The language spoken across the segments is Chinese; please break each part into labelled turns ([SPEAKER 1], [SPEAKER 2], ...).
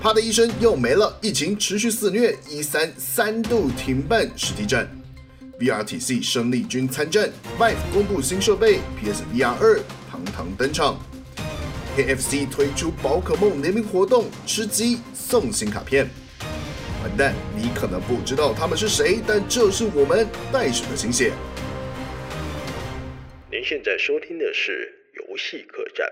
[SPEAKER 1] 啪的一声又没了。疫情持续肆虐，一三三度停办实体展。VRTC 生力军参战，Vive 公布新设备，PSVR 二堂堂登场。KFC 推出宝可梦联名活动，吃鸡送新卡片。完蛋，你可能不知道他们是谁，但这是我们袋鼠的心血。
[SPEAKER 2] 您现在收听的是《游戏客栈》。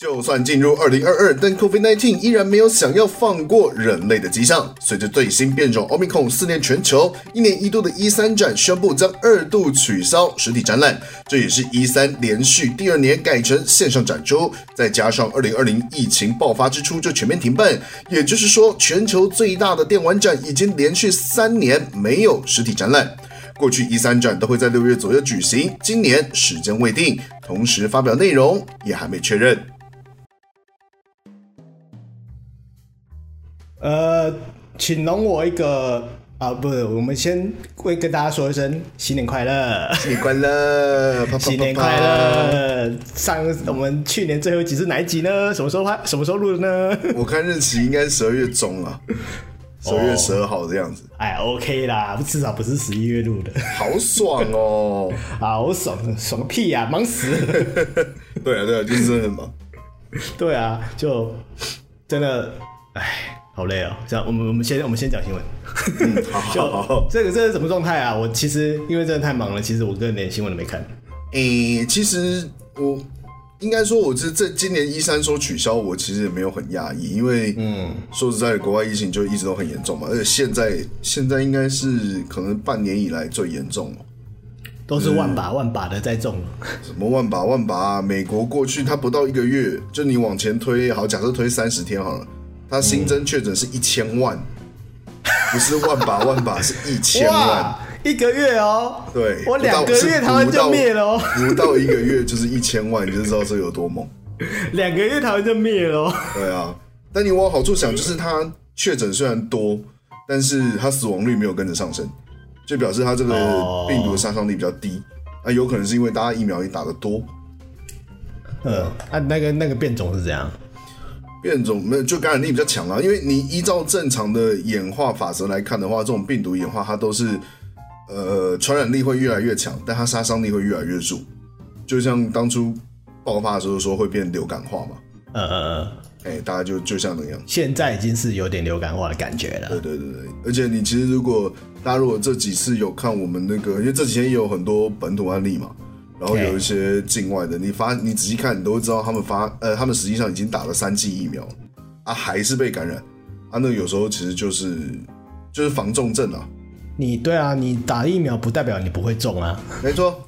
[SPEAKER 1] 就算进入二零二二，但 COVID-19 依然没有想要放过人类的迹象。随着最新变种 Omicron 肆虐全球，一年一度的一三展宣布将二度取消实体展览，这也是一三连续第二年改成线上展出。再加上二零二零疫情爆发之初就全面停办，也就是说，全球最大的电玩展已经连续三年没有实体展览。过去一三展都会在六月左右举行，今年时间未定，同时发表内容也还没确认。
[SPEAKER 3] 呃，请容我一个啊，不是，我们先会跟大家说一声新年快乐，
[SPEAKER 1] 新年快 乐，啪啪啪啪
[SPEAKER 3] 新年快！乐。上我们去年最后一集是哪一集呢？什么时候拍？什么时候录的呢？
[SPEAKER 1] 我看日期应该十二月中啊，十二月十二号的样子，
[SPEAKER 3] 哎，OK 啦，至少不是十一月录的，
[SPEAKER 1] 好爽哦！
[SPEAKER 3] 好爽，爽个屁呀、忙死 了。
[SPEAKER 1] 对啊，对啊，就是真的很忙。
[SPEAKER 3] 对啊，就真的，哎，好累哦。这样，我们我们先我们先讲新闻。
[SPEAKER 1] 好好好，
[SPEAKER 3] 这个这是什么状态啊？我其实因为真的太忙了，其实我个人连新闻都没看。
[SPEAKER 1] 诶、其实我应该说，我这这今年一三说取消，我其实也没有很讶异，因为嗯，说实在的，国外疫情就一直都很严重嘛，而且现在现在应该是可能半年以来最严重了。
[SPEAKER 3] 都是万把万把的在中了，
[SPEAKER 1] 什么万把万把、美国过去它不到一个月，就你往前推，好，假设推三十天好了，它新增确诊是一千万，不是万把万 把，是一千万
[SPEAKER 3] 嗯哇。，一个月哦，
[SPEAKER 1] 对，
[SPEAKER 3] 我两个月台湾就灭了哦，
[SPEAKER 1] 不到，不到一个月就是一千万，你就知道这有多猛。
[SPEAKER 3] 两个月台湾就灭了哦，
[SPEAKER 1] 对啊，但你往好处想，
[SPEAKER 3] 嗯
[SPEAKER 1] 就是它确诊虽然多，但是它死亡率没有跟着上升，就表示它这个
[SPEAKER 3] 哦
[SPEAKER 1] 病毒的杀伤力比较低。那、有可能是因为大家疫苗也打得多，
[SPEAKER 3] 嗯，啊，那个那个变种是怎样？
[SPEAKER 1] 变种没有就感染力比较强啊，因为你依照正常的演化法则来看的话，这种病毒演化它都是呃传染力会越来越强，但它杀伤力会越来越弱。就像当初爆发的时候说会变流感化嘛，
[SPEAKER 3] 呃呃呃，
[SPEAKER 1] 哎、大家就就像那个样子。
[SPEAKER 3] 现在已经是有点流感化的感觉
[SPEAKER 1] 对
[SPEAKER 3] 了，
[SPEAKER 1] 对对对，而且你其实如果大家如果这几次有看我们那个，因为这几天也有很多本土案例嘛，然后
[SPEAKER 3] 对
[SPEAKER 1] 有一些境外的，你发你仔细看，你都会知道他们发呃，他们实际上已经打了三剂疫苗了啊，还是被感染啊，那有时候其实就是就是防重症啊，
[SPEAKER 3] 你对啊，你打疫苗不代表你不会中啊，
[SPEAKER 1] 没错，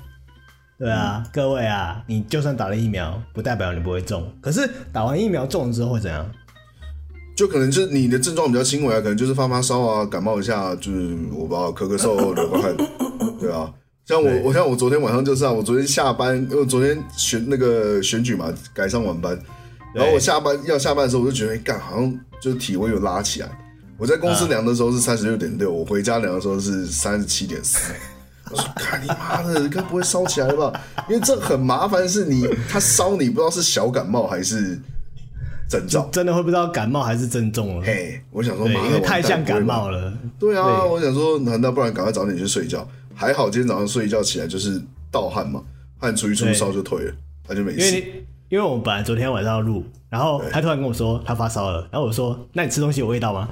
[SPEAKER 3] 对啊，各位啊，你就算打了疫苗，不代表你不会中，可是打完疫苗中了之后会怎样？
[SPEAKER 1] 就可能就是你的症状比较轻微啊，可能就是发发烧啊，感冒一下，就是我不知道咳咳嗽、流感汗，对啊。像我，我像我昨天晚上就是啊，我昨天下班，因为我昨天选那个选举嘛，改上晚班，然后我下班要下班的时候，我就觉得哎干、好像就是体温有拉起来。我在公司量的时候是三十六点六，我回家量的时候是三十七点四。我说：“看你妈的，该不会烧起来了吧？因为这很麻烦，是你他烧你不知道是小感冒还是征兆
[SPEAKER 3] 就，真的会不知道感冒还是真中了，
[SPEAKER 1] 嘿，我想说，
[SPEAKER 3] 对，
[SPEAKER 1] 妈的
[SPEAKER 3] 因为太像感。
[SPEAKER 1] 完蛋不会吧
[SPEAKER 3] 冒了，
[SPEAKER 1] 对啊，
[SPEAKER 3] 对
[SPEAKER 1] 我想说，难道不然赶快早点去睡觉？还好今天早上睡一觉起来就是盗汗嘛，汗出一出
[SPEAKER 3] 对
[SPEAKER 1] 烧就退了，那就没
[SPEAKER 3] 因为
[SPEAKER 1] 事。
[SPEAKER 3] 你因为我们本来昨天晚上要录，然后他突然跟我说他发烧了，然后我说那你吃东西有味道 吗？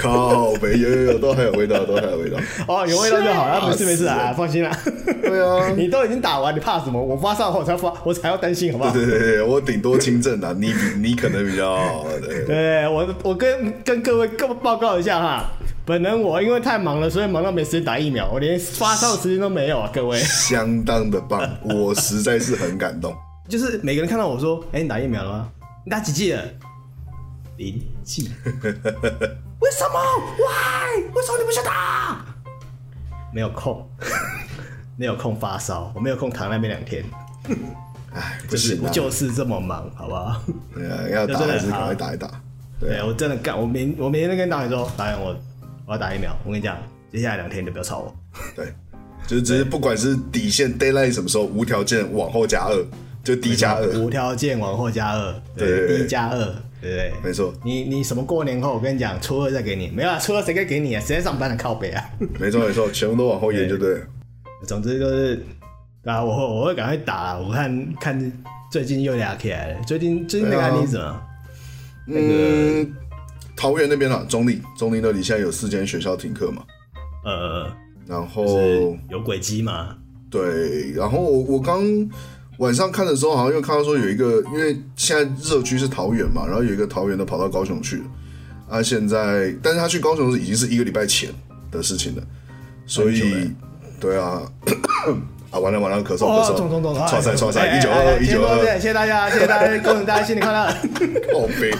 [SPEAKER 1] 靠北，有有有，都还有味 道，都还有味道。
[SPEAKER 3] 哦，有味道就好，
[SPEAKER 1] 吓
[SPEAKER 3] 啊，没事没事
[SPEAKER 1] 死
[SPEAKER 3] 啊，
[SPEAKER 1] 人
[SPEAKER 3] 放心啦、
[SPEAKER 1] 对啊，
[SPEAKER 3] 你都已经打完，你怕什么？我发烧后才发，我才要担心，好不好？
[SPEAKER 1] 对对对，我顶多轻症啊，你你可能比较呃对。
[SPEAKER 3] 对，我我跟跟各位各报告一下哈，本人我因为太忙了，所以忙到没时间打疫苗，我连发烧的时间都没有啊，各位。
[SPEAKER 1] 相当的棒，我实在是很感动。
[SPEAKER 3] 就是每个人看到我说，哎、你打疫苗了吗？你打几剂了？零 剂。为什么？Why？为什么你不去打？没有空，没有空发烧，我没有空躺那边两天，
[SPEAKER 1] 哎，不
[SPEAKER 3] 就是
[SPEAKER 1] 行
[SPEAKER 3] 我
[SPEAKER 1] 啊，
[SPEAKER 3] 就是这么忙，好不好？
[SPEAKER 1] 对啊要打
[SPEAKER 3] 就真的
[SPEAKER 1] 还是赶
[SPEAKER 3] 好
[SPEAKER 1] 快打一打。对
[SPEAKER 3] 对，
[SPEAKER 1] 啊，
[SPEAKER 3] 我真的干，我明我明天就跟导演说，导演我我要打疫苗，我跟你讲，接下来两天你就不要吵我。
[SPEAKER 1] 对，就是只是不管是底线 d a y l i g h t 什么时候，无条件往后加二。就 D 加二，
[SPEAKER 3] 无条件往后加二，
[SPEAKER 1] 对对
[SPEAKER 3] 对
[SPEAKER 1] 对
[SPEAKER 3] ，D 加二，对不对？
[SPEAKER 1] 没错
[SPEAKER 3] 你你什么过年后，我跟你讲，初二再给你，没有啊，初二谁该给你啊？谁在上班的靠北啊？
[SPEAKER 1] 没错没错，全部都往后延就对了。
[SPEAKER 3] 总之就是，啊，我会我会赶快打，我看看最近又聊起来了，最近最近那个案例是什么？那个
[SPEAKER 1] 嗯，桃园那边啦，中立中立那里现在有四间学校停课嘛，
[SPEAKER 3] 呃，
[SPEAKER 1] 然后、
[SPEAKER 3] 是有轨迹嘛？
[SPEAKER 1] 对，然后我我刚晚上看的时候，好像又看到说有一个，因为现在热区是桃园嘛，然后有一个桃园的跑到高雄去了，啊，现在但是他去高雄是已经是一个礼拜前的事情了，所
[SPEAKER 3] 很久
[SPEAKER 1] 以
[SPEAKER 3] 嘞
[SPEAKER 1] 对啊，啊完了完了，咳嗽
[SPEAKER 3] 哦
[SPEAKER 1] 咳，
[SPEAKER 3] 中
[SPEAKER 1] 嗽，
[SPEAKER 3] 中中，
[SPEAKER 1] 刷赛刷赛，一九
[SPEAKER 3] 哎
[SPEAKER 1] 二
[SPEAKER 3] 哎哎
[SPEAKER 1] 二一
[SPEAKER 3] 先
[SPEAKER 1] 九
[SPEAKER 3] 说这
[SPEAKER 1] 二，
[SPEAKER 3] 谢谢大家，谢谢大家，恭喜大家新年快乐！
[SPEAKER 1] 靠背，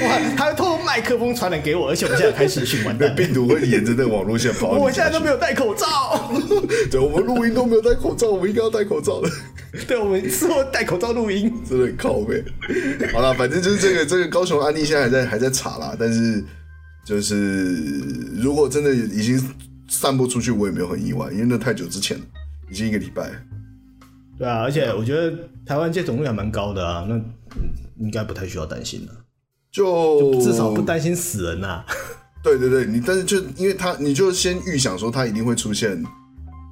[SPEAKER 3] 哇，他透过麦克风传染给我，而且我们现在开始循环
[SPEAKER 1] 那
[SPEAKER 3] 蛋，
[SPEAKER 1] 病毒会沿着那网路线跑到你家去。
[SPEAKER 3] 我现在都没有戴口罩。
[SPEAKER 1] 对，我们录音都没有戴口罩，我们应该要戴口罩的，
[SPEAKER 3] 对，我们之后戴口罩录音。
[SPEAKER 1] 真的很靠背。好啦，反正就是这个这个高雄案例现在还在还在查啦，但是就是如果真的已经散播出去，我也没有很意外，因为那太久之前了，已经一个礼拜了。
[SPEAKER 3] 对啊，而且我觉得台湾接种率还蛮高的啊，那应该不太需要担心了、
[SPEAKER 1] 就
[SPEAKER 3] 至少不担心死人啊 呐、
[SPEAKER 1] 对对对，你但是就因为他，你就先预想说他一定会出现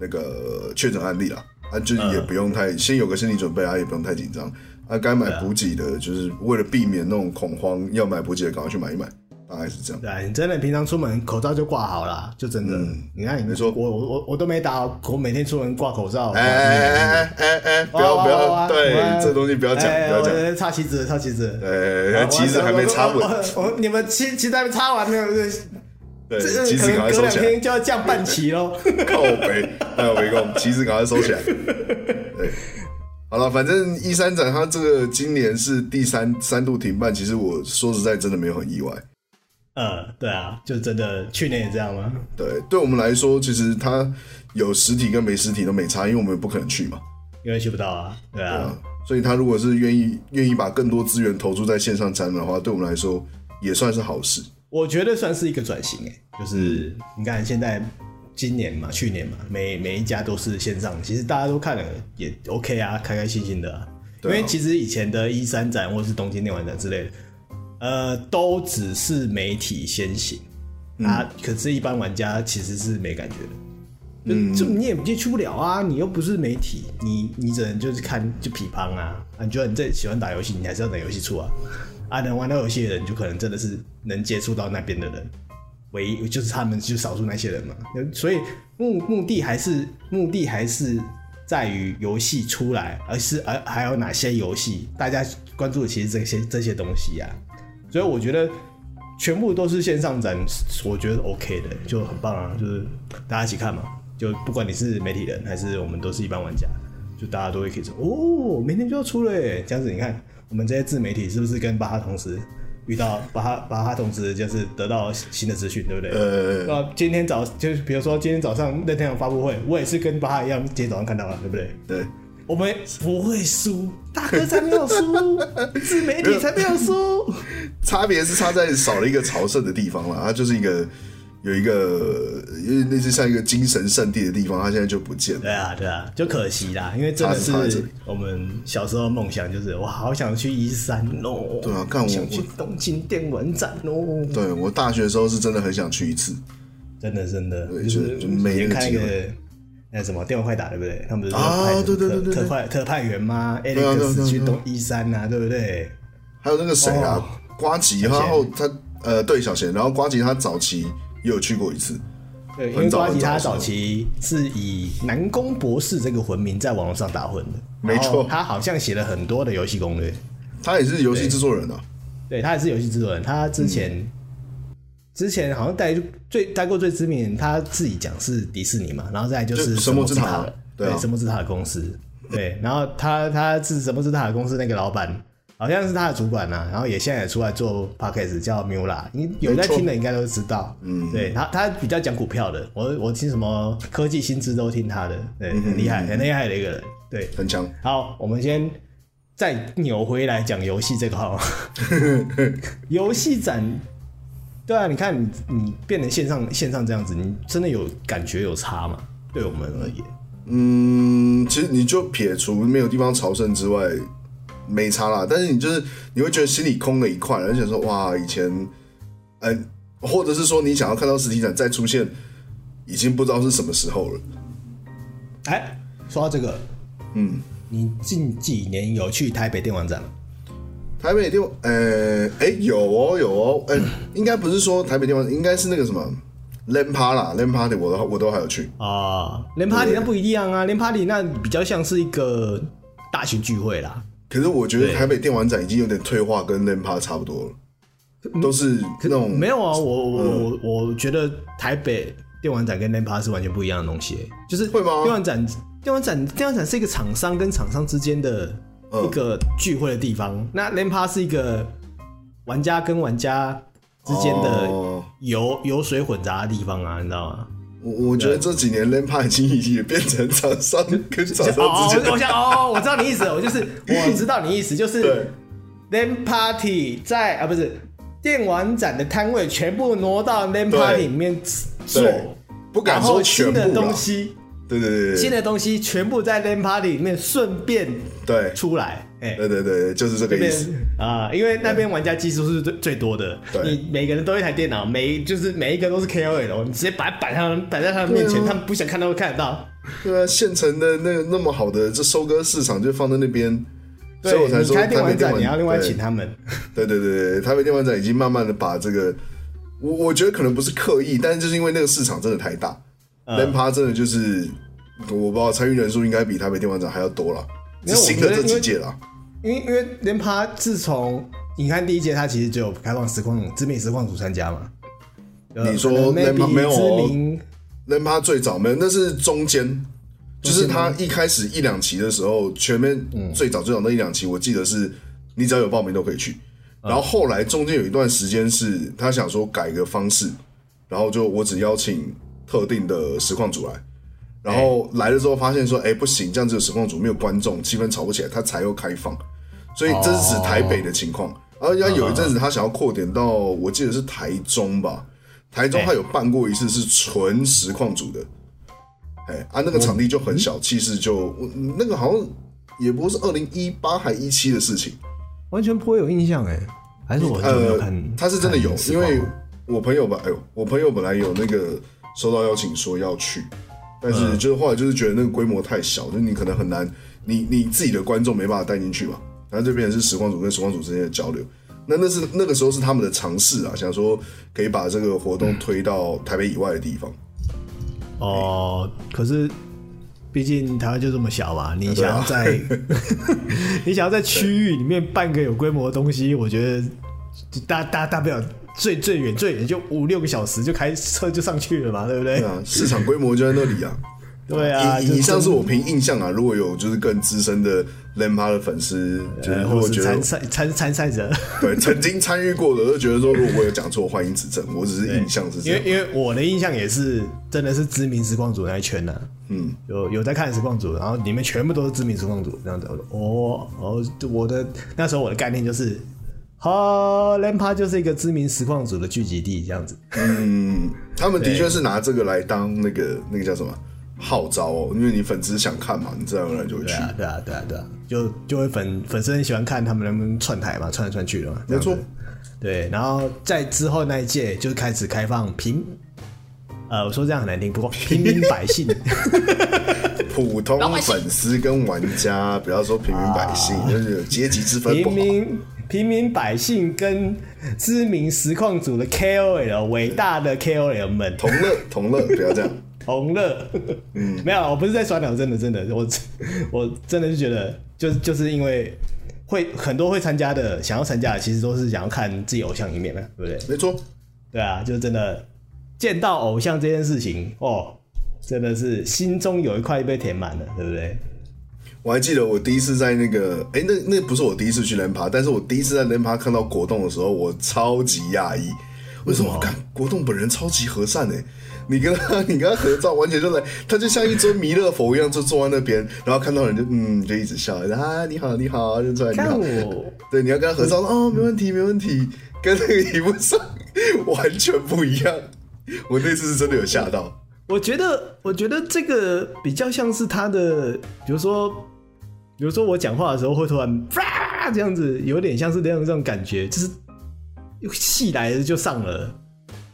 [SPEAKER 1] 那个确诊案例啦，啊，就也不用太、先有个心理准备啊，也不用太紧张啊，该买补给的，就是为了避免那种恐慌，要买补给的赶快去买一买，大概是这样。
[SPEAKER 3] 对啊，你真的平常出门口罩就挂好啦，就真的。你看你
[SPEAKER 1] 嗯没错
[SPEAKER 3] 我我我我都没打，我每天出门挂口罩。嗯
[SPEAKER 1] 哎哎哎哎哎，不要不要，对这东西不要讲，
[SPEAKER 3] 哎
[SPEAKER 1] 不要讲。
[SPEAKER 3] 插旗子，插旗子。
[SPEAKER 1] 呃，旗子还没插稳，
[SPEAKER 3] 我你们旗旗子还没插完呢，
[SPEAKER 1] 对，
[SPEAKER 3] 这
[SPEAKER 1] 旗
[SPEAKER 3] 可
[SPEAKER 1] 子赶
[SPEAKER 3] 能
[SPEAKER 1] 快
[SPEAKER 3] 隔
[SPEAKER 1] 收
[SPEAKER 3] 两
[SPEAKER 1] 起来，
[SPEAKER 3] 天就要降半旗喽。
[SPEAKER 1] 靠北，哎还有围攻，旗子赶快收起来。对，好了，反正一三展它这个今年是第三三度停办，其实我说实在真的没有很意外。
[SPEAKER 3] 嗯，对啊，就真的去年也这样吗？
[SPEAKER 1] 对，对我们来说，其实它有实体跟没实体都没差，因为我们不可能去嘛。
[SPEAKER 3] 因为去不到啊，对啊，
[SPEAKER 1] 所以他如果是愿意愿意把更多资源投注在线上展览的话，对我们来说也算是好事。
[SPEAKER 3] 我觉得算是一个转型诶、欸就是你看现在今年嘛，去年嘛，每每一家都是线上，其实大家都看了也 OK 啊，开开心心的、啊。因
[SPEAKER 1] 对啊
[SPEAKER 3] 为其实以前的一三展或是东京电玩展之类的，呃，都只是媒体先行
[SPEAKER 1] 嗯
[SPEAKER 3] 啊，可是一般玩家其实是没感觉的。就就你也进去不了啊，你又不是媒体，你你只能就是看就批判啊。啊，你觉得你最喜欢打游戏，你还是要等游戏出啊。啊，能玩到游戏的人，就可能真的是能接触到那边的人，唯一就是他们就少数那些人嘛。那所以目目的还是目的还是在于游戏出来，而是而还有哪些游戏大家关注的其实这些这些东西啊。所以我觉得全部都是线上展，我觉得 OK 的，就很棒啊，就是大家一起看嘛，就不管你是媒体人还是我们都是一般玩家，就大家都会可以说哦，明天就要出了耶，这样子你看我们这些自媒体是不是跟巴哈同时遇到巴哈巴哈同时就是得到新的资讯，对不对？
[SPEAKER 1] 呃，
[SPEAKER 3] 那今天早就是比如说今天早上任天堂发布会，我也是跟巴哈一样，今天早上看到了，对不对？
[SPEAKER 1] 对。
[SPEAKER 3] 我们不会输，大哥才没有输，自媒体才没有输。
[SPEAKER 1] 差别是差在少了一个朝圣的地方了，它就是一个有一个，因为那是像一个精神圣地的地方，它现在就不见了。
[SPEAKER 3] 对啊，对啊，就可惜啦，因为真的
[SPEAKER 1] 差差在这
[SPEAKER 3] 是
[SPEAKER 1] 里
[SPEAKER 3] 我们小时候的梦想，就是我好想去一三哦，
[SPEAKER 1] 对啊干我
[SPEAKER 3] 想去东京电玩展哦，
[SPEAKER 1] 对我大学的时候是真的很想去一次，
[SPEAKER 3] 真的真的，
[SPEAKER 1] 对
[SPEAKER 3] 就是
[SPEAKER 1] 就就没那
[SPEAKER 3] 你
[SPEAKER 1] 个
[SPEAKER 3] 看
[SPEAKER 1] 机
[SPEAKER 3] 那
[SPEAKER 1] 会
[SPEAKER 3] 个那什么电玩快打，对不对？他们不是
[SPEAKER 1] 啊
[SPEAKER 3] 派什么
[SPEAKER 1] 对对
[SPEAKER 3] 特
[SPEAKER 1] 对对对
[SPEAKER 3] 特派特派员吗
[SPEAKER 1] 对啊对啊对
[SPEAKER 3] ？Alex
[SPEAKER 1] 啊
[SPEAKER 3] 去
[SPEAKER 1] 对啊
[SPEAKER 3] 东一三啊，对不对？
[SPEAKER 1] 还有那个谁啊
[SPEAKER 3] 哦，
[SPEAKER 1] 瓜吉，然后他呃对小贤，然后瓜吉他早期也有去过一次，
[SPEAKER 3] 对，因
[SPEAKER 1] 很
[SPEAKER 3] 为
[SPEAKER 1] 早
[SPEAKER 3] 瓜吉
[SPEAKER 1] 很早
[SPEAKER 3] 他
[SPEAKER 1] 的时候
[SPEAKER 3] 早期是以南宫博士这个魂名在网络上打混的，
[SPEAKER 1] 没错
[SPEAKER 3] 然后他好像写了很多的游戏攻略。
[SPEAKER 1] 他也是游戏制作人啊，
[SPEAKER 3] 对他也是游戏制作人，他之前、
[SPEAKER 1] 嗯
[SPEAKER 3] 之前好像带最带过最知名，他自己讲是迪士尼嘛，然后再来就
[SPEAKER 1] 就是神魔之塔
[SPEAKER 3] 塔了，
[SPEAKER 1] 对啊
[SPEAKER 3] 神魔之塔的公司，对，然后他他是神魔之塔的公司那个老板，好像是他的主管呐、然后也现在也出来做 podcast 叫 Mula，你有在
[SPEAKER 1] 没错
[SPEAKER 3] 听的应该都知道，嗯，对他他比较讲股票的，我我听什么科技新知都听他的，对，
[SPEAKER 1] 嗯
[SPEAKER 3] 很厉害很厉害的一个人，对，
[SPEAKER 1] 很强。
[SPEAKER 3] 好，我们先再扭回来讲游戏这个 好吗？游戏展，对啊，你看你你变成线上线上这样子，你真的有感觉有差吗？对我们而言，
[SPEAKER 1] 嗯，其实你就撇除没有地方朝圣之外，没差啦。但是你就是你会觉得心里空了一块，而且说哇，以前，嗯、或者是说你想要看到实体展再出现，已经不知道是什么时候了。
[SPEAKER 3] 哎，说到这个，嗯，你近几年有去台北电玩展吗？
[SPEAKER 1] 台北电玩，呃，哎、有哦，有哦，哎、应该不是说台北电玩，应该是那个什么 Lampa 啦，Lampa 的我都我都还有去。
[SPEAKER 3] 啊，连 party 那不一样啊，连 party 那比较像是一个大型聚会啦。
[SPEAKER 1] 可是我觉得台北电玩展已经有点退化，跟 Lampa 差不多了，都是那种
[SPEAKER 3] 没有啊，我
[SPEAKER 1] 嗯
[SPEAKER 3] 我我我觉得台北电玩展跟 Lampa 是完全不一样的东西，欸就是
[SPEAKER 1] 会吗
[SPEAKER 3] 电玩展，电玩展，电玩展是一个厂商跟厂商之间的
[SPEAKER 1] 嗯
[SPEAKER 3] 一个聚会的地方，那 Lampa 是一个玩家跟玩家之间的
[SPEAKER 1] 哦
[SPEAKER 3] 油、油水混杂的地方啊，你知 道吗？
[SPEAKER 1] 我我觉得这几年 Lampa 已经也变成厂 商跟厂商
[SPEAKER 3] 哦
[SPEAKER 1] 之间，
[SPEAKER 3] 哦，
[SPEAKER 1] 的
[SPEAKER 3] 我想哦，我知道你意思了，我就是我知道你意思，就是
[SPEAKER 1] 对
[SPEAKER 3] LAN Party 在啊不是电玩展的摊位全部挪到 LAN
[SPEAKER 1] 对
[SPEAKER 3] Party 里面做，
[SPEAKER 1] 对不敢
[SPEAKER 3] 然后
[SPEAKER 1] 说全
[SPEAKER 3] 新
[SPEAKER 1] 部
[SPEAKER 3] 的
[SPEAKER 1] 啦
[SPEAKER 3] 东。西，
[SPEAKER 1] 对对对
[SPEAKER 3] 新
[SPEAKER 1] 对
[SPEAKER 3] 的东西全部在 LAN Party 里面顺便
[SPEAKER 1] 对
[SPEAKER 3] 出来，哎。
[SPEAKER 1] 对对呃对，就是这个
[SPEAKER 3] 那
[SPEAKER 1] 意
[SPEAKER 3] 边
[SPEAKER 1] 思。
[SPEAKER 3] 啊、因为那边玩家基数是最最多的，
[SPEAKER 1] 对
[SPEAKER 3] 你每个人都有一台电脑，每就是每一个都是 KOL，你直接摆摆他们摆在他们面前，
[SPEAKER 1] 对啊
[SPEAKER 3] 他们不想看都看得到。
[SPEAKER 1] 对啊，县城的那个那么好的这收割市场就放在那边，所以我才
[SPEAKER 3] 对，你
[SPEAKER 1] 说
[SPEAKER 3] 开
[SPEAKER 1] 台
[SPEAKER 3] 电
[SPEAKER 1] 北
[SPEAKER 3] 玩
[SPEAKER 1] 电
[SPEAKER 3] 展
[SPEAKER 1] 玩
[SPEAKER 3] 你要另外
[SPEAKER 1] 对
[SPEAKER 3] 请他们，
[SPEAKER 1] 对对对对，台北电玩展已经慢慢的把这个，我我觉得可能不是刻意，但是就是因为那个市场真的太大，
[SPEAKER 3] 嗯
[SPEAKER 1] 人趴、真的就是，我不知道参与人数应该比台北电玩展还要多了，
[SPEAKER 3] 因
[SPEAKER 1] 是
[SPEAKER 3] 为我
[SPEAKER 1] 新的这
[SPEAKER 3] 觉得因
[SPEAKER 1] 几
[SPEAKER 3] 为
[SPEAKER 1] 届啦。
[SPEAKER 3] 因为因为连趴自从你看第一届，它其实只有开放实况知名实况组参加嘛。呃
[SPEAKER 1] 你说
[SPEAKER 3] 可能
[SPEAKER 1] Lempa-
[SPEAKER 3] maybe
[SPEAKER 1] 没有哦
[SPEAKER 3] 知名
[SPEAKER 1] 人趴最早没有，那是中间，就是他一开始一两期的时候，前面最早最早那一两期，我记得是你只要有报名都可以去。然后后来中间有一段时间是他想说改个方式，然后就我只邀请特定的实况组来，然后来了之后发现说，哎、不行，这样子有实况组没有观众，气氛炒不起来，他才又开放。所以这是指台北的情况。然后人家有一阵子他想要扩点到，我记得是台中吧，台中他有办过一次是纯实况组的，哎、啊，那个场地就很小，气势就嗯那个好像也不是二零一八还一七的事情，
[SPEAKER 3] 完全不会有印象哎，还是我很久没有
[SPEAKER 1] 呃
[SPEAKER 3] 看，
[SPEAKER 1] 他是真的有
[SPEAKER 3] 看，实
[SPEAKER 1] 因
[SPEAKER 3] 况
[SPEAKER 1] 为我朋友本哎呦，我朋友本来有那个收到邀请说要去，但
[SPEAKER 3] 嗯
[SPEAKER 1] 是就是后来就是觉得那个规模太小，就是你可能很难，你你自己的观众没办法带进去嘛，然后这边是时光组跟时光组之间的交流。那那是那个时候是他们的尝试啊，想说可以把这个活
[SPEAKER 3] 嗯
[SPEAKER 1] 动推到台北以外的地方。
[SPEAKER 3] 哦，可是毕竟台湾就这么小嘛，你
[SPEAKER 1] 对
[SPEAKER 3] 想
[SPEAKER 1] 啊
[SPEAKER 3] 要 在你想要在区域里面办个有规模的东西，我觉得就大大大不了最最远最远就五六个小时就开车就上去了嘛，对不对
[SPEAKER 1] 对？ 啊，市场规模就在那里啊。
[SPEAKER 3] 对啊，
[SPEAKER 1] 以以
[SPEAKER 3] 就
[SPEAKER 1] 上是我凭印象啊，如果有就是更资深的 Lempa 的粉丝，就是
[SPEAKER 3] 呃
[SPEAKER 1] 如
[SPEAKER 3] 或
[SPEAKER 1] 果
[SPEAKER 3] 者
[SPEAKER 1] 觉
[SPEAKER 3] 是
[SPEAKER 1] 得
[SPEAKER 3] 参赛参参赛者，
[SPEAKER 1] 对，曾经参与过的都觉得说，如果我有讲错，欢迎指 正。我只是印象是
[SPEAKER 3] 因
[SPEAKER 1] 这
[SPEAKER 3] 为
[SPEAKER 1] 样。
[SPEAKER 3] 因为我的印象也是真的是知名实况组那一圈呢、嗯，有有在看实况组，然后里面全部都是知名实况组这样子。我说哦，哦，我的那时候我的概念就是，哈 l a m p a 就是一个知名实况组的聚集地这样子。
[SPEAKER 1] 他们的确是拿这个来当那个那个叫什么号召哦，因为你粉丝想看嘛，你自然而然就会去
[SPEAKER 3] 对。啊，对啊，对啊，对啊，就就会粉粉丝很喜欢看他们能不能串台嘛，串来串去的嘛。
[SPEAKER 1] 没
[SPEAKER 3] 这样子
[SPEAKER 1] 错，
[SPEAKER 3] 对，然后在之后那一届就开始开放平，呃，我说这样很难听，不过平民百 姓。
[SPEAKER 1] 普通粉丝跟玩家，不要说平民百姓，
[SPEAKER 3] 啊
[SPEAKER 1] 就是有阶级之分不
[SPEAKER 3] 平
[SPEAKER 1] 好。
[SPEAKER 3] 民平民百姓跟知名实况组的 KOL 伟大的 KOL 们
[SPEAKER 1] 同乐同乐，不要这样。
[SPEAKER 3] 同乐。
[SPEAKER 1] 嗯
[SPEAKER 3] 没有，啊我不是在耍鸟，真的真的，我 我真的是觉得，就是就是因为会很多会参加的，想要参加的，其实都是想要看自己偶像一面嘛，对不对？
[SPEAKER 1] 没错，
[SPEAKER 3] 对啊，就真的见到偶像这件事情哦，真的是心中有一块被填满了，对不对？
[SPEAKER 1] 我还记得我第一次在那个，哎、那那不是我第一次去人爬，但是我第一次在人爬看到国栋的时候，我超级讶异。为什么？看国栋本人超级和善哎、你跟他 你跟他合照，完全就来，他就像一尊弥勒佛一样，就坐在那边，然后看到人就嗯，就一直笑，啊你好你好，就出来你
[SPEAKER 3] 看
[SPEAKER 1] 好。
[SPEAKER 3] 我。
[SPEAKER 1] 对，你要跟他合照，哦，没问题没问题， 跟那个荧幕上完全不一样。我那次是真的有吓到，
[SPEAKER 3] 我觉得，我觉得这个比较像是他的，比如说，比如说我讲话的时候会突然啪这样子，有点像是那样这种感觉，就是气来了就上了。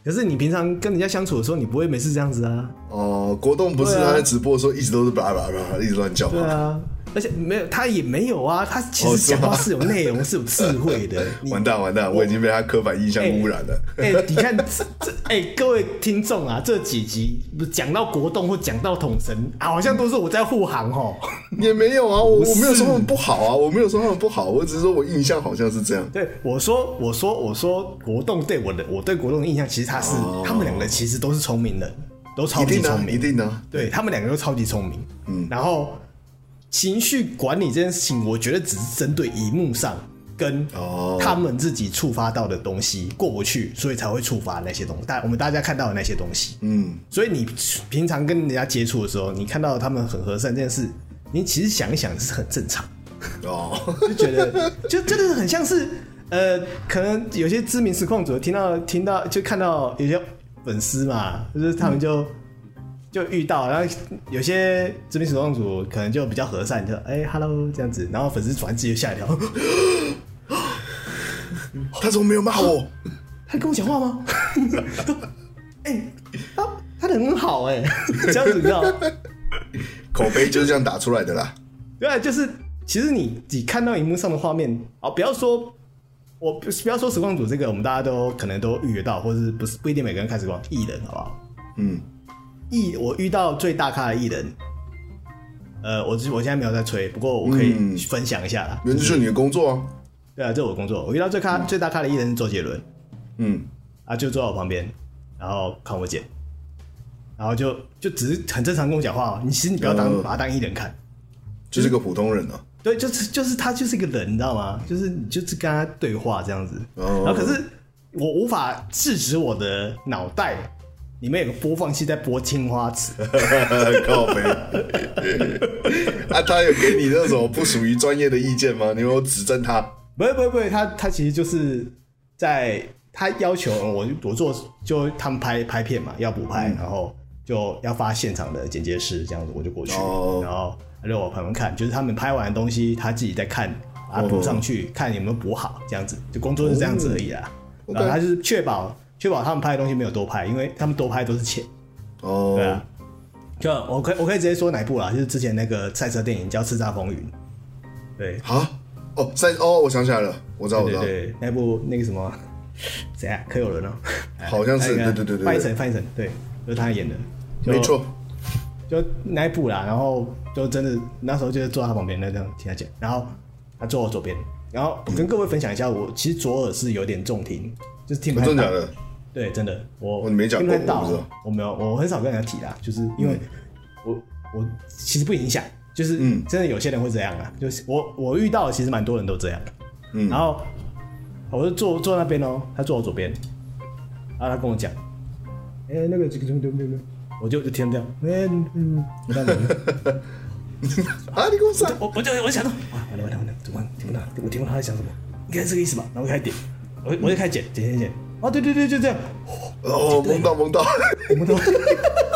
[SPEAKER 3] 可是你平常跟人家相处的时候，你不会每次这样子啊，
[SPEAKER 1] 哦，国栋不是
[SPEAKER 3] 对啊
[SPEAKER 1] 他在直播的时候一直都是叭叭叭叭一直乱叫
[SPEAKER 3] 对
[SPEAKER 1] 吗？
[SPEAKER 3] 啊。而且没有，他也没有啊，他其
[SPEAKER 1] 哦
[SPEAKER 3] 实
[SPEAKER 1] 是吗
[SPEAKER 3] 讲话是有内容、是有智慧 的。你
[SPEAKER 1] 完蛋完蛋，我已经被他刻板印象污染 了。
[SPEAKER 3] 哎、你看这这哎、各位听众啊，这几集不是讲到国栋或讲到统神啊，好像都是我在护航哦。
[SPEAKER 1] 也没有啊，我
[SPEAKER 3] 是
[SPEAKER 1] 我没有说他们不好啊，我没有说他们不好，我只是说我印象好像是这样。
[SPEAKER 3] 对，我说我说我说国栋对我的我对国栋的印象，其实他是、
[SPEAKER 1] 哦
[SPEAKER 3] 他们两个其实都是聪明人，都超
[SPEAKER 1] 一
[SPEAKER 3] 级
[SPEAKER 1] 定的
[SPEAKER 3] 聪
[SPEAKER 1] 啊，
[SPEAKER 3] 明，
[SPEAKER 1] 一定的啊。
[SPEAKER 3] 对他们两个都超级聪明。嗯，然后情绪管理这件事情，我觉得只是针对荧幕上跟
[SPEAKER 1] 哦
[SPEAKER 3] 他们自己触发到的东西过不去，所以才会触发那些东西，大我们大家看到的那些东西。
[SPEAKER 1] 嗯，
[SPEAKER 3] 所以你平常跟人家接触的时候，你看到他们很和善这件事，你其实想一想是很正常，
[SPEAKER 1] 哦，
[SPEAKER 3] 就觉得就真的很像是呃，可能有些知名实况组听到听到就看到有些粉丝嘛，就是他们就。就遇到，然后有些知名实况组可能就比较和善，就哎、hello 这样子，然后粉丝突然自己就吓一跳，
[SPEAKER 1] 他怎么没有骂 我？
[SPEAKER 3] 他跟我讲话吗？ 哎、他他人很好哎、 这样子你知道吗？
[SPEAKER 1] 口碑就是这样打出来的啦。
[SPEAKER 3] 对啊，就是其实你你看到荧幕上的画面啊，不要说我不不要说实况组这个，我们大家都可能都预约到，或者是不是不一定每个人看实况艺人，好不好？
[SPEAKER 1] 嗯，
[SPEAKER 3] 艺我遇到最大咖的艺人，呃，我我现在没有在吹，不过我可以
[SPEAKER 1] 嗯
[SPEAKER 3] 分享一下啦。
[SPEAKER 1] 那就是你的工作啊。
[SPEAKER 3] 对啊，这是我工作，我遇到最咖、最大咖的艺人是周杰伦
[SPEAKER 1] 嗯，
[SPEAKER 3] 啊，就坐在我旁边，然后看我剪，然后就就只是很正常跟我讲话、哦，你其实你不要当、
[SPEAKER 1] 呃
[SPEAKER 3] 把他当艺人看。
[SPEAKER 1] 就是个普通人啊。
[SPEAKER 3] 对，就是就是他就是一个人，你知道吗？就是你就是跟他对话这样子，
[SPEAKER 1] 哦
[SPEAKER 3] 然后可是我无法制止我的脑袋里面有个播放器在播青花瓷，
[SPEAKER 1] 靠背。 啊，他有给你那种不属于专业的意见吗？你有没有指正他？
[SPEAKER 3] 不是不是不是，他他其实就是在他要求我我做就他们拍拍片嘛，要补拍，然后就要发现场的剪接师这样子，我就过去，
[SPEAKER 1] 哦
[SPEAKER 3] 然后让我朋友看，就是他们拍完的东西他自己在看，把它补上去，看有没有补好，这样子，就工作是这样子而已啦。
[SPEAKER 1] 哦
[SPEAKER 3] 然后
[SPEAKER 1] OK
[SPEAKER 3] 他就是确保确保他们拍的东西没有多拍，因为他们多拍都是钱，对
[SPEAKER 1] 哦
[SPEAKER 3] 啊。，就我可以我可以直接说哪一部啦，就是之前那个赛车电影叫《叱咤风云》，对，
[SPEAKER 1] 啊，哦，三哦，我想起来了，我知道，我
[SPEAKER 3] 对
[SPEAKER 1] 知道。
[SPEAKER 3] 对，那部那个什么， 谁啊？柯有伦哦， 哎
[SPEAKER 1] 好像是
[SPEAKER 3] 那个
[SPEAKER 1] 对对对对对
[SPEAKER 3] 范逸臣，范逸臣，对，就是他演的，就
[SPEAKER 1] 没，错，
[SPEAKER 3] 就那一部啦。然后就真的那时候就是坐在他旁边，那这样听他讲，然后他坐我左边，然后我跟各位分享一下，我其实左耳是有点重听，就是听不太
[SPEAKER 1] 真的假
[SPEAKER 3] 到
[SPEAKER 1] 的？
[SPEAKER 3] 对，真的，我
[SPEAKER 1] 哦你没讲过
[SPEAKER 3] 听不太到
[SPEAKER 1] 我不知道嗯
[SPEAKER 3] 我没有，我很少跟人家提啦，就是因为我、我其实不影响，就是
[SPEAKER 1] 嗯
[SPEAKER 3] 真的有些人会这样啊，就是我我遇到的其实蛮多人都这样，
[SPEAKER 1] 嗯
[SPEAKER 3] 然后我就坐坐那边哦，他坐我左边，然后他跟我讲，哎、那个这个这个这个这个，我就就听这样，哎、嗯嗯，你看我
[SPEAKER 1] 啊，你公司
[SPEAKER 3] 我我就我就想到，哇，完了完了完了，怎么办听不到？我听不到他在讲什么，应该是这个意思吧？然后我就开始点，我就我就开始剪剪剪剪，哦，对对对，就这样。
[SPEAKER 1] 哦，梦到梦到，
[SPEAKER 3] 我们都。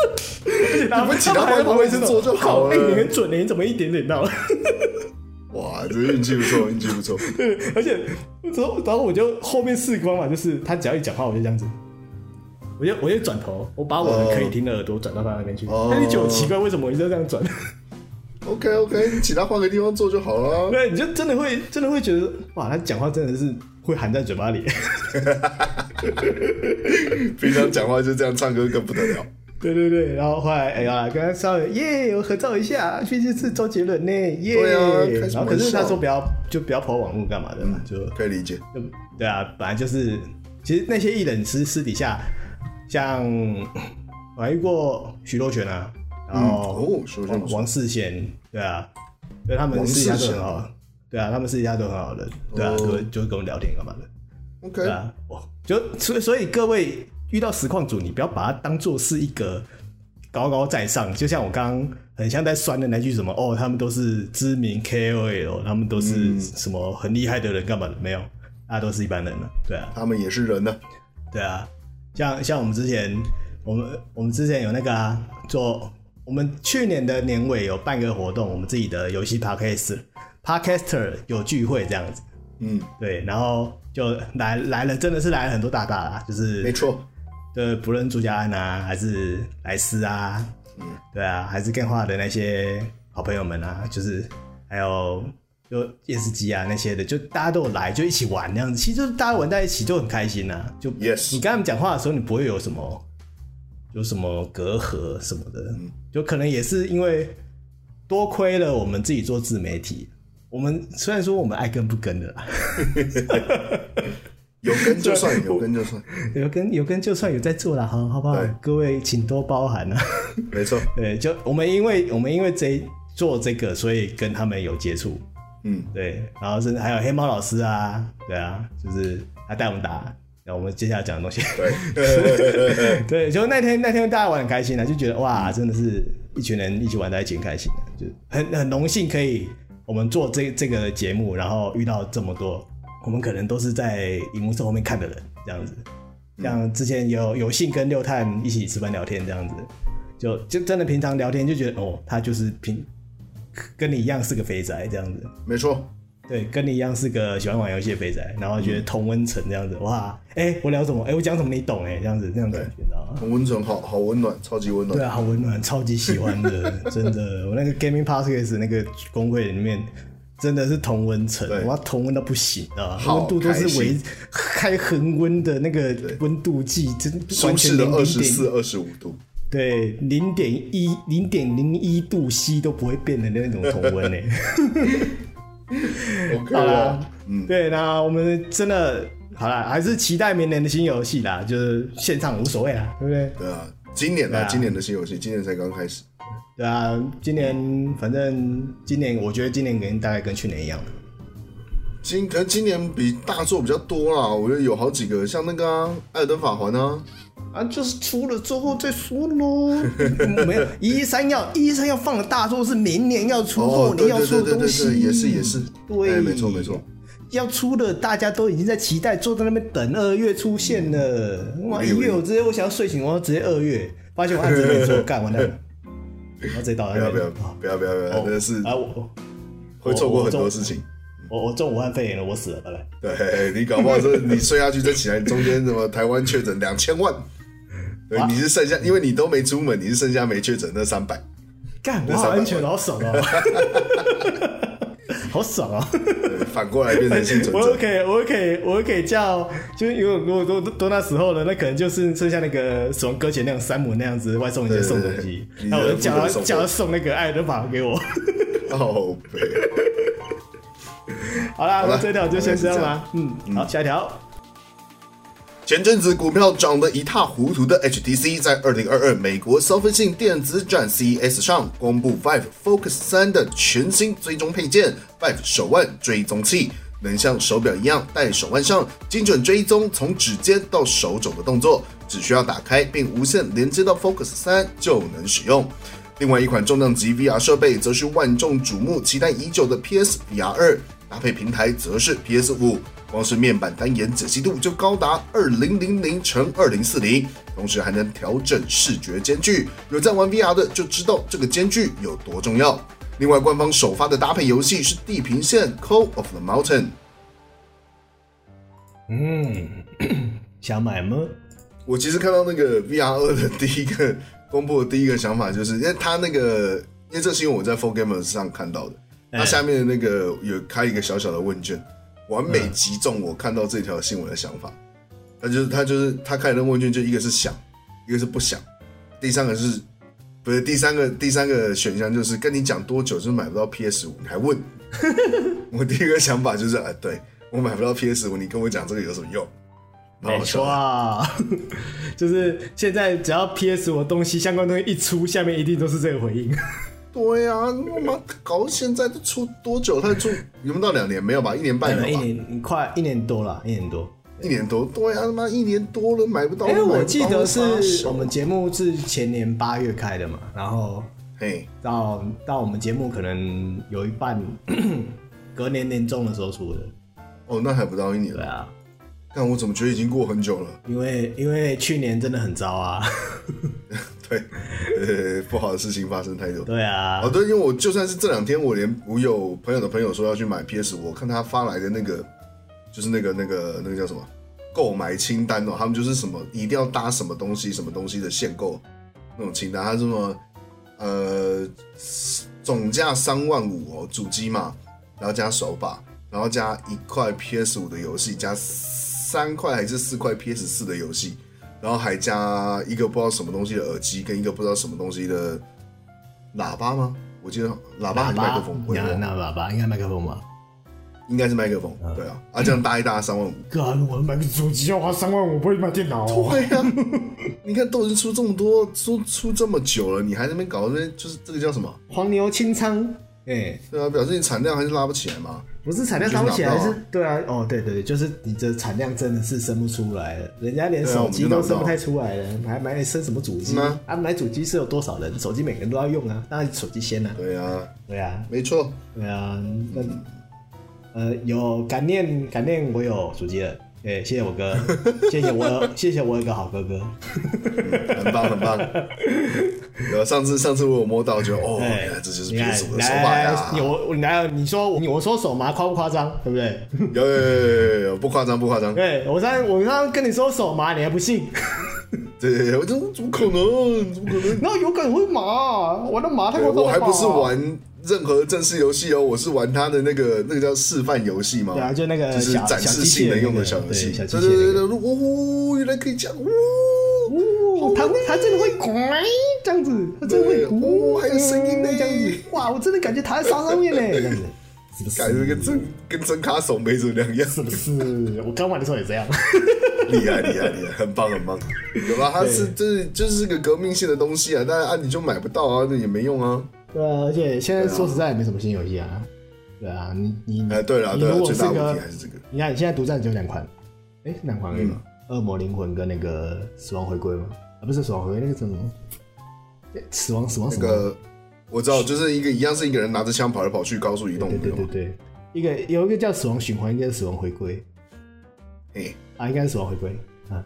[SPEAKER 3] 你
[SPEAKER 1] 们请他帮忙一次做就好了
[SPEAKER 3] 哎、你很准的，你怎么一点点到了？
[SPEAKER 1] 哇，这运气不错，运气不 错。
[SPEAKER 3] 而且，然后然后我就后面四个方法就是，他只要一讲话，我就这样子，我就我就转头，我把我的可以听的耳朵转到他那边去。
[SPEAKER 1] 哦
[SPEAKER 3] 那你觉得我奇怪，为什么我一直要这样转？
[SPEAKER 1] OK OK，你请他换个地方坐就好了啊。
[SPEAKER 3] 对，你就真的会真的会觉得，哇，他讲话真的是会含在嘴巴里。
[SPEAKER 1] 平常讲话就这样，唱歌更不得了。
[SPEAKER 3] 对对对，然后后来哎呀，跟他稍微耶，我合照一下，毕竟是周杰伦呢，耶。
[SPEAKER 1] 对啊开什么
[SPEAKER 3] 然后可是他
[SPEAKER 1] 玩笑
[SPEAKER 3] 说不要，就不要跑网络干嘛的嘛，就
[SPEAKER 1] 嗯可以理解。
[SPEAKER 3] 就对啊，本来就是，其实那些艺人私私底下，像我还遇过徐若瑄啊，然后
[SPEAKER 1] 哦，说这
[SPEAKER 3] 王
[SPEAKER 1] 么说，
[SPEAKER 3] 王世贤，对啊，对他们
[SPEAKER 1] 王
[SPEAKER 3] 私底下都
[SPEAKER 1] 世
[SPEAKER 3] 很
[SPEAKER 1] 贤
[SPEAKER 3] 好，对啊，他们私底下都很好的，对啊，
[SPEAKER 1] 哦
[SPEAKER 3] 就会就会跟我们聊天干嘛的，
[SPEAKER 1] OK，
[SPEAKER 3] 对啊，哇，就所以所以各位遇到实况组，你不要把它当做是一个高高在上，就像我刚刚很像在酸的那句什么哦，他们都是知名 KOL，他们都是什么很厉害的人干嘛的？没有，大家都是一般人了、对啊，
[SPEAKER 1] 他们也是人呢、
[SPEAKER 3] 对啊，像像我们之前我们我们之前有那个、啊、做，我们去年的年尾有办个活动，我们自己的游戏 podcast podcaster 有聚会这样子，
[SPEAKER 1] 嗯，
[SPEAKER 3] 对，然后就来来了，真的是来了很多大大啦，就是
[SPEAKER 1] 没错，
[SPEAKER 3] 对，不论朱家安啊，还是莱斯啊，嗯，对啊，还是更化的那些好朋友们啊，就是还有就电视机啊那些的，就大家都有来，就一起玩那样子，其实就是大家玩在一起就很开心啊。就
[SPEAKER 1] Yes
[SPEAKER 3] 你跟他们讲话的时候，你不会有什么有什么隔阂什么的，
[SPEAKER 1] 嗯
[SPEAKER 3] 就可能也是因为多亏了我们自己做自媒体。我们虽然说我们爱跟不跟的啦，
[SPEAKER 1] 有跟就 算，有跟就算，
[SPEAKER 3] 有跟有跟就算有在做了，好好不好
[SPEAKER 1] 对？
[SPEAKER 3] 各位请多包涵啊。
[SPEAKER 1] 没错，
[SPEAKER 3] 对，就我们因为我们因为这一做这个，所以跟他们有接触，
[SPEAKER 1] 嗯，
[SPEAKER 3] 对，然后甚至还有黑猫老师啊，对啊，就是他带我们打，然后我们接下来讲的东西，
[SPEAKER 1] 对，
[SPEAKER 3] 对，就那天那天大家玩得很开心啊，就觉得哇，真的是一群人一起玩在一起很开心的，就很很荣幸可以我们做这这个节目，然后遇到这么多我们可能都是在荧幕上后面看的人这样子，像之前有有幸跟六探一起吃饭聊天这样子，就就真的平常聊天就觉得哦，他就是平跟你一样是个肥宅这样子，
[SPEAKER 1] 没错，
[SPEAKER 3] 对，跟你一样是个喜欢玩游戏的肥仔，然后觉得同温层这样子，哇，哎、我聊什么？哎、我讲什么你懂哎、这样子那种感觉，你知道吗？
[SPEAKER 1] 很温存，好好温暖，超级温
[SPEAKER 3] 对
[SPEAKER 1] 暖，
[SPEAKER 3] 啊，好温暖，超级喜 欢的，真的。我那个 Gaming Podcast 那个公会里面，真的是同温层，
[SPEAKER 1] 对
[SPEAKER 3] 我要同温到不行啊，
[SPEAKER 1] 好
[SPEAKER 3] 温度都
[SPEAKER 1] 开
[SPEAKER 3] 是
[SPEAKER 1] 心
[SPEAKER 3] 为开恒温的那个温度计，真完
[SPEAKER 1] 舒
[SPEAKER 3] 全
[SPEAKER 1] 适的
[SPEAKER 3] 零
[SPEAKER 1] 二
[SPEAKER 3] 零
[SPEAKER 1] 十
[SPEAKER 3] 点
[SPEAKER 1] 四、二十五度，
[SPEAKER 3] 对，零点一、零点零一度 C 都不会变的那种同 温呢、
[SPEAKER 1] OK 啊
[SPEAKER 3] 好啦
[SPEAKER 1] 了，，
[SPEAKER 3] 嗯，对，那我们真的好啦，还是期待明年的新游戏啦，就是现场无所谓啦，对不对？
[SPEAKER 1] 对啊，今年
[SPEAKER 3] 对
[SPEAKER 1] 啊，
[SPEAKER 3] 啊
[SPEAKER 1] 今年的新游戏，今年才刚开始，
[SPEAKER 3] 对啊，今年反正今年我觉得今年跟大概跟去年一样，
[SPEAKER 1] 今可能今年比大作比较多啦，我觉得有好几个，像那个啊《艾尔登法环》啊，
[SPEAKER 3] 啊，就是出了之后再说 喽。没有一三要一三要放的大作是明年要出后
[SPEAKER 1] 哦，
[SPEAKER 3] 年
[SPEAKER 1] 对
[SPEAKER 3] 要
[SPEAKER 1] 对
[SPEAKER 3] 出
[SPEAKER 1] 对
[SPEAKER 3] 的
[SPEAKER 1] 对
[SPEAKER 3] 东
[SPEAKER 1] 对
[SPEAKER 3] 西，
[SPEAKER 1] 对，也是也是，
[SPEAKER 3] 对，
[SPEAKER 1] 哎没错没错，。
[SPEAKER 3] 要出的大家都已经在期待，坐在那边等二月出现了。哇，
[SPEAKER 1] 没
[SPEAKER 3] 一
[SPEAKER 1] 有
[SPEAKER 3] 月我直接我想要睡醒，我要直接二月，发现我按着 没做，干完蛋了，我要直接倒
[SPEAKER 1] 不
[SPEAKER 3] 在那
[SPEAKER 1] 要不
[SPEAKER 3] 边
[SPEAKER 1] 要。不要不要不要，真的是
[SPEAKER 3] 哎啊，我
[SPEAKER 1] 会错过很多事情。
[SPEAKER 3] 我我中武汉肺炎了，我死了，拜拜。
[SPEAKER 1] 对你搞不好是你睡下去再起来，中间什么台湾确诊两千万，对，你是剩下，因为你都没出门，你是剩下没确诊那三百，
[SPEAKER 3] 干，我
[SPEAKER 1] 那
[SPEAKER 3] 好
[SPEAKER 1] 三百
[SPEAKER 3] 安全，好爽哦， 好爽哦。
[SPEAKER 1] 对反过来变成幸存
[SPEAKER 3] 我又
[SPEAKER 1] 者。
[SPEAKER 3] 可以，我又可以，我又可以叫，就是因为如果都都那时候了，那可能就是剩下那个死亡搁浅那样山姆那样子外送人家送东西
[SPEAKER 1] 对对对，
[SPEAKER 3] 那我就叫
[SPEAKER 1] 你
[SPEAKER 3] 他
[SPEAKER 1] 的父母送
[SPEAKER 3] 叫他送那个艾德法给我。
[SPEAKER 1] 哦，对
[SPEAKER 3] 好啦，
[SPEAKER 1] 啦
[SPEAKER 3] 那这条就先这样
[SPEAKER 1] 大
[SPEAKER 3] 啦。嗯，好，下一条。
[SPEAKER 1] 前阵子股票涨得一塌糊涂的 HTC，在二零二二美国消费性电子展 CES 上公布 Vive Focus 三的全新追踪配件 Vive 手腕追踪器，能像手表一样戴手腕上，精准追踪从指尖到手肘的动作，只需要打开并无线连接到 Focus 三就能使用。另外一款重量级 VR 设备则是万众瞩目、期待已久的 PS VR 二，搭配平台则是 PS 五。光是面板单眼解析度就高达二零零零乘二零四零，同时还能调整视觉间距。有在玩 VR 的就知道这个间距有多重要。另外，官方首发的搭配游戏是《地平线 c o l of the Mountain》，
[SPEAKER 3] 嗯， 想买吗？
[SPEAKER 1] 我其实看到那个 VR 二的第一个公布的第一个想法，就是因为它那个，因为这新闻我在 f o r Gamer 上看到的，它
[SPEAKER 3] 哎
[SPEAKER 1] 下面的那个有开一个小小的问卷，完美击中我看到这条新闻的想法。它就是它就是它开的那个问卷，就一个是想，一个是不想，第三个是不是第三个第三个选项就是跟你讲多久就买不到 PS 五，你还问？我 第一个想法就是，哎、对我买不到 PS 五，你跟我讲这个有什么用？蛮
[SPEAKER 3] 没
[SPEAKER 1] 好笑
[SPEAKER 3] 错
[SPEAKER 1] 的
[SPEAKER 3] 啊， 就是现在只要 PS 我东西相关东西一出，下面一定都是这个回应。
[SPEAKER 1] 对呀、他妈搞到现在都出多久？他出有没有到两年？没有吧，一年半有吧，
[SPEAKER 3] 一年快一年多了，一年多。
[SPEAKER 1] 一年多。对呀、他妈一年多了，买不到。
[SPEAKER 3] 哎、
[SPEAKER 1] 买不到
[SPEAKER 3] 我记得是
[SPEAKER 1] 傻
[SPEAKER 3] 我们节目是前年八月开的嘛，然后
[SPEAKER 1] 嘿，
[SPEAKER 3] 到到我们节目可能有一半隔年年中的时候出的。
[SPEAKER 1] 哦，那还不到一年
[SPEAKER 3] 对。啊，
[SPEAKER 1] 但我怎么觉得已经过很久了？
[SPEAKER 3] 因为因为去年真的很糟啊。
[SPEAKER 1] 对， 呃，不好的事情发生太多。
[SPEAKER 3] 对啊
[SPEAKER 1] 哦，，对，因为我就算是这两天，我连我有朋友的朋友说要去买 PS，我看他发来的那个，就是那个那个那个叫什么购买清单哦，他们就是什么一定要搭什么东西什么东西的限购那种清单，他是什么呃总价三万五哦，主机嘛，然后加手把，然后加一块 PS 五的游戏，加三块还是四块 PS 四的游戏。然后还加一个不知道什么东西的耳机，跟一个不知道什么东西的喇叭吗？我记得喇叭还是麦克风，哦我也
[SPEAKER 3] 那
[SPEAKER 1] 忘了，
[SPEAKER 3] 那喇叭应该麦克风吧？
[SPEAKER 1] 应该是麦克风。对啊，啊这样搭一搭三万五，
[SPEAKER 3] 哥，我买个手机要花三万，我不会买电脑、哦。
[SPEAKER 1] 对呀，你看都已经出这么多，出出这么久了，你还在那边搞那边，就是这个叫什么？
[SPEAKER 3] 黄牛清仓，哎、
[SPEAKER 1] 对啊，表示你产量还是拉不起来嘛。
[SPEAKER 3] 不是产量搭不起来，
[SPEAKER 1] 就是拿
[SPEAKER 3] 是
[SPEAKER 1] 不
[SPEAKER 3] 对啊，哦，对对对，就是你这产量真的是生不出来了，人家连
[SPEAKER 1] 对啊
[SPEAKER 3] 手
[SPEAKER 1] 我们
[SPEAKER 3] 机
[SPEAKER 1] 就拿
[SPEAKER 3] 都
[SPEAKER 1] 不
[SPEAKER 3] 生不
[SPEAKER 1] 到
[SPEAKER 3] 太出来了，还买你生什么主机
[SPEAKER 1] 嗯啊
[SPEAKER 3] 啊？买主机是有多少人？手机每个人都要用啊，当然手机先啊。
[SPEAKER 1] 对啊，
[SPEAKER 3] 对啊，
[SPEAKER 1] 没错，
[SPEAKER 3] 对啊，那呃有感念感念，我有主机了，哎，谢谢 我哥，谢谢我，谢谢我有个好哥哥，
[SPEAKER 1] 很棒很棒。然后上次上次我有摸到，就哦，
[SPEAKER 3] 哎
[SPEAKER 1] 原来这就是
[SPEAKER 3] 你看
[SPEAKER 1] PS 五的手把
[SPEAKER 3] 来
[SPEAKER 1] 呀，。
[SPEAKER 3] 有来，你说我我说手麻夸不夸张，对不对？
[SPEAKER 1] 有有有有有有，不夸张不夸张。
[SPEAKER 3] 对我上我刚刚跟你说手麻，你还不信？
[SPEAKER 1] 对对对，我这怎么可能？怎么可能？
[SPEAKER 3] 那有梗会麻，玩的麻太
[SPEAKER 1] 对
[SPEAKER 3] 夸张
[SPEAKER 1] 哎
[SPEAKER 3] 了
[SPEAKER 1] 我还
[SPEAKER 3] 吧
[SPEAKER 1] 不是，玩任何正式游戏哦，我是玩他的那个那个叫示范游戏嘛，
[SPEAKER 3] 对啊就那个
[SPEAKER 1] 是
[SPEAKER 3] 小
[SPEAKER 1] 展示性能用的小游戏。
[SPEAKER 3] 小
[SPEAKER 1] 对
[SPEAKER 3] 机械
[SPEAKER 1] 对
[SPEAKER 3] 那个
[SPEAKER 1] 对
[SPEAKER 3] 对
[SPEAKER 1] 对，哦，原来可以这样，哦，
[SPEAKER 3] 哦他他真的会咕这样子，他真的会咕，
[SPEAKER 1] 哦还有声音呢
[SPEAKER 3] 这样子，哇，我真的感觉躺在沙上面嘞， 这样子，是不
[SPEAKER 1] 感觉
[SPEAKER 3] 是？
[SPEAKER 1] 跟真跟真卡手没什么两样，
[SPEAKER 3] 是不是？我刚玩的时候也这样。
[SPEAKER 1] 厉害厉害厉害，很棒很棒。有吧？它是就是就是个革命性的东西啊，但啊你就买不到啊，那也没用啊。
[SPEAKER 3] 对啊，而且现在说实在也没什么新游戏啊。对啊，你你你
[SPEAKER 1] 哎，对了
[SPEAKER 3] 你
[SPEAKER 1] 对
[SPEAKER 3] 如
[SPEAKER 1] 了，
[SPEAKER 3] 果
[SPEAKER 1] 最大
[SPEAKER 3] 是
[SPEAKER 1] 的问
[SPEAKER 3] 个
[SPEAKER 1] 题还是这个。
[SPEAKER 3] 你看，你现在独占只有两款，哎、是两款而已
[SPEAKER 1] 嗯
[SPEAKER 3] 吗？恶魔灵魂跟那个死亡回归吗？啊，不是死亡回归，那个叫什么？哎死亡死亡什
[SPEAKER 1] 那
[SPEAKER 3] 么？
[SPEAKER 1] 个我知道，就是一个一样是一个人拿着枪跑来跑去，高速移动
[SPEAKER 3] 对
[SPEAKER 1] 那
[SPEAKER 3] 对对
[SPEAKER 1] 种。
[SPEAKER 3] 对，一个有一个叫死亡循环，应该是死亡回归
[SPEAKER 1] 哎，
[SPEAKER 3] 啊，应该是死亡回归啊，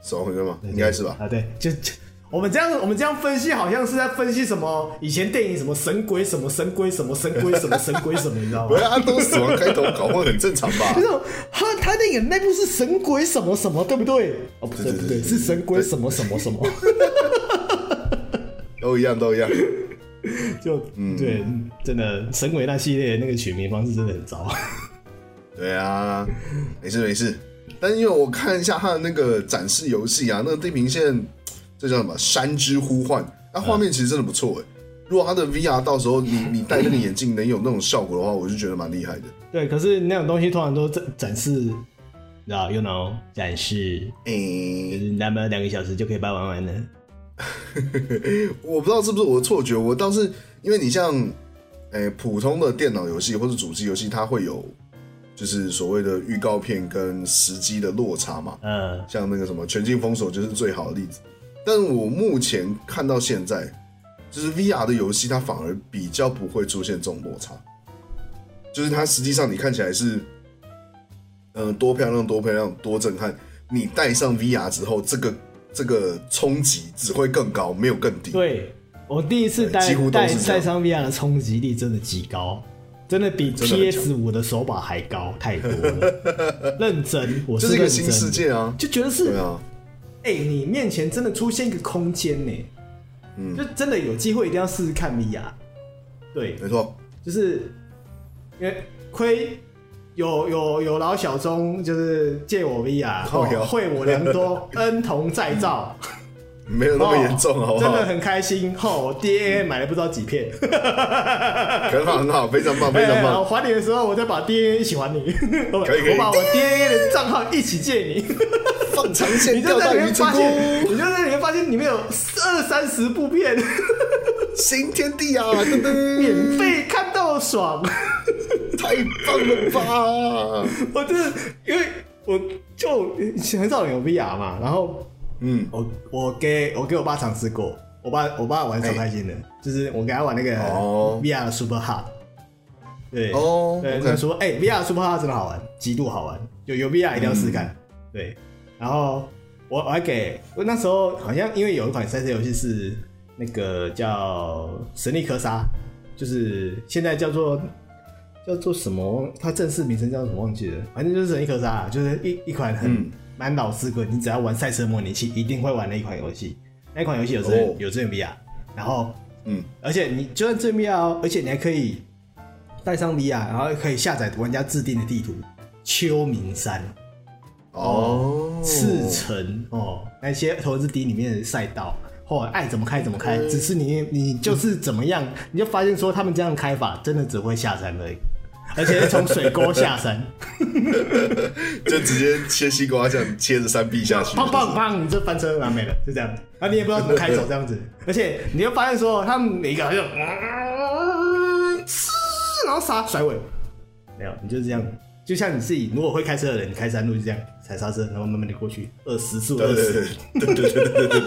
[SPEAKER 1] 手回归吗？
[SPEAKER 3] 对
[SPEAKER 1] 应该是吧？
[SPEAKER 3] 啊，对，就就我们这样我们这样分析，好像是在分析什么以前电影什么神鬼什么神鬼什么神鬼什么神鬼什么，你知道
[SPEAKER 1] 不
[SPEAKER 3] 吗？
[SPEAKER 1] 要，啊都死亡开头，搞混很正常吧
[SPEAKER 3] 就？是他他那个那部是神鬼什么什么，对不对？哦，不对
[SPEAKER 1] 对
[SPEAKER 3] 不
[SPEAKER 1] 对
[SPEAKER 3] 对，
[SPEAKER 1] 对
[SPEAKER 3] 是神鬼什么什么什么。
[SPEAKER 1] 都一样，都一样。
[SPEAKER 3] 就
[SPEAKER 1] 嗯
[SPEAKER 3] 对，真的神鬼那系列那个取名方式真的很糟。
[SPEAKER 1] 对啊，没事没事。但是因为我看一下它的那个展示游戏啊，那个地平线，这叫什么？山之呼唤，那画面其实真的不错哎、如果它的 VR 到时候你你戴那个眼镜能有那种效果的话，我就觉得蛮厉害的。
[SPEAKER 3] 对，可是那种东西通常都展展示，啊，you know，展示就
[SPEAKER 1] 诶、
[SPEAKER 3] 是那么两个小时就可以把它玩完了。
[SPEAKER 1] 我不知道是不是我的错觉，我倒是因为你像，诶、普通的电脑游戏或者主机游戏，它会有就是所谓的预告片跟实际的落差嘛。
[SPEAKER 3] 嗯，
[SPEAKER 1] 像那个什么《全境封锁》就是最好的例子。但我目前看到现在，就是 VR 的游戏，它反而比较不会出现这种落差，就是它实际上你看起来是，嗯、多漂亮，多漂亮，多震撼。你戴上 VR 之后，这个这个冲击只会更高，没有更低。
[SPEAKER 3] 对我第一次
[SPEAKER 1] 对
[SPEAKER 3] 带
[SPEAKER 1] 几乎都
[SPEAKER 3] 带
[SPEAKER 1] 是这
[SPEAKER 3] 带
[SPEAKER 1] 样
[SPEAKER 3] 上 VR 的冲击力真的极高，真的比
[SPEAKER 1] 真的很强
[SPEAKER 3] PS 五的手把还高太多了。认真，我
[SPEAKER 1] 这
[SPEAKER 3] 是
[SPEAKER 1] 是一个
[SPEAKER 3] 认
[SPEAKER 1] 新
[SPEAKER 3] 真
[SPEAKER 1] 世
[SPEAKER 3] 的，
[SPEAKER 1] 界啊！
[SPEAKER 3] 就觉得是
[SPEAKER 1] 对啊，
[SPEAKER 3] 哎、你面前真的出现一个空间呢、
[SPEAKER 1] 嗯
[SPEAKER 3] 就真的有机会一定要试试看 VR。对，
[SPEAKER 1] 没错，
[SPEAKER 3] 就是因为亏有有有老小钟就是借我 VR，
[SPEAKER 1] 靠腰
[SPEAKER 3] 哦惠我良 多，恩同再造，
[SPEAKER 1] 没有那么严重，
[SPEAKER 3] 哦
[SPEAKER 1] 好不嗯
[SPEAKER 3] 真
[SPEAKER 1] 好？
[SPEAKER 3] 的很开心。哦吼、我 DNA 买了不知道几片，
[SPEAKER 1] 很好，很好，非常棒，非常
[SPEAKER 3] 哎
[SPEAKER 1] 棒。
[SPEAKER 3] 我还你的时候，我再把 DNA 一起 还你，我把
[SPEAKER 1] 可以可以
[SPEAKER 3] 我把我 DNA 的账号一起借 你。
[SPEAKER 1] 放长
[SPEAKER 3] 你
[SPEAKER 1] 线
[SPEAKER 3] 就
[SPEAKER 1] 钓
[SPEAKER 3] 在
[SPEAKER 1] 大
[SPEAKER 3] 里
[SPEAKER 1] 鱼
[SPEAKER 3] 面
[SPEAKER 1] 吃
[SPEAKER 3] 发现，
[SPEAKER 1] 菇，
[SPEAKER 3] 你就在里面发现里面有二三十部片，
[SPEAKER 1] 新天地啊！噔噔，
[SPEAKER 3] 免费看到爽。
[SPEAKER 1] 太棒了吧！
[SPEAKER 3] 我真的因为我就很少人有 VR 嘛，然后
[SPEAKER 1] 嗯，
[SPEAKER 3] 我我给我给我爸尝试过，我爸我爸玩得超开心的，就是我给他玩那个
[SPEAKER 1] 哎哦
[SPEAKER 3] VR 的 Super Hard，对
[SPEAKER 1] 哦
[SPEAKER 3] 对，
[SPEAKER 1] OK
[SPEAKER 3] 他说哎 VR Super Hard 真的好玩，极度好玩，有有 VR 一定要
[SPEAKER 1] 嗯
[SPEAKER 3] 试试看。对，然后我我还给我那时候好像因为有一款三 C 游戏是那个叫《神力科莎》，就是现在叫做叫做什么？它正式名称叫什么忘记了，反正就是《神力科莎》啊，就是一一款很
[SPEAKER 1] 嗯
[SPEAKER 3] 蛮老式的，你只要玩赛车模拟器一定会玩的一款游戏。那一款游戏有真、
[SPEAKER 1] 哦
[SPEAKER 3] 有真人 VR，然后
[SPEAKER 1] 嗯，
[SPEAKER 3] 而且你就算真人 VR，哦而且你还可以带上 VR，然后可以下载玩家制定的地图，秋名山。
[SPEAKER 1] 哦，
[SPEAKER 3] 赤城哦，那些投资底里面的赛道，或、哦、爱怎么开怎么开，
[SPEAKER 1] 嗯
[SPEAKER 3] 只是你你就是怎么样，你就发现说他们这样开法真的只会下山而已，而且是从水沟下山，
[SPEAKER 1] 就直接切西瓜这样切着山壁下去，
[SPEAKER 3] 砰砰砰，你这翻车完美了，就这样，啊你也不知道怎么开手这样子，而且你就发现说他们每一个好像，嗯呲然后刹甩尾，没有，你就是这样。就像你自己，如果会开车的人，你开山路就这样踩刹车，然后慢慢的过去，二十速二
[SPEAKER 1] 对
[SPEAKER 3] 十，
[SPEAKER 1] 对对对对对对对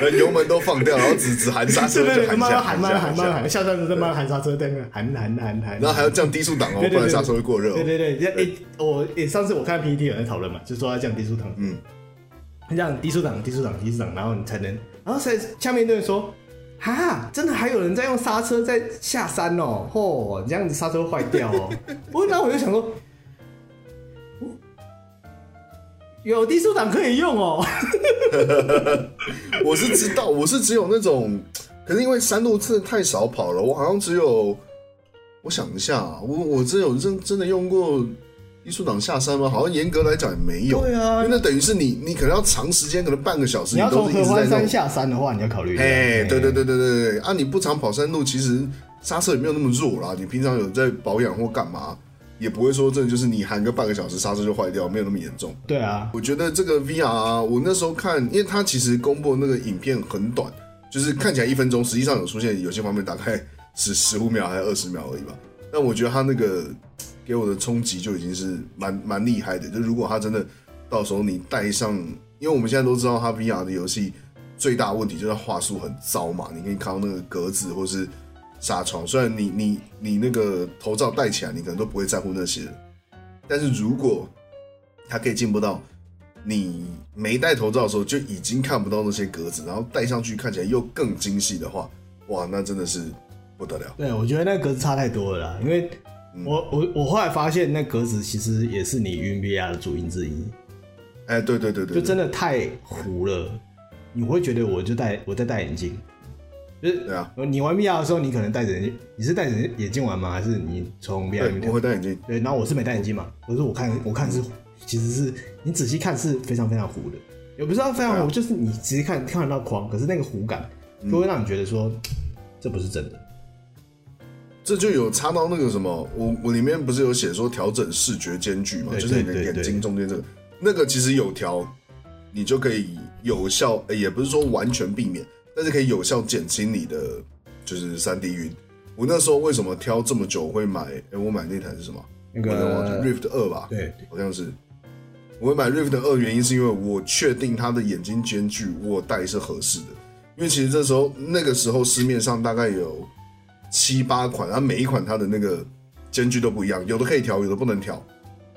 [SPEAKER 1] 对对，油门都放掉，然后只只含刹车
[SPEAKER 3] 对对
[SPEAKER 1] 就
[SPEAKER 3] 对，
[SPEAKER 1] 含
[SPEAKER 3] 慢
[SPEAKER 1] 下
[SPEAKER 3] 慢喊，慢慢喊，慢慢喊，下山的时候慢慢喊刹车灯，啊喊喊喊喊，
[SPEAKER 1] 然后还要降低速档哦，
[SPEAKER 3] 对对
[SPEAKER 1] 不然
[SPEAKER 3] 对
[SPEAKER 1] 刹车会过热。
[SPEAKER 3] 对对对，要诶，我诶，上次我看 PPT 有人讨论嘛，就说要降低速档，
[SPEAKER 1] 嗯，
[SPEAKER 3] 让低速档、低速档、低速档，然后你才能，然后才下面一堆人说。哈，真的还有人在用刹车在下山哦，嚯、你这样子刹车会坏 掉哦。不过那我就想说，有低速档可以 用哦。
[SPEAKER 1] 我是知道，我是只有那种，可是因为山路真的太少跑了，我好像只有，我想一下啊，我我真有真真的用过低速档下山吗？好像严格来讲也没有。
[SPEAKER 3] 对啊
[SPEAKER 1] 因为那等于是你你可能要长时间，可能半个小时，
[SPEAKER 3] 你要
[SPEAKER 1] 都
[SPEAKER 3] 从
[SPEAKER 1] 是一
[SPEAKER 3] 合
[SPEAKER 1] 直在
[SPEAKER 3] 欢
[SPEAKER 1] 那
[SPEAKER 3] 山
[SPEAKER 1] 种。
[SPEAKER 3] 下山的话，你要考虑一下。
[SPEAKER 1] 哎，对对对对对对，啊，你不常跑山路，其实刹车也没有那么弱啦。你平常有在保养或干嘛，也不会说真的就是你喊个半个小时刹车就坏掉，没有那么严重。
[SPEAKER 3] 对啊，
[SPEAKER 1] 我觉得这个 VR，啊我那时候看，因为它其实公布的那个影片很短，就是看起来一分钟，实际上有出现有些方面大概十十五秒还是二十秒而已吧。但我觉得它那个嘖给我的冲击就已经是蛮蛮厉害的。就如果它真的到时候你带上，因为我们现在都知道它 VR 的游戏最大的问题就是它画术很糟嘛，你可以看到那个格子或是纱窗，虽然你你你那个头罩戴起来，你可能都不会在乎那些，但是如果它可以进步到你没戴头罩的时候就已经看不到那些格子，然后戴上去看起来又更精细的话，哇，那真的是不得了。
[SPEAKER 3] 对，我觉得那格子差太多了啦，因为
[SPEAKER 1] 嗯
[SPEAKER 3] 我、我我后来发现那格子其实也是你晕 VR 的主因之一，
[SPEAKER 1] 哎、对对对对
[SPEAKER 3] 就
[SPEAKER 1] 对，
[SPEAKER 3] 真的太糊了，你会觉得我就戴我在戴眼镜，就是
[SPEAKER 1] 对啊，
[SPEAKER 3] 你玩 VR 的时候，你可能戴着眼镜，你是戴着眼镜玩吗？还是你从 VR 里面
[SPEAKER 1] 对，我
[SPEAKER 3] 跳？
[SPEAKER 1] 会戴眼镜。
[SPEAKER 3] 对，然后我是没戴眼镜嘛，可是我看我看是其实是你仔细看是非常非常糊的，也不是说非常糊，
[SPEAKER 1] 对啊嗯
[SPEAKER 3] 就是你仔细看看得到框，可是那个糊感就会让你觉得说、这不是真的。
[SPEAKER 1] 这就有插到那个什么，我我里面不是有写说调整视觉间距嘛，
[SPEAKER 3] 对
[SPEAKER 1] 就是你的
[SPEAKER 3] 对对
[SPEAKER 1] 眼睛中间这个，那个其实有调，你就可以有效，呃也不是说完全避免，但是可以有效减轻你的就是三 D 晕。我那时候为什么挑这么久会买？哎，我买那台是什么？
[SPEAKER 3] 那
[SPEAKER 1] 我忘
[SPEAKER 3] 个
[SPEAKER 1] 记 Rift 二吧？
[SPEAKER 3] 对
[SPEAKER 1] 好像是。我会买 Rift 二原因是因为我确定它的眼睛间距我戴是合适的，因为其实这时候那个时候市面上大概有七八款，然后每一款它的那个间距都不一样，有的可以调，有的不能调。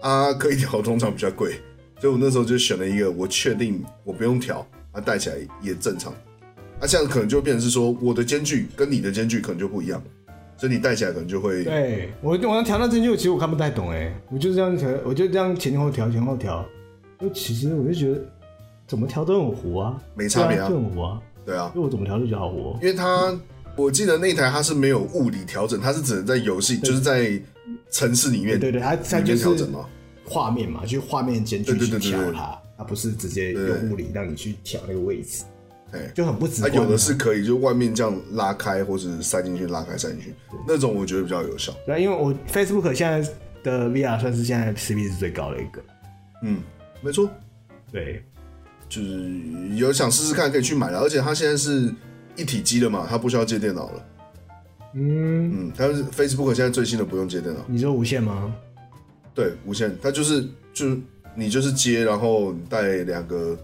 [SPEAKER 1] 啊，可以调通常比较贵，所以我那时候就选了一个我确定我不用调，啊戴起来也正常。那、这样可能就变成是说我的间距跟你的间距可能就不一样，所以你戴起来可能就会
[SPEAKER 3] 对我我要调到正确，其实我看不太懂哎，我就这样调，我就这样前后调前后调，就其实我就觉得怎么调都很糊啊，
[SPEAKER 1] 没差别啊
[SPEAKER 3] 对就很糊啊，
[SPEAKER 1] 对啊。
[SPEAKER 3] 因为我怎么调都觉得好糊哦、
[SPEAKER 1] 因为它我记得那一台它是没有物理调整，它是只能在游戏，就是在城市里面，
[SPEAKER 3] 对对对它它
[SPEAKER 1] 里面
[SPEAKER 3] 就是
[SPEAKER 1] 调整嘛。
[SPEAKER 3] 画面嘛，去画面间距
[SPEAKER 1] 对对
[SPEAKER 3] 去
[SPEAKER 1] 对对
[SPEAKER 3] 调
[SPEAKER 1] 对
[SPEAKER 3] 它，它不是直接用物理让你去调那个位置，
[SPEAKER 1] 哎，
[SPEAKER 3] 就很不直
[SPEAKER 1] 它
[SPEAKER 3] 观、啊
[SPEAKER 1] 有的是可以就外面这样拉开，或者塞进去拉开塞进去，那种我觉得比较有效。
[SPEAKER 3] 对啊，因为我 Facebook 现在的 VR 算是现在 CP 值最高的一个，
[SPEAKER 1] 嗯，没错，
[SPEAKER 3] 对
[SPEAKER 1] 就是有想试试看可以去买了，而且它现在是一体机的嘛，它不需要接电脑了。嗯嗯，它是 Facebook 现在最新的不用接电脑，
[SPEAKER 3] 你说无线吗？
[SPEAKER 1] 对，无线，它就是就是你就是接，然后你带两个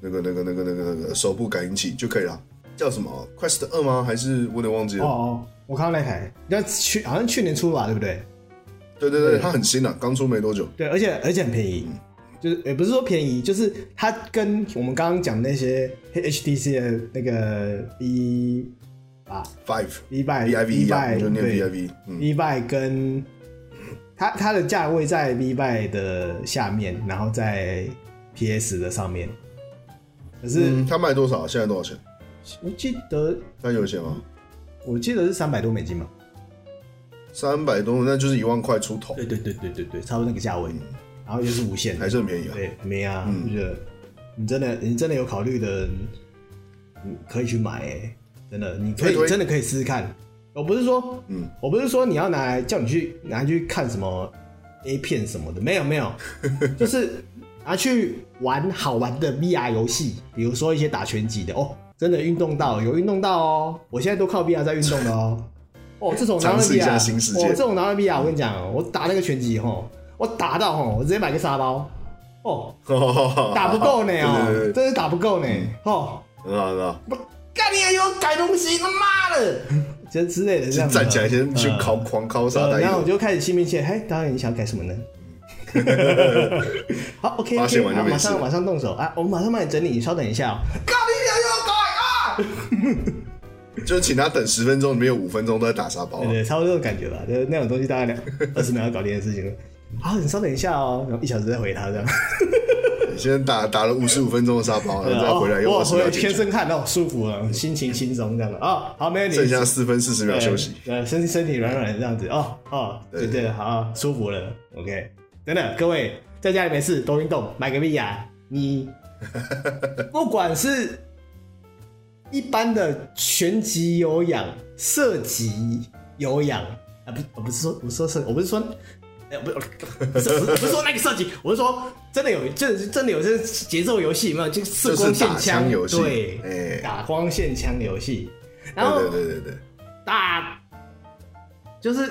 [SPEAKER 1] 那个那个那个那个那个手部感应器就可以了。叫什么？Quest 二吗？还是我有点忘记
[SPEAKER 3] 哦
[SPEAKER 1] 了？
[SPEAKER 3] 哦，我看到那台，那去好像去年出吧，对不对？
[SPEAKER 1] 对对对，它很新啊，刚出没多久。
[SPEAKER 3] 对，而且而且很便宜，就是也不是说便宜，就是它跟我们刚刚讲那些 HTC 的那个 V 啊
[SPEAKER 1] Five
[SPEAKER 3] V 拜
[SPEAKER 1] V I V 一样，
[SPEAKER 3] 拜
[SPEAKER 1] 就念 V I
[SPEAKER 3] 对
[SPEAKER 1] V。嗯，
[SPEAKER 3] V 拜跟它它的价位在 V 拜的下面，然后在 PS 的上面，可是
[SPEAKER 1] 嗯它卖多少？现在多少钱？
[SPEAKER 3] 我记得
[SPEAKER 1] 那有钱吗？
[SPEAKER 3] 我记得是三百多美金嘛。
[SPEAKER 1] 三百多，那就是一万块出头，
[SPEAKER 3] 对对对对对对，差不多那个价位，嗯然后又是无线的
[SPEAKER 1] 还，是很便宜啊。
[SPEAKER 3] 对，没啊，我觉得你真的你真的有考虑的，你可以去买、欸，真的，你可
[SPEAKER 1] 推推
[SPEAKER 3] 以真的可以试试看。我不是说，
[SPEAKER 1] 嗯
[SPEAKER 3] 嗯，我不是说你要拿来叫你去拿去看什么 A 片什么的，没有没有，就是拿去玩好玩的 VR 游戏，比如说一些打拳击的哦，真的运动到有运动到哦，我现在都靠 VR 在运动的哦。哦，这种拿了
[SPEAKER 1] 尝试一
[SPEAKER 3] VR，
[SPEAKER 1] 下新世界
[SPEAKER 3] 哦，这种拿了 VR，我跟你讲哦，我打那个拳击吼，我打到吼，我直接买个沙包，哦，打不够呢
[SPEAKER 1] 啊对对对嗯
[SPEAKER 3] 哦，真是打不够呢哦，
[SPEAKER 1] 很好很好，
[SPEAKER 3] 我干你还有改东西，他妈的， 这之类的这样子哦
[SPEAKER 1] 站起来先去
[SPEAKER 3] 嗯
[SPEAKER 1] 考狂考沙
[SPEAKER 3] 呃
[SPEAKER 1] 袋，
[SPEAKER 3] 然后我就开始心密切，嘿，导演你想要改什么呢？ 好，OK，
[SPEAKER 1] 发
[SPEAKER 3] o
[SPEAKER 1] 现
[SPEAKER 3] k
[SPEAKER 1] 完就
[SPEAKER 3] 好，
[SPEAKER 1] 没
[SPEAKER 3] 马
[SPEAKER 1] 事
[SPEAKER 3] 上马上动手啊！我们马上帮你整理，你稍等一下哦。干你娘又改啊！
[SPEAKER 1] 就是请他等十分钟，里面有五分钟都在打沙包
[SPEAKER 3] 对
[SPEAKER 1] 啊。
[SPEAKER 3] 对，差不多这种感觉吧，就是那种东西大概两二十秒要搞定的事情了。好，你稍等一下哦，然后一小时再回他这样。
[SPEAKER 1] 你先打打了五十五分钟的沙包，然后再回来用
[SPEAKER 3] 啊哦我
[SPEAKER 1] 二十
[SPEAKER 3] 回
[SPEAKER 1] 秒
[SPEAKER 3] 来
[SPEAKER 1] 解
[SPEAKER 3] 天
[SPEAKER 1] 决，
[SPEAKER 3] 生看到舒服了，心情轻松这样的啊。好，没问题。
[SPEAKER 1] 剩下四分四十秒休息。
[SPEAKER 3] 对，呃，身体身体软软的这样子，哦哦，
[SPEAKER 1] 对
[SPEAKER 3] 对对，好，舒服了，OK，真的，各位在家里没事多运动，买个 VR，你 不管是一般的拳击有氧、射击有氧啊，不，我不是说我说射，我不是说。哎，不，不是，不是不是说那个射击，我是说真的有，真的是真的有这节奏游戏，有没有？就
[SPEAKER 1] 就是是
[SPEAKER 3] 光线
[SPEAKER 1] 打
[SPEAKER 3] 枪
[SPEAKER 1] 枪游戏
[SPEAKER 3] 对，
[SPEAKER 1] 哎
[SPEAKER 3] 打光线枪游戏。然后
[SPEAKER 1] 对对对对
[SPEAKER 3] 大，就是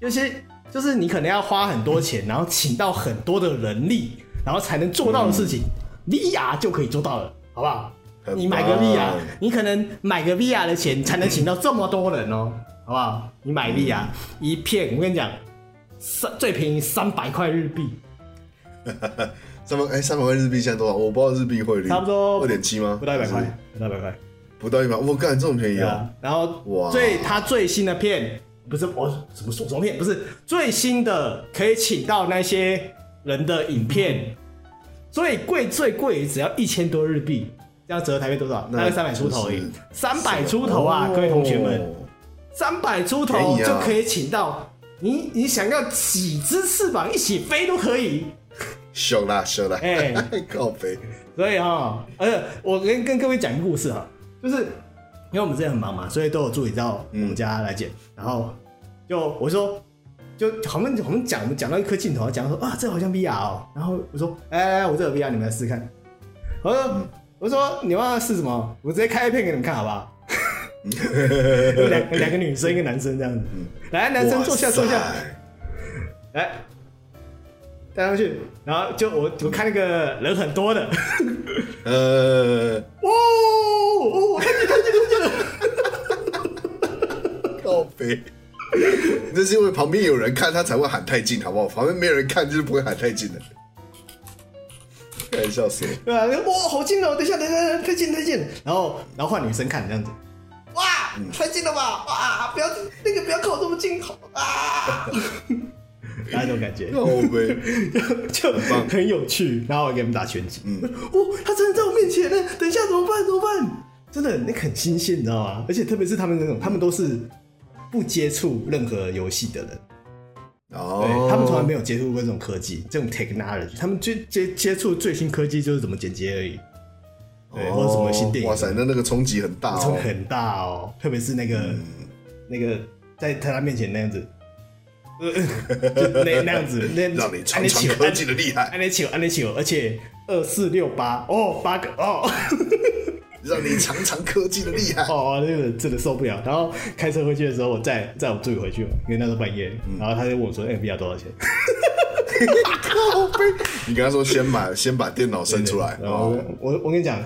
[SPEAKER 3] 有些就是你可能要花很多钱，然后请到很多的人力，然后才能做到的事情，利 VR 就可以做到了，好不好？
[SPEAKER 1] 很棒
[SPEAKER 3] 你买个 VR，你可能买个 VR 的钱才能请到这么多人哦，好不好？你
[SPEAKER 1] 嗯
[SPEAKER 3] 买 VR 一片，我跟你讲，三最便宜三百块日币，
[SPEAKER 1] 对，三百哎三百块日币现在多少？我不知道日币汇率，
[SPEAKER 3] 差不多
[SPEAKER 1] 二点七吗？
[SPEAKER 3] 不到一百
[SPEAKER 1] 还是
[SPEAKER 3] 块，不到一百块。
[SPEAKER 1] 不到一百，我干这么便宜
[SPEAKER 3] 对
[SPEAKER 1] 啊
[SPEAKER 3] 啊！，然后
[SPEAKER 1] 哇
[SPEAKER 3] 最他最新的片不是我什么手中片，不是最新的可以请到那些人的影片，
[SPEAKER 1] 嗯
[SPEAKER 3] 最贵最贵只要一千多日币，这样折合台币多少？
[SPEAKER 1] 那
[SPEAKER 3] 大概三百出头而已
[SPEAKER 1] 就是，
[SPEAKER 3] 三百出头啊，
[SPEAKER 1] 哦
[SPEAKER 3] 各位同学们，，三百出头
[SPEAKER 1] 便宜啊
[SPEAKER 3] 就可以请到你，你想要几只翅膀一起飞都可以。
[SPEAKER 1] 秀啦秀啦，
[SPEAKER 3] 哎
[SPEAKER 1] 靠背，
[SPEAKER 3] 所以哈、而且我跟跟各位讲一个故事哈，就是因为我们之前很忙嘛，所以都有助理到我们家来剪，然后就我说，就好像我们讲我们讲到一颗镜头，讲说啊这好像 VR 哦，然后我说哎、哎哎我这有 VR，你们来试试看，我说、我说你们要试什么？我直接开片给你们看好不好？有两两个女生一个男生这样子，来男生坐下坐下
[SPEAKER 1] 哇，塞，
[SPEAKER 3] 来，带上去，然后就我我看那个人很多的。
[SPEAKER 1] 呃，
[SPEAKER 3] 哦，哦我看见 看见看见了，
[SPEAKER 1] 靠背。 那是因为旁边有人看，他才会喊太近，好不好？旁边没有人看，就是不会喊太 近的。看笑死我！
[SPEAKER 3] 对啊，哇，好近哦！等一下，等一下，等一下太近太近。然后，然后换女生看这样子，哇，太近了吧？哇，不要那个不要靠这么近，好 啊！那种感觉
[SPEAKER 1] 靠背，
[SPEAKER 3] 就很有趣。然后我给你们打拳击，
[SPEAKER 1] 嗯
[SPEAKER 3] 哦，他真的在我面前呢，等一下怎么办？怎么办？真的那个很新鲜，你知道吗？而且特别是他们那种，他们都是不接触任何游戏的人，
[SPEAKER 1] 哦
[SPEAKER 3] 对，他们从来没有接触过这种科技，这种 technology，他们最接接触最新科技就是怎么剪接而已，对，或者什么新电影，
[SPEAKER 1] 哦哇塞，那那个冲击很大
[SPEAKER 3] 冲
[SPEAKER 1] 哦
[SPEAKER 3] 击。很大哦，特别是那个、那个在在他面前那样子， 呃，就那那样子，那
[SPEAKER 1] 让你尝尝科技的厉害，
[SPEAKER 3] 安内球，安内球，而且二四六八哦，八个哦
[SPEAKER 1] 让你尝尝科技的厉害。
[SPEAKER 3] 哦，那个真的受不了。然后开车回去的时候，我载载我助理回去嘛，因为那时候半夜，
[SPEAKER 1] 嗯
[SPEAKER 3] 然后他就问我说：“哎、v r 多少钱？”
[SPEAKER 1] 你跟他说先买，先把电脑生出来。
[SPEAKER 3] 然后
[SPEAKER 1] 哦，
[SPEAKER 3] 我我跟你讲，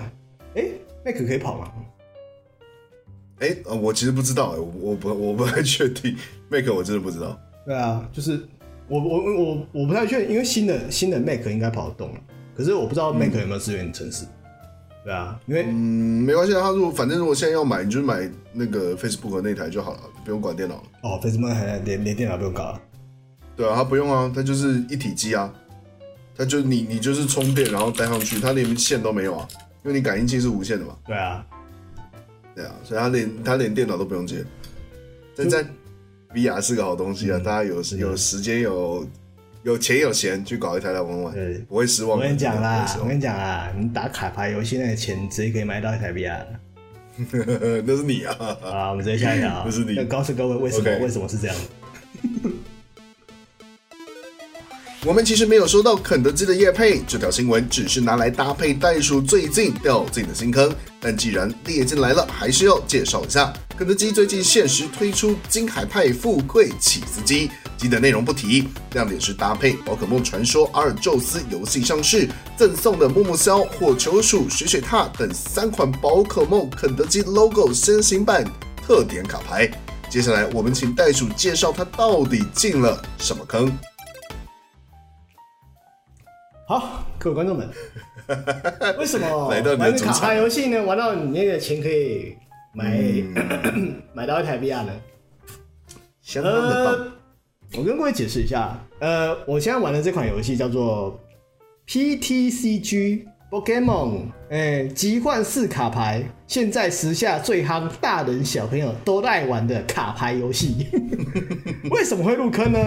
[SPEAKER 3] 哎、那个可以跑吗？
[SPEAKER 1] 哎，呃我其实不知道，哎我我不我不太确定，Mac 我真的不知道。
[SPEAKER 3] 对啊，就是我我我我我不太确定，因为新的新的 Mac 应该跑得动，可是我不知道 Mac 有没有支援城市。对啊，因为
[SPEAKER 1] 嗯，没关系啊，他如果反正如果现在要买，你就买那个 Facebook 那台就好了，不用管电脑了。
[SPEAKER 3] 哦，Facebook 还连连电脑都不用搞了。
[SPEAKER 1] 对啊，它不用啊，它就是一体机啊，它就你你就是充电然后带上去，它连线都没有啊，因为你感应器是无线的嘛，
[SPEAKER 3] 对啊，
[SPEAKER 1] 对啊，所以它连它连电脑都不用接。但在 VR 是个好东
[SPEAKER 3] 嗯
[SPEAKER 1] 西啊，大家有有时间有有钱有闲去搞一台来玩
[SPEAKER 3] 对
[SPEAKER 1] 玩，不会失望
[SPEAKER 3] 我
[SPEAKER 1] 的。
[SPEAKER 3] 跟你讲啦
[SPEAKER 1] 真，的
[SPEAKER 3] 我
[SPEAKER 1] 不会
[SPEAKER 3] 跟你讲啦，你打卡牌游戏那个钱直接可以买到一台 VR
[SPEAKER 1] 啊
[SPEAKER 3] 了
[SPEAKER 1] 失望 那是你啊。
[SPEAKER 3] 啊！我们直接下一条啊，
[SPEAKER 1] 不是你
[SPEAKER 3] 要告诉各位为什么
[SPEAKER 1] OK
[SPEAKER 3] 为什么是这样的。
[SPEAKER 1] 我们其实没有收到肯德基的夜配，这条新闻只是拿来搭配袋鼠最近掉进的新坑。但既然列进来了，还是要介绍一下。肯德基最近限时推出金海派富贵起司鸡，鸡的内容不提，亮点是搭配宝可梦传说阿尔宙斯游戏上市赠送的木木枭、火球鼠、水水獭等三款宝可梦肯德基 logo 身形版特点卡牌。接下来我们请袋鼠介绍它到底进了什么坑。
[SPEAKER 3] 好，各位观 众们，为什么
[SPEAKER 1] 来到你的
[SPEAKER 3] 玩
[SPEAKER 1] 主
[SPEAKER 3] 卡
[SPEAKER 1] 场
[SPEAKER 3] 牌游戏呢？玩到你那个钱可以买、
[SPEAKER 1] 嗯
[SPEAKER 3] 买到一台 VR 呢？
[SPEAKER 1] 相当的棒。
[SPEAKER 3] 呃，我跟各位解释一下，呃，我现在玩的这款游戏叫做 PTCG Pokemon，哎、集换式卡牌，现在时下最夯，大人小朋友都爱玩的卡牌游戏。 为什么会入坑呢？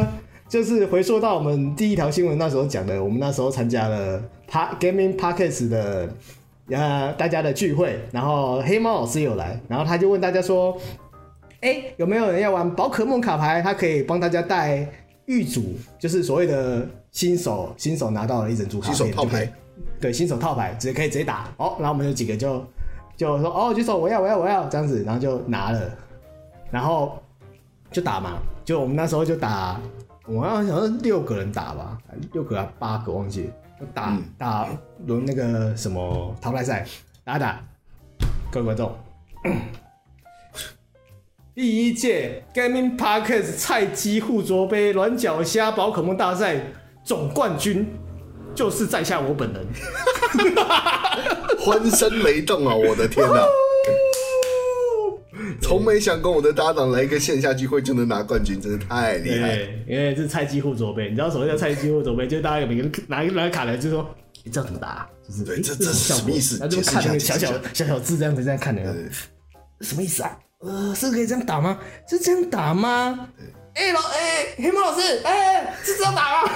[SPEAKER 3] 就是回溯到我们第一条新闻那时候讲的，我们那时候参加了 Pa Gaming Pockets 的呃大家的聚会，然后黑猫老师有来，然后他就问大家说，哎、有没有人要玩宝可梦卡牌？他可以帮大家带预组，就是所谓的新手，新手拿到了一整组卡片，
[SPEAKER 1] 新手套牌
[SPEAKER 3] 就可以，对，新手套牌直接可以直接打。哦，然后我们有几个就就说哦，举手，我要我要我要这样子，然后就拿了，然后就打嘛，就我们那时候就打，我好像想是六个人打吧，六个还是八个忘记了，就打、打轮那个什么淘汰赛，打打，各位观众。 第一届 Gaming Parkes 菜鸡互啄杯软脚虾宝可梦大赛总冠军就是在下我本人。
[SPEAKER 1] 欢声雷动啊！我的天哪、从没想过我的搭档来一个线下聚会就能拿冠军，真是太厉害了！
[SPEAKER 3] 对，因为这是菜鸡互啄杯，你知道什么叫菜鸡互啄 杯？就是大家有每个人拿拿卡来，就说你这样怎么打啊？就是
[SPEAKER 1] 对
[SPEAKER 3] 诶
[SPEAKER 1] 这
[SPEAKER 3] 这
[SPEAKER 1] 这是
[SPEAKER 3] 效
[SPEAKER 1] 什么
[SPEAKER 3] 果
[SPEAKER 1] 意思
[SPEAKER 3] 然后就
[SPEAKER 1] 解释
[SPEAKER 3] 看那
[SPEAKER 1] 一
[SPEAKER 3] 个
[SPEAKER 1] 下
[SPEAKER 3] 小
[SPEAKER 1] 解释
[SPEAKER 3] 小
[SPEAKER 1] 一
[SPEAKER 3] 小小字这样子这样看的，
[SPEAKER 1] 对
[SPEAKER 3] 什么意思啊？呃，是可以这样打吗？是这样打吗？哎、老哎、黑猫老师，哎、是这样打吗？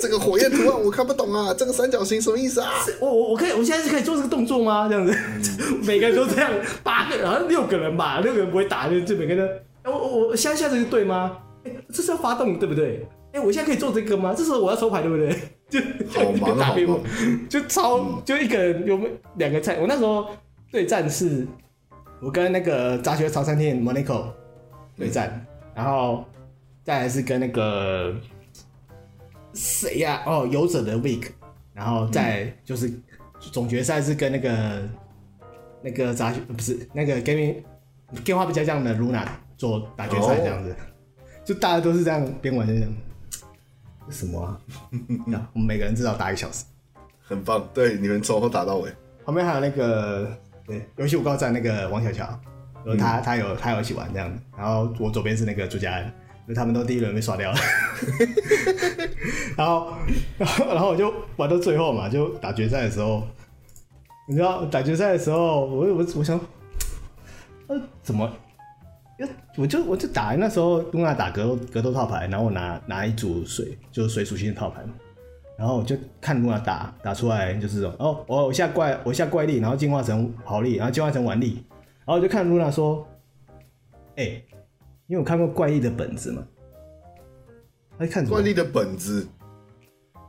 [SPEAKER 1] 这个火焰图案我看不懂啊，这个三角形什么意思啊？
[SPEAKER 3] 我我我可以，我现在是可以做这个动作吗？这样子， 每个人都这样，八个，好像六个人吧，六个人不会打，就就每个人都，哎我我我现在下这个对吗？哎、这是要发动对不对？哎、我现在可以做这个吗？这时候我要抽牌对不对？就
[SPEAKER 1] 好忙啊
[SPEAKER 3] 打
[SPEAKER 1] 好
[SPEAKER 3] 屁股
[SPEAKER 1] 忙，
[SPEAKER 3] 就超、就一个人有没有两个菜？我那时候对战是，我跟那个杂学潮餐店 Monaco 对战，然后再来是跟那个谁呀、哦，游者的 Week，然后再就是总决赛是跟那个那个杂学不是那个 Gaming 电话比较像的 Luna 做打决赛这样子，就大家都是这样边玩就这样。这什么 啊？我们每个人至少打一个小时。
[SPEAKER 1] 很棒，对，你们从头打到尾，
[SPEAKER 3] 旁边还有那个对嗯游戏五高站那个王小乔，然后他、他有他有一起玩这样子，然后我左边是那个朱家安，就他们都第一轮被刷掉了， 然后然后然后我就玩到最后嘛，就打决赛的时候，你知道打决赛的时候，我我我想，呃，怎么？因为我就我就打那时候东亚打格斗格斗套牌，然后我拿拿一组水，就是水属性的套牌嘛，然后我就看露娜打打出来就是这种哦，我我下怪我下怪力，然后进化成豪力，然后进化成腕力，然后我就看露娜说，哎、你有看过怪力的本子吗？他在看什么
[SPEAKER 1] 惯？例的本子，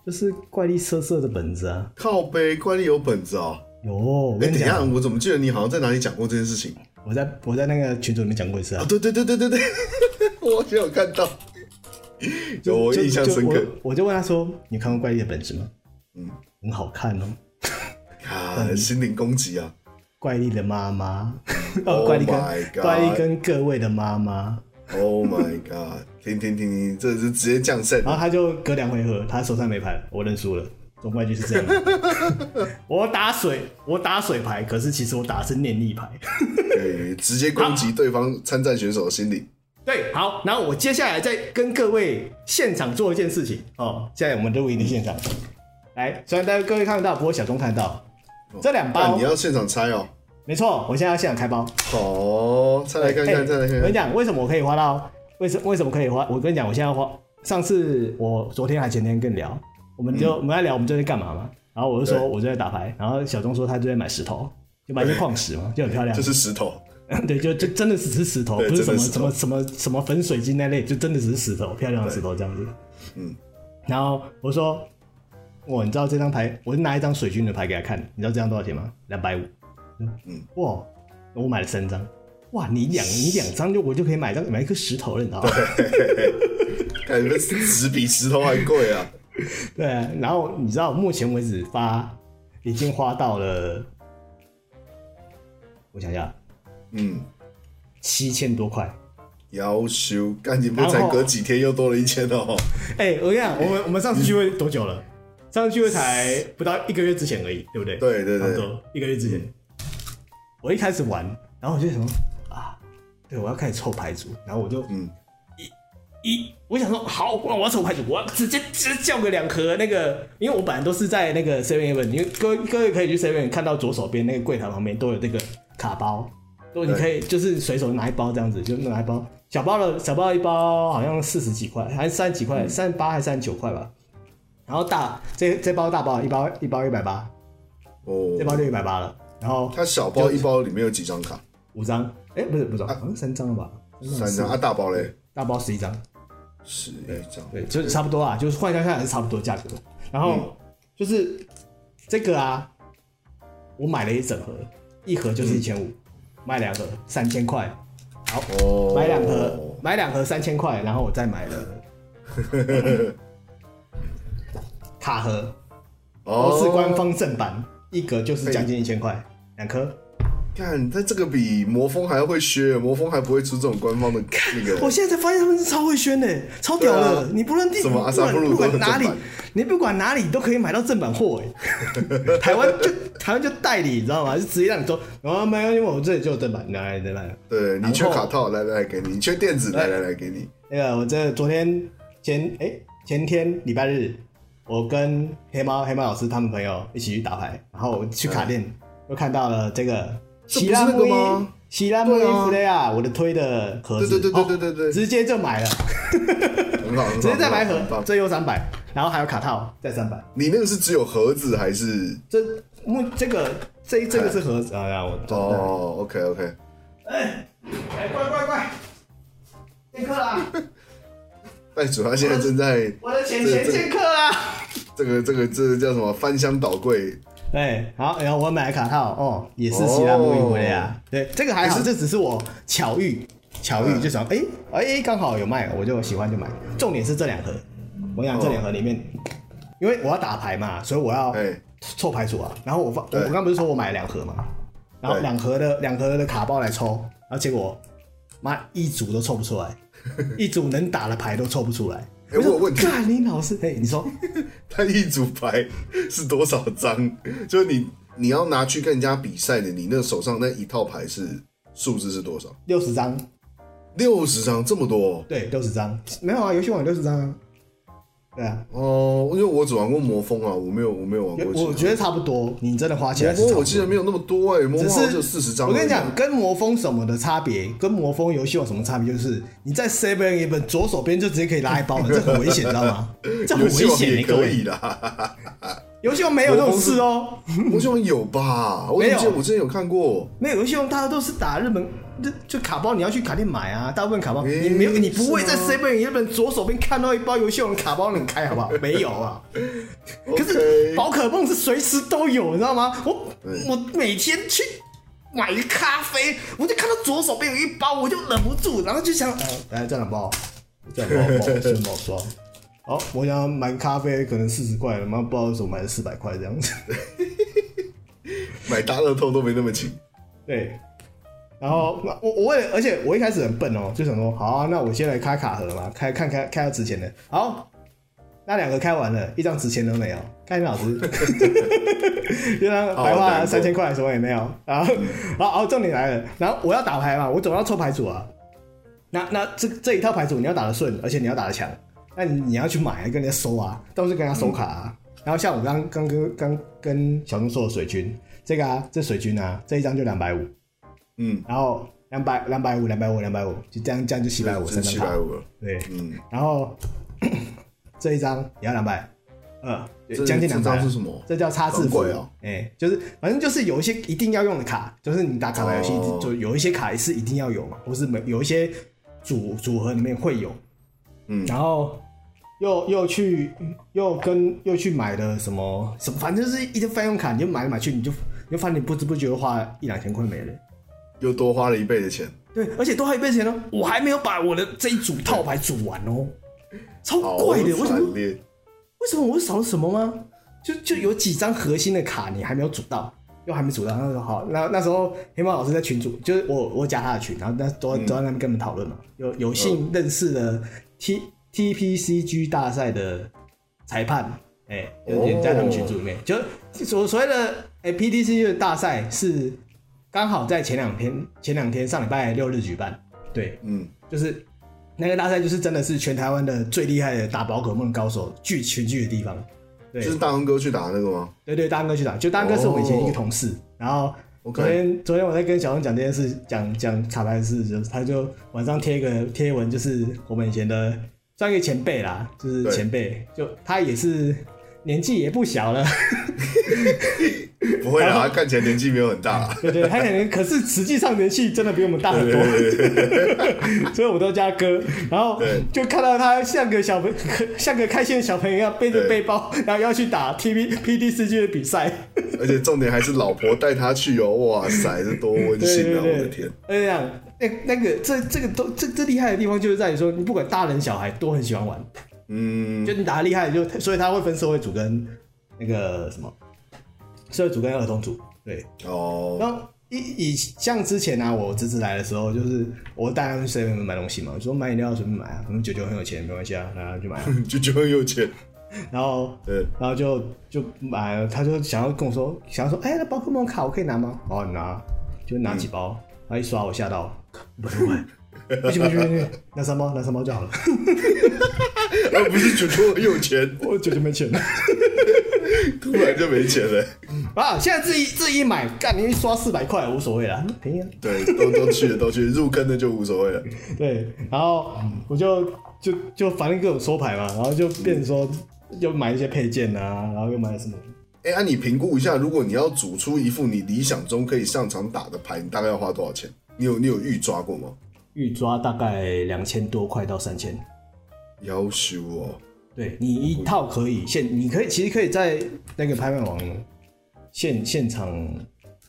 [SPEAKER 3] 就是怪力色色的本子啊。
[SPEAKER 1] 靠背惯例有本子啊、
[SPEAKER 3] 有，我
[SPEAKER 1] 哎、
[SPEAKER 3] 跟你
[SPEAKER 1] 等一下，
[SPEAKER 3] 讲，
[SPEAKER 1] 我怎么记得你好像在哪里讲过这件事情
[SPEAKER 3] 我在我在那个群组里面讲过一次
[SPEAKER 1] 啊？
[SPEAKER 3] 啊，
[SPEAKER 1] 对对对对对对， 我好像有看到，有我
[SPEAKER 3] 就
[SPEAKER 1] 印象深刻
[SPEAKER 3] 就。我。我就问他说：“你有看过怪力的本子吗？”嗯，很好看哦。
[SPEAKER 1] 啊，心灵攻击啊！
[SPEAKER 3] 怪力的妈妈，
[SPEAKER 1] Oh
[SPEAKER 3] 哦，怪力
[SPEAKER 1] my
[SPEAKER 3] 跟
[SPEAKER 1] God
[SPEAKER 3] 怪力跟各位的妈妈，
[SPEAKER 1] Oh my god！停停停停，这是直接降胜。
[SPEAKER 3] 然后他就隔两回合，他手上没牌了，我认输了。总冠军是这样 的，我打水，我打水牌，可是其实我打的是念力牌。
[SPEAKER 1] 对，直接攻击对方参战选手的心理。
[SPEAKER 3] 对，好，然后我接下来再跟各位现场做一件事情哦，现在我们录音的现场，来，虽然大家各位看得到，不过小钟看得到，这两
[SPEAKER 1] 但
[SPEAKER 3] 包
[SPEAKER 1] 啊你，要现场猜哦。
[SPEAKER 3] 没错，我现在要现场开包。
[SPEAKER 1] 好，猜来看看，
[SPEAKER 3] 哎
[SPEAKER 1] 猜来看
[SPEAKER 3] 我跟
[SPEAKER 1] 看
[SPEAKER 3] 你。讲，为什么我可以花到？为什为什么可以花？我跟你讲，我现在要花。上次我昨天还前天跟你聊，我们就、我们在聊我们最近干嘛嘛。然后我就说
[SPEAKER 1] 嗯对
[SPEAKER 3] 我最近在打牌，然后小钟说他最近买石头，就买一些矿石嘛，就很漂亮。
[SPEAKER 1] 这是石头，
[SPEAKER 3] 对，就就真的只是石头，
[SPEAKER 1] 对
[SPEAKER 3] 不是什
[SPEAKER 1] 真
[SPEAKER 3] 么
[SPEAKER 1] 的是石
[SPEAKER 3] 什
[SPEAKER 1] 头
[SPEAKER 3] 么什么什么粉水晶那类，就真的只是石头，漂亮的石头这样子。
[SPEAKER 1] 嗯。
[SPEAKER 3] 然后我说，我你知道这张牌，我就拿一张水军的牌给他看，你知道这张多少钱吗？两百五。
[SPEAKER 1] 嗯。
[SPEAKER 3] 哇，我买了三张。哇，你两你两张就我就可以买张买一颗石头了，你知道吗？
[SPEAKER 1] 感觉纸比石头还贵啊！
[SPEAKER 3] 对啊。然后你知道目前为止发已经花到了，我想一下，啊
[SPEAKER 1] 嗯，
[SPEAKER 3] 七千多块。
[SPEAKER 1] 要修，赶紧不是才隔几天又多了一千哦。
[SPEAKER 3] 哎、我跟你讲，我们我们上次聚会多久了？上次聚会才不到一个月之前而已，对不对？
[SPEAKER 1] 对对对
[SPEAKER 3] 差不多一个月之前。我一开始玩，然后我就想说啊，对我要开始凑牌组，然后我就
[SPEAKER 1] 嗯
[SPEAKER 3] 一我想说好，我要凑牌组，我要直接直接叫个两盒那个，因为我本来都是在那个 Seven Eleven，因为各位各位可以去 Seven 看到左手边那个柜台旁边都有这个卡包，如果你可以就是随手拿一包这样子，就拿一包小包的小包一包好像四十几块，还是三十几
[SPEAKER 1] 嗯
[SPEAKER 3] 块，三十八还是三十九块吧。然后大这这包大包一包一包一百八，这包
[SPEAKER 1] 哦，
[SPEAKER 3] 就一百八了。然后
[SPEAKER 1] 它小包一包里面有几张卡？
[SPEAKER 3] 五张，哎、不是五张，好像三张了吧？
[SPEAKER 1] 三张啊，大包嘞
[SPEAKER 3] 大包十一张，
[SPEAKER 1] 十一张。
[SPEAKER 3] 对，就是嗯差不多啊，就是换算下来是差不多价格。然后、就是这个啊，我买了一整盒，一盒就是一千五，买两盒三千块，
[SPEAKER 1] 哦，
[SPEAKER 3] 买两盒买两盒三千块，然后我再买了 卡盒，都
[SPEAKER 1] 哦，
[SPEAKER 3] 是官。方正版，一格就是将近一千块，两颗。
[SPEAKER 1] 看，但这个比魔风还会削，魔风还不会出这种官方的那
[SPEAKER 3] 我
[SPEAKER 1] 个。
[SPEAKER 3] 现在才发现他们是超会宣的，超屌的！
[SPEAKER 1] 对啊
[SPEAKER 3] 你不论地
[SPEAKER 1] 什么阿
[SPEAKER 3] 不
[SPEAKER 1] 萨
[SPEAKER 3] 管
[SPEAKER 1] 布鲁
[SPEAKER 3] 不
[SPEAKER 1] 都
[SPEAKER 3] 管
[SPEAKER 1] 是正
[SPEAKER 3] 哪里
[SPEAKER 1] 版，
[SPEAKER 3] 你不管哪里都可以买到正版货 哎。台湾就台湾就代理，你知道吗？就直接让你说啊，没有，因为我这里就有正版，拿来拿来。
[SPEAKER 1] 对你缺
[SPEAKER 3] 然后
[SPEAKER 1] 卡套，来来来给你；你缺垫子，来来来给你。
[SPEAKER 3] 那个，我这昨天前哎、前天礼拜日，我跟黑猫黑猫老师他们朋友一起去打牌，然后我去卡店又看到了这个
[SPEAKER 1] 哎这不
[SPEAKER 3] 希
[SPEAKER 1] 是
[SPEAKER 3] 拉
[SPEAKER 1] 那
[SPEAKER 3] 木
[SPEAKER 1] 个
[SPEAKER 3] 伊
[SPEAKER 1] 吗
[SPEAKER 3] 希拉木伊
[SPEAKER 1] 对啊
[SPEAKER 3] 弗雷亚，我的推的盒子，
[SPEAKER 1] 对对对对对
[SPEAKER 3] 哦
[SPEAKER 1] 对对
[SPEAKER 3] 直接就买了。
[SPEAKER 1] 很好，很好
[SPEAKER 3] 直接再买
[SPEAKER 1] 很
[SPEAKER 3] 盒，
[SPEAKER 1] 棒
[SPEAKER 3] 最优三百，然后还有卡套再三百。
[SPEAKER 1] 你那个是只有盒子还是？
[SPEAKER 3] 这目这个这这个是盒子
[SPEAKER 1] 哎
[SPEAKER 3] 啊，让我找。
[SPEAKER 1] 哦，OK OK，
[SPEAKER 3] 哎，乖乖乖，见客啦！
[SPEAKER 1] 袋鼠他现在正在
[SPEAKER 3] 我的钱钱见客啦！
[SPEAKER 1] 这个这个这个叫什么翻箱倒柜，
[SPEAKER 3] 对，好，然后我买了卡套哦，也是希拉木运回来
[SPEAKER 1] 哦
[SPEAKER 3] 啊。对，这个还好，这只是我巧遇，巧
[SPEAKER 1] 嗯
[SPEAKER 3] 遇就想，哎哎，刚好有卖，我就喜欢就买。重点是这两盒，我想这两盒里面，因为我要打牌嘛，所以我要
[SPEAKER 1] 哎，
[SPEAKER 3] 凑牌组啊。然后我放，我
[SPEAKER 1] 对
[SPEAKER 3] 我刚不是说我买了两盒嘛，然后
[SPEAKER 1] 对
[SPEAKER 3] 两盒的两盒的卡包来抽，然后结果妈一组都凑 不出来，一组能打的牌都凑不出来。
[SPEAKER 1] 哎我有问题
[SPEAKER 3] 干你老师，哎、你说，
[SPEAKER 1] 它一组牌是多少张？就是你你要拿去跟人家比赛的，你那手上那一套牌是数字是多少？
[SPEAKER 3] 六十张，
[SPEAKER 1] 六十张这么多
[SPEAKER 3] 对，六十张，没有啊，游戏网有六十张啊，对啊，
[SPEAKER 1] 哦，因为我只玩过魔风啊，我没有我没有玩过其他。
[SPEAKER 3] 我觉得差不多，你真的花钱
[SPEAKER 1] 魔
[SPEAKER 3] 还是
[SPEAKER 1] 风
[SPEAKER 3] 差
[SPEAKER 1] 我
[SPEAKER 3] 不
[SPEAKER 1] 记
[SPEAKER 3] 多。
[SPEAKER 1] 得没有那么多哎、魔
[SPEAKER 3] 只
[SPEAKER 1] 风好像
[SPEAKER 3] 是
[SPEAKER 1] 只有四十张。啊
[SPEAKER 3] 我跟你讲，，跟魔风什么的差别，跟魔风游戏有什么差别？就是你在 Seven Eleven 左手边就直接可以拉一包了，这很危险，知道吗？这很
[SPEAKER 1] 游
[SPEAKER 3] 危
[SPEAKER 1] 戏王
[SPEAKER 3] 险、
[SPEAKER 1] 也
[SPEAKER 3] 欸，各
[SPEAKER 1] 可
[SPEAKER 3] 位
[SPEAKER 1] 以。啦，
[SPEAKER 3] 游戏王没有这种事哦、
[SPEAKER 1] 游戏王有吧？我怎么记得我之前有看过。
[SPEAKER 3] 没有游戏王，大家都是打日本，就就卡包，你要去卡店买啊，大部分卡包、
[SPEAKER 1] 诶
[SPEAKER 3] 你没有，你不会
[SPEAKER 1] 是啊
[SPEAKER 3] 在
[SPEAKER 1] 吗
[SPEAKER 3] Seven Eleven 左手边看到一包游戏王卡包能开，好不好？没 有啊。可是
[SPEAKER 1] OK
[SPEAKER 3] 宝可梦是随时都有，你知道吗？我
[SPEAKER 1] 对
[SPEAKER 3] 我每天去买个咖啡，我就看到左手边有一包，我就忍不住，然后就想，
[SPEAKER 1] 哎
[SPEAKER 3] 呃，来这两包，这两包保鲜保霜。好，我想买个咖啡，可能四十块，他妈不知道为什么买了四 百块这样子。
[SPEAKER 1] 买大乐透都没那么轻。
[SPEAKER 3] 对，然后我我为了，而且我一开始很笨哦，就想说，好啊、那我先来开卡盒嘛，开看开开到值钱的。好，那两个开完了，一张值钱都没有，看老子，就当白
[SPEAKER 1] 好难
[SPEAKER 3] 花
[SPEAKER 1] 过
[SPEAKER 3] 三千块什么也没有。然后，然后哦，重点来了，然后我要打牌嘛，我总要抽牌组啊。那那这这一套牌组你要打得顺，而且你要打得强，那你你要去买啊，跟人家收啊，到处跟人家收卡啊。然后像我刚刚跟刚跟小钟说的水军，这个啊，这水军啊，这一张就两百五，
[SPEAKER 1] 嗯，
[SPEAKER 3] 然后两百两百五两百五两百五，就这样这样就七百五
[SPEAKER 1] 这
[SPEAKER 3] 三
[SPEAKER 1] 七
[SPEAKER 3] 张
[SPEAKER 1] 百
[SPEAKER 3] 卡，
[SPEAKER 1] 五了，
[SPEAKER 3] 对，
[SPEAKER 1] 嗯，
[SPEAKER 3] 然后 这一张也要两百，呃，对
[SPEAKER 1] 这
[SPEAKER 3] 将近两
[SPEAKER 1] 这
[SPEAKER 3] 百
[SPEAKER 1] 张，是什么？
[SPEAKER 3] 这叫差字符
[SPEAKER 1] 很贵哦，
[SPEAKER 3] 哎、就是反正就是有一些一定要用的卡，就是你打卡牌游戏、
[SPEAKER 1] 哦
[SPEAKER 3] 就有一些卡是一定要有嘛，或是没有一些组组合里面会有，
[SPEAKER 1] 嗯
[SPEAKER 3] 然后又又去又跟又去买了什么什么，反正就是一堆费用卡，你就买来买去，你就你就发现你不知不觉花一两千块没了。
[SPEAKER 1] 又多花了一倍的钱，
[SPEAKER 3] 对，而且都还有一倍钱哦，我还没有把我的这一组套牌组完哦，超
[SPEAKER 1] 好
[SPEAKER 3] 贵的，为什
[SPEAKER 1] 惨
[SPEAKER 3] 么？
[SPEAKER 1] 烈，
[SPEAKER 3] 为什么我少了什么吗？就就有几张核心的卡你还没有组到，又还没组到，那时候好，那那时候黑猫老师在群组，就是我我加他的群，然后那都都在那边跟我们讨论嘛，有有幸认识了 T T P C G 大赛的裁判，哎、有点在他们群组里面，就所所谓的哎、P T C 的大赛是刚好在前两天前两天上礼拜六日举办，对，
[SPEAKER 1] 嗯，
[SPEAKER 3] 就是那个大赛，就是真的是全台湾的最厉害的打宝可梦高手聚群聚的地方。对
[SPEAKER 1] 就是大亨哥去打那个 吗？
[SPEAKER 3] 对对，大安哥去打，就大安哥是我们以前一个同
[SPEAKER 1] 哦
[SPEAKER 3] 事。然后
[SPEAKER 1] OK
[SPEAKER 3] 昨天昨天我在跟小东讲这件事，讲讲卡牌的事，就是他就晚上贴一个贴文，就是我们以前的算一个前辈啦，就是
[SPEAKER 1] 对
[SPEAKER 3] 前辈，就他也是年纪也不小了。
[SPEAKER 1] 不会啦，他看起来年纪没有很大 啦。
[SPEAKER 3] 对对，他可能可是实际上年纪真的比我们大很多， 所以我都叫他哥。然后
[SPEAKER 1] 对
[SPEAKER 3] 就看到他像个小朋，像个开心的小朋友一样背着
[SPEAKER 1] 对
[SPEAKER 3] 背包，然后要去打 T V P D 世界的比赛。
[SPEAKER 1] 而且重点还是老婆带他去哦，哇塞，这多温
[SPEAKER 3] 对
[SPEAKER 1] 馨
[SPEAKER 3] 对
[SPEAKER 1] 啊！我的
[SPEAKER 3] 对
[SPEAKER 1] 天，，
[SPEAKER 3] 哎呀，那那个这这个都这这厉害的地方就是在于说，你不管大人小孩都很喜欢玩，
[SPEAKER 1] 嗯
[SPEAKER 3] 就你打的厉害就，所以他会分社会组跟那个什么社会组跟儿童组，对。
[SPEAKER 1] 哦，
[SPEAKER 3] 然后以以像之前啊，我侄子来的时候，就是我带他们去 seven 买东西嘛，我说买饮料随便买啊，可能九九很有钱，没关系啊，然后就买啊、
[SPEAKER 1] 就就很有钱，
[SPEAKER 3] 然后
[SPEAKER 1] 对，
[SPEAKER 3] 然后就就买了，他就想要跟我说，想要说，哎、那宝可梦卡我可以拿吗？哦，你拿，就拿几包，然后一刷我吓到，嗯不是我， 不行不行不行，拿三包拿三包就好了，
[SPEAKER 1] 而哦不是就就很有钱，
[SPEAKER 3] 我九九没钱了。
[SPEAKER 1] 突然就没钱了。
[SPEAKER 3] 啊，现在自己自己买，干你一刷四百块无所谓啦，便宜啊。
[SPEAKER 1] 对，都都去了，都去了入坑的就无所谓了。
[SPEAKER 3] 对，然后我就就就反正各种收牌嘛，然后就变成说又买一些配件啊，然后又买什么，
[SPEAKER 1] 哎、按、你评估一下，如果你要组出一副你理想中可以上场打的牌，你大概要花多少钱？你有你有预抓过吗？
[SPEAKER 3] 预抓大概两千多块到三千。
[SPEAKER 1] 要求哦，
[SPEAKER 3] 对你一套可以现，你可以其实可以在那个拍卖网现现场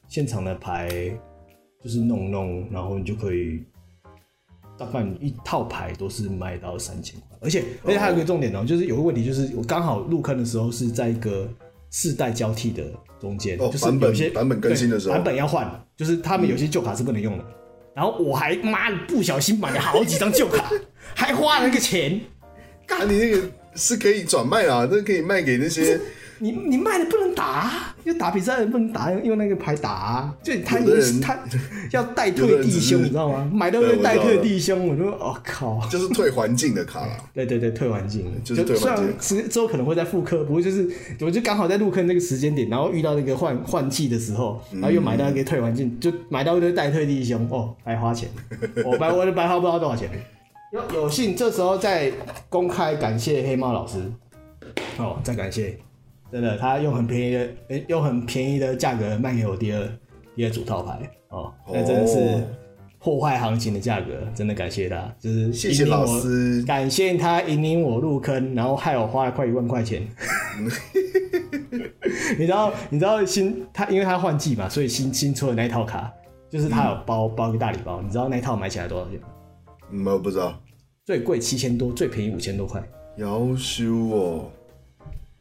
[SPEAKER 3] 现场的牌就是弄弄，然后你就可以大概你一套牌都是卖到三千块，而且而且还有一个重点哦、就是有个问题就是我刚好入坑的时候是在一个世代交替的中间，
[SPEAKER 1] 哦
[SPEAKER 3] 就是
[SPEAKER 1] 版本
[SPEAKER 3] 有些
[SPEAKER 1] 版本更新的时候
[SPEAKER 3] 对版本要换，就是他们有些旧卡是不能用的，然后我还妈的不小心买了好几张旧卡， 还花了那个钱。
[SPEAKER 1] 啊，你那个是可以转卖啦，那可以卖给那些
[SPEAKER 3] 你你卖的不能打、啊，要打比赛的不能打，用用那个牌打、啊。就他
[SPEAKER 1] 有的
[SPEAKER 3] 也
[SPEAKER 1] 人
[SPEAKER 3] 是他要带
[SPEAKER 1] 有
[SPEAKER 3] 退
[SPEAKER 1] 的人
[SPEAKER 3] 弟
[SPEAKER 1] 只是
[SPEAKER 3] 兄，你知道吗？买到会
[SPEAKER 1] 对
[SPEAKER 3] 带
[SPEAKER 1] 我知道
[SPEAKER 3] 退
[SPEAKER 1] 了
[SPEAKER 3] 弟兄，我就哦靠。
[SPEAKER 1] 就是退环境的卡啦。
[SPEAKER 3] 对对对，退环境
[SPEAKER 1] 就是退环境
[SPEAKER 3] 虽然之之后可能会再复刻，不过就是我就刚好在入坑这个时间点，然后遇到那个换换季的时候，
[SPEAKER 1] 嗯
[SPEAKER 3] 然后又买到一个退环境，就买到一堆带退弟兄，哦，白 花钱，我、白我的白花不知道多少钱。有有幸这时候在公开感谢黑猫老师，哦，再感谢，真的他用很便宜的，呃用很便宜的价格卖给我第二第二组套牌，哦，那真的是。
[SPEAKER 1] 哦
[SPEAKER 3] 破坏行情的价格，真的感谢他，就是
[SPEAKER 1] 谢谢
[SPEAKER 3] 引领我
[SPEAKER 1] 老师
[SPEAKER 3] 感谢他引领我入坑，然后害我花了快一万块钱。 你知道，你知道新他，因为他换季嘛，所以新新出的那一套卡，就是他有包、包一个大礼包，你知道那一套买起来多少钱吗？
[SPEAKER 1] 嗯，我不知道，
[SPEAKER 3] 最贵七千多，最便宜五千多块。
[SPEAKER 1] 要求哦，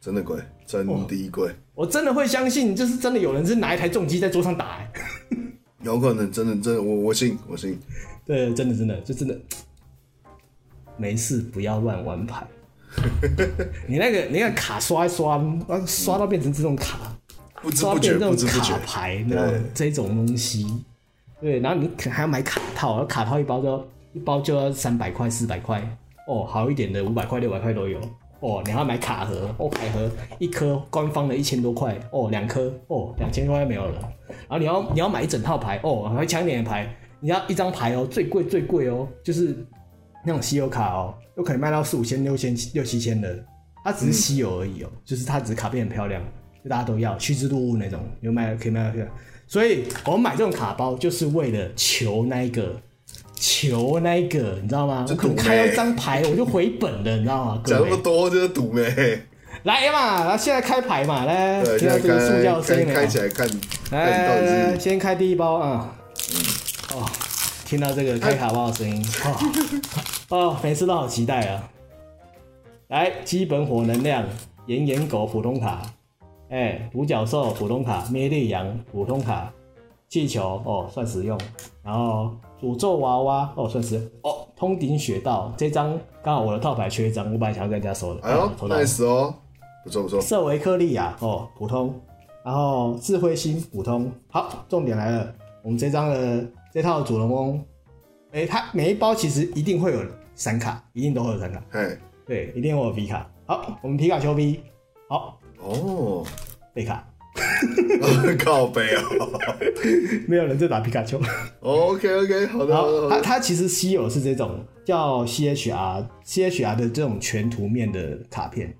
[SPEAKER 1] 真的贵，真的贵。
[SPEAKER 3] 我真的会相信，就是真的有人是拿一台重机在桌上打、欸，
[SPEAKER 1] 有可能，真的，真的，我我信，我信。
[SPEAKER 3] 对，真的真的就真的，没事不要乱玩牌。 你那个你那个卡刷一刷，啊刷到变成这种卡，
[SPEAKER 1] 不知
[SPEAKER 3] 刷
[SPEAKER 1] 不
[SPEAKER 3] 变
[SPEAKER 1] 觉，
[SPEAKER 3] 成
[SPEAKER 1] 不
[SPEAKER 3] 这
[SPEAKER 1] 知
[SPEAKER 3] 种
[SPEAKER 1] 不觉
[SPEAKER 3] 卡，牌那种这种东西，对，然后你可还要买卡套，然后卡套一包就要一包就要三百块四百块，哦，好一点的五百块六百块都有，哦，你还要买卡盒，哦，卡盒一颗官方的一千多块，哦，两颗，哦，两千块没有了，然后你要你要买一整套牌，哦，还抢一点的牌，你要一张牌哦，最贵最贵哦，就是那种稀有卡哦，有可能卖到四五千、六千、六七千的，它
[SPEAKER 1] 嗯
[SPEAKER 3] 只是稀有而已哦，就是它只是卡片很漂亮，就大家都要趋之若鹜那种，有卖可以卖到这样。所以我们买这种卡包就是为了求那一个，求那一个，你知道吗？
[SPEAKER 1] 这
[SPEAKER 3] 我可能
[SPEAKER 1] 赌
[SPEAKER 3] 看到
[SPEAKER 1] 呗
[SPEAKER 3] 一张牌我就回本了，你知 道吗？各
[SPEAKER 1] 讲那
[SPEAKER 3] 位
[SPEAKER 1] 么多就是赌呗。
[SPEAKER 3] 来嘛，然后现在开牌嘛，来
[SPEAKER 1] 对，
[SPEAKER 3] 哎听到
[SPEAKER 1] 现在
[SPEAKER 3] 这个塑胶
[SPEAKER 1] 开
[SPEAKER 3] 的声
[SPEAKER 1] 开
[SPEAKER 3] 音哎没
[SPEAKER 1] 开
[SPEAKER 3] 有
[SPEAKER 1] 起？来看，
[SPEAKER 3] 来
[SPEAKER 1] 看到
[SPEAKER 3] 来来
[SPEAKER 1] 底
[SPEAKER 3] 来，
[SPEAKER 1] 是
[SPEAKER 3] 先开第一包啊！哦，听到这个开卡包的声音，哦，哦，每次都好期待啊！来，基本火能量，岩岩狗普通卡，哎、独角兽普通卡，咩力羊普通卡，气球哦算实用，然后诅咒娃娃哦算实用哦，通顶雪道这张刚好我的套牌缺一张，我本来想要跟人家收的，
[SPEAKER 1] 哎
[SPEAKER 3] 啊
[SPEAKER 1] 呦
[SPEAKER 3] 抽到了
[SPEAKER 1] ，nice 哦，不错不错，
[SPEAKER 3] 瑟维克利亚哦，普通，然后智慧星普通。好，重点来了，我们这张的这套主人翁，哎、它每一包其实一定会有闪卡，一定都会有闪卡，
[SPEAKER 1] 哎，
[SPEAKER 3] 对，一定会有 V 卡。好，我们皮卡丘 V，好，
[SPEAKER 1] 哦，
[SPEAKER 3] 贝卡，
[SPEAKER 1] 靠背哦
[SPEAKER 3] 没有人在打皮卡丘。
[SPEAKER 1] ，OK OK，好的
[SPEAKER 3] 然
[SPEAKER 1] 好的
[SPEAKER 3] 后
[SPEAKER 1] 好
[SPEAKER 3] 它
[SPEAKER 1] 的，
[SPEAKER 3] 它其实稀有是这种叫 CHR CHR 的这种全图面的卡片，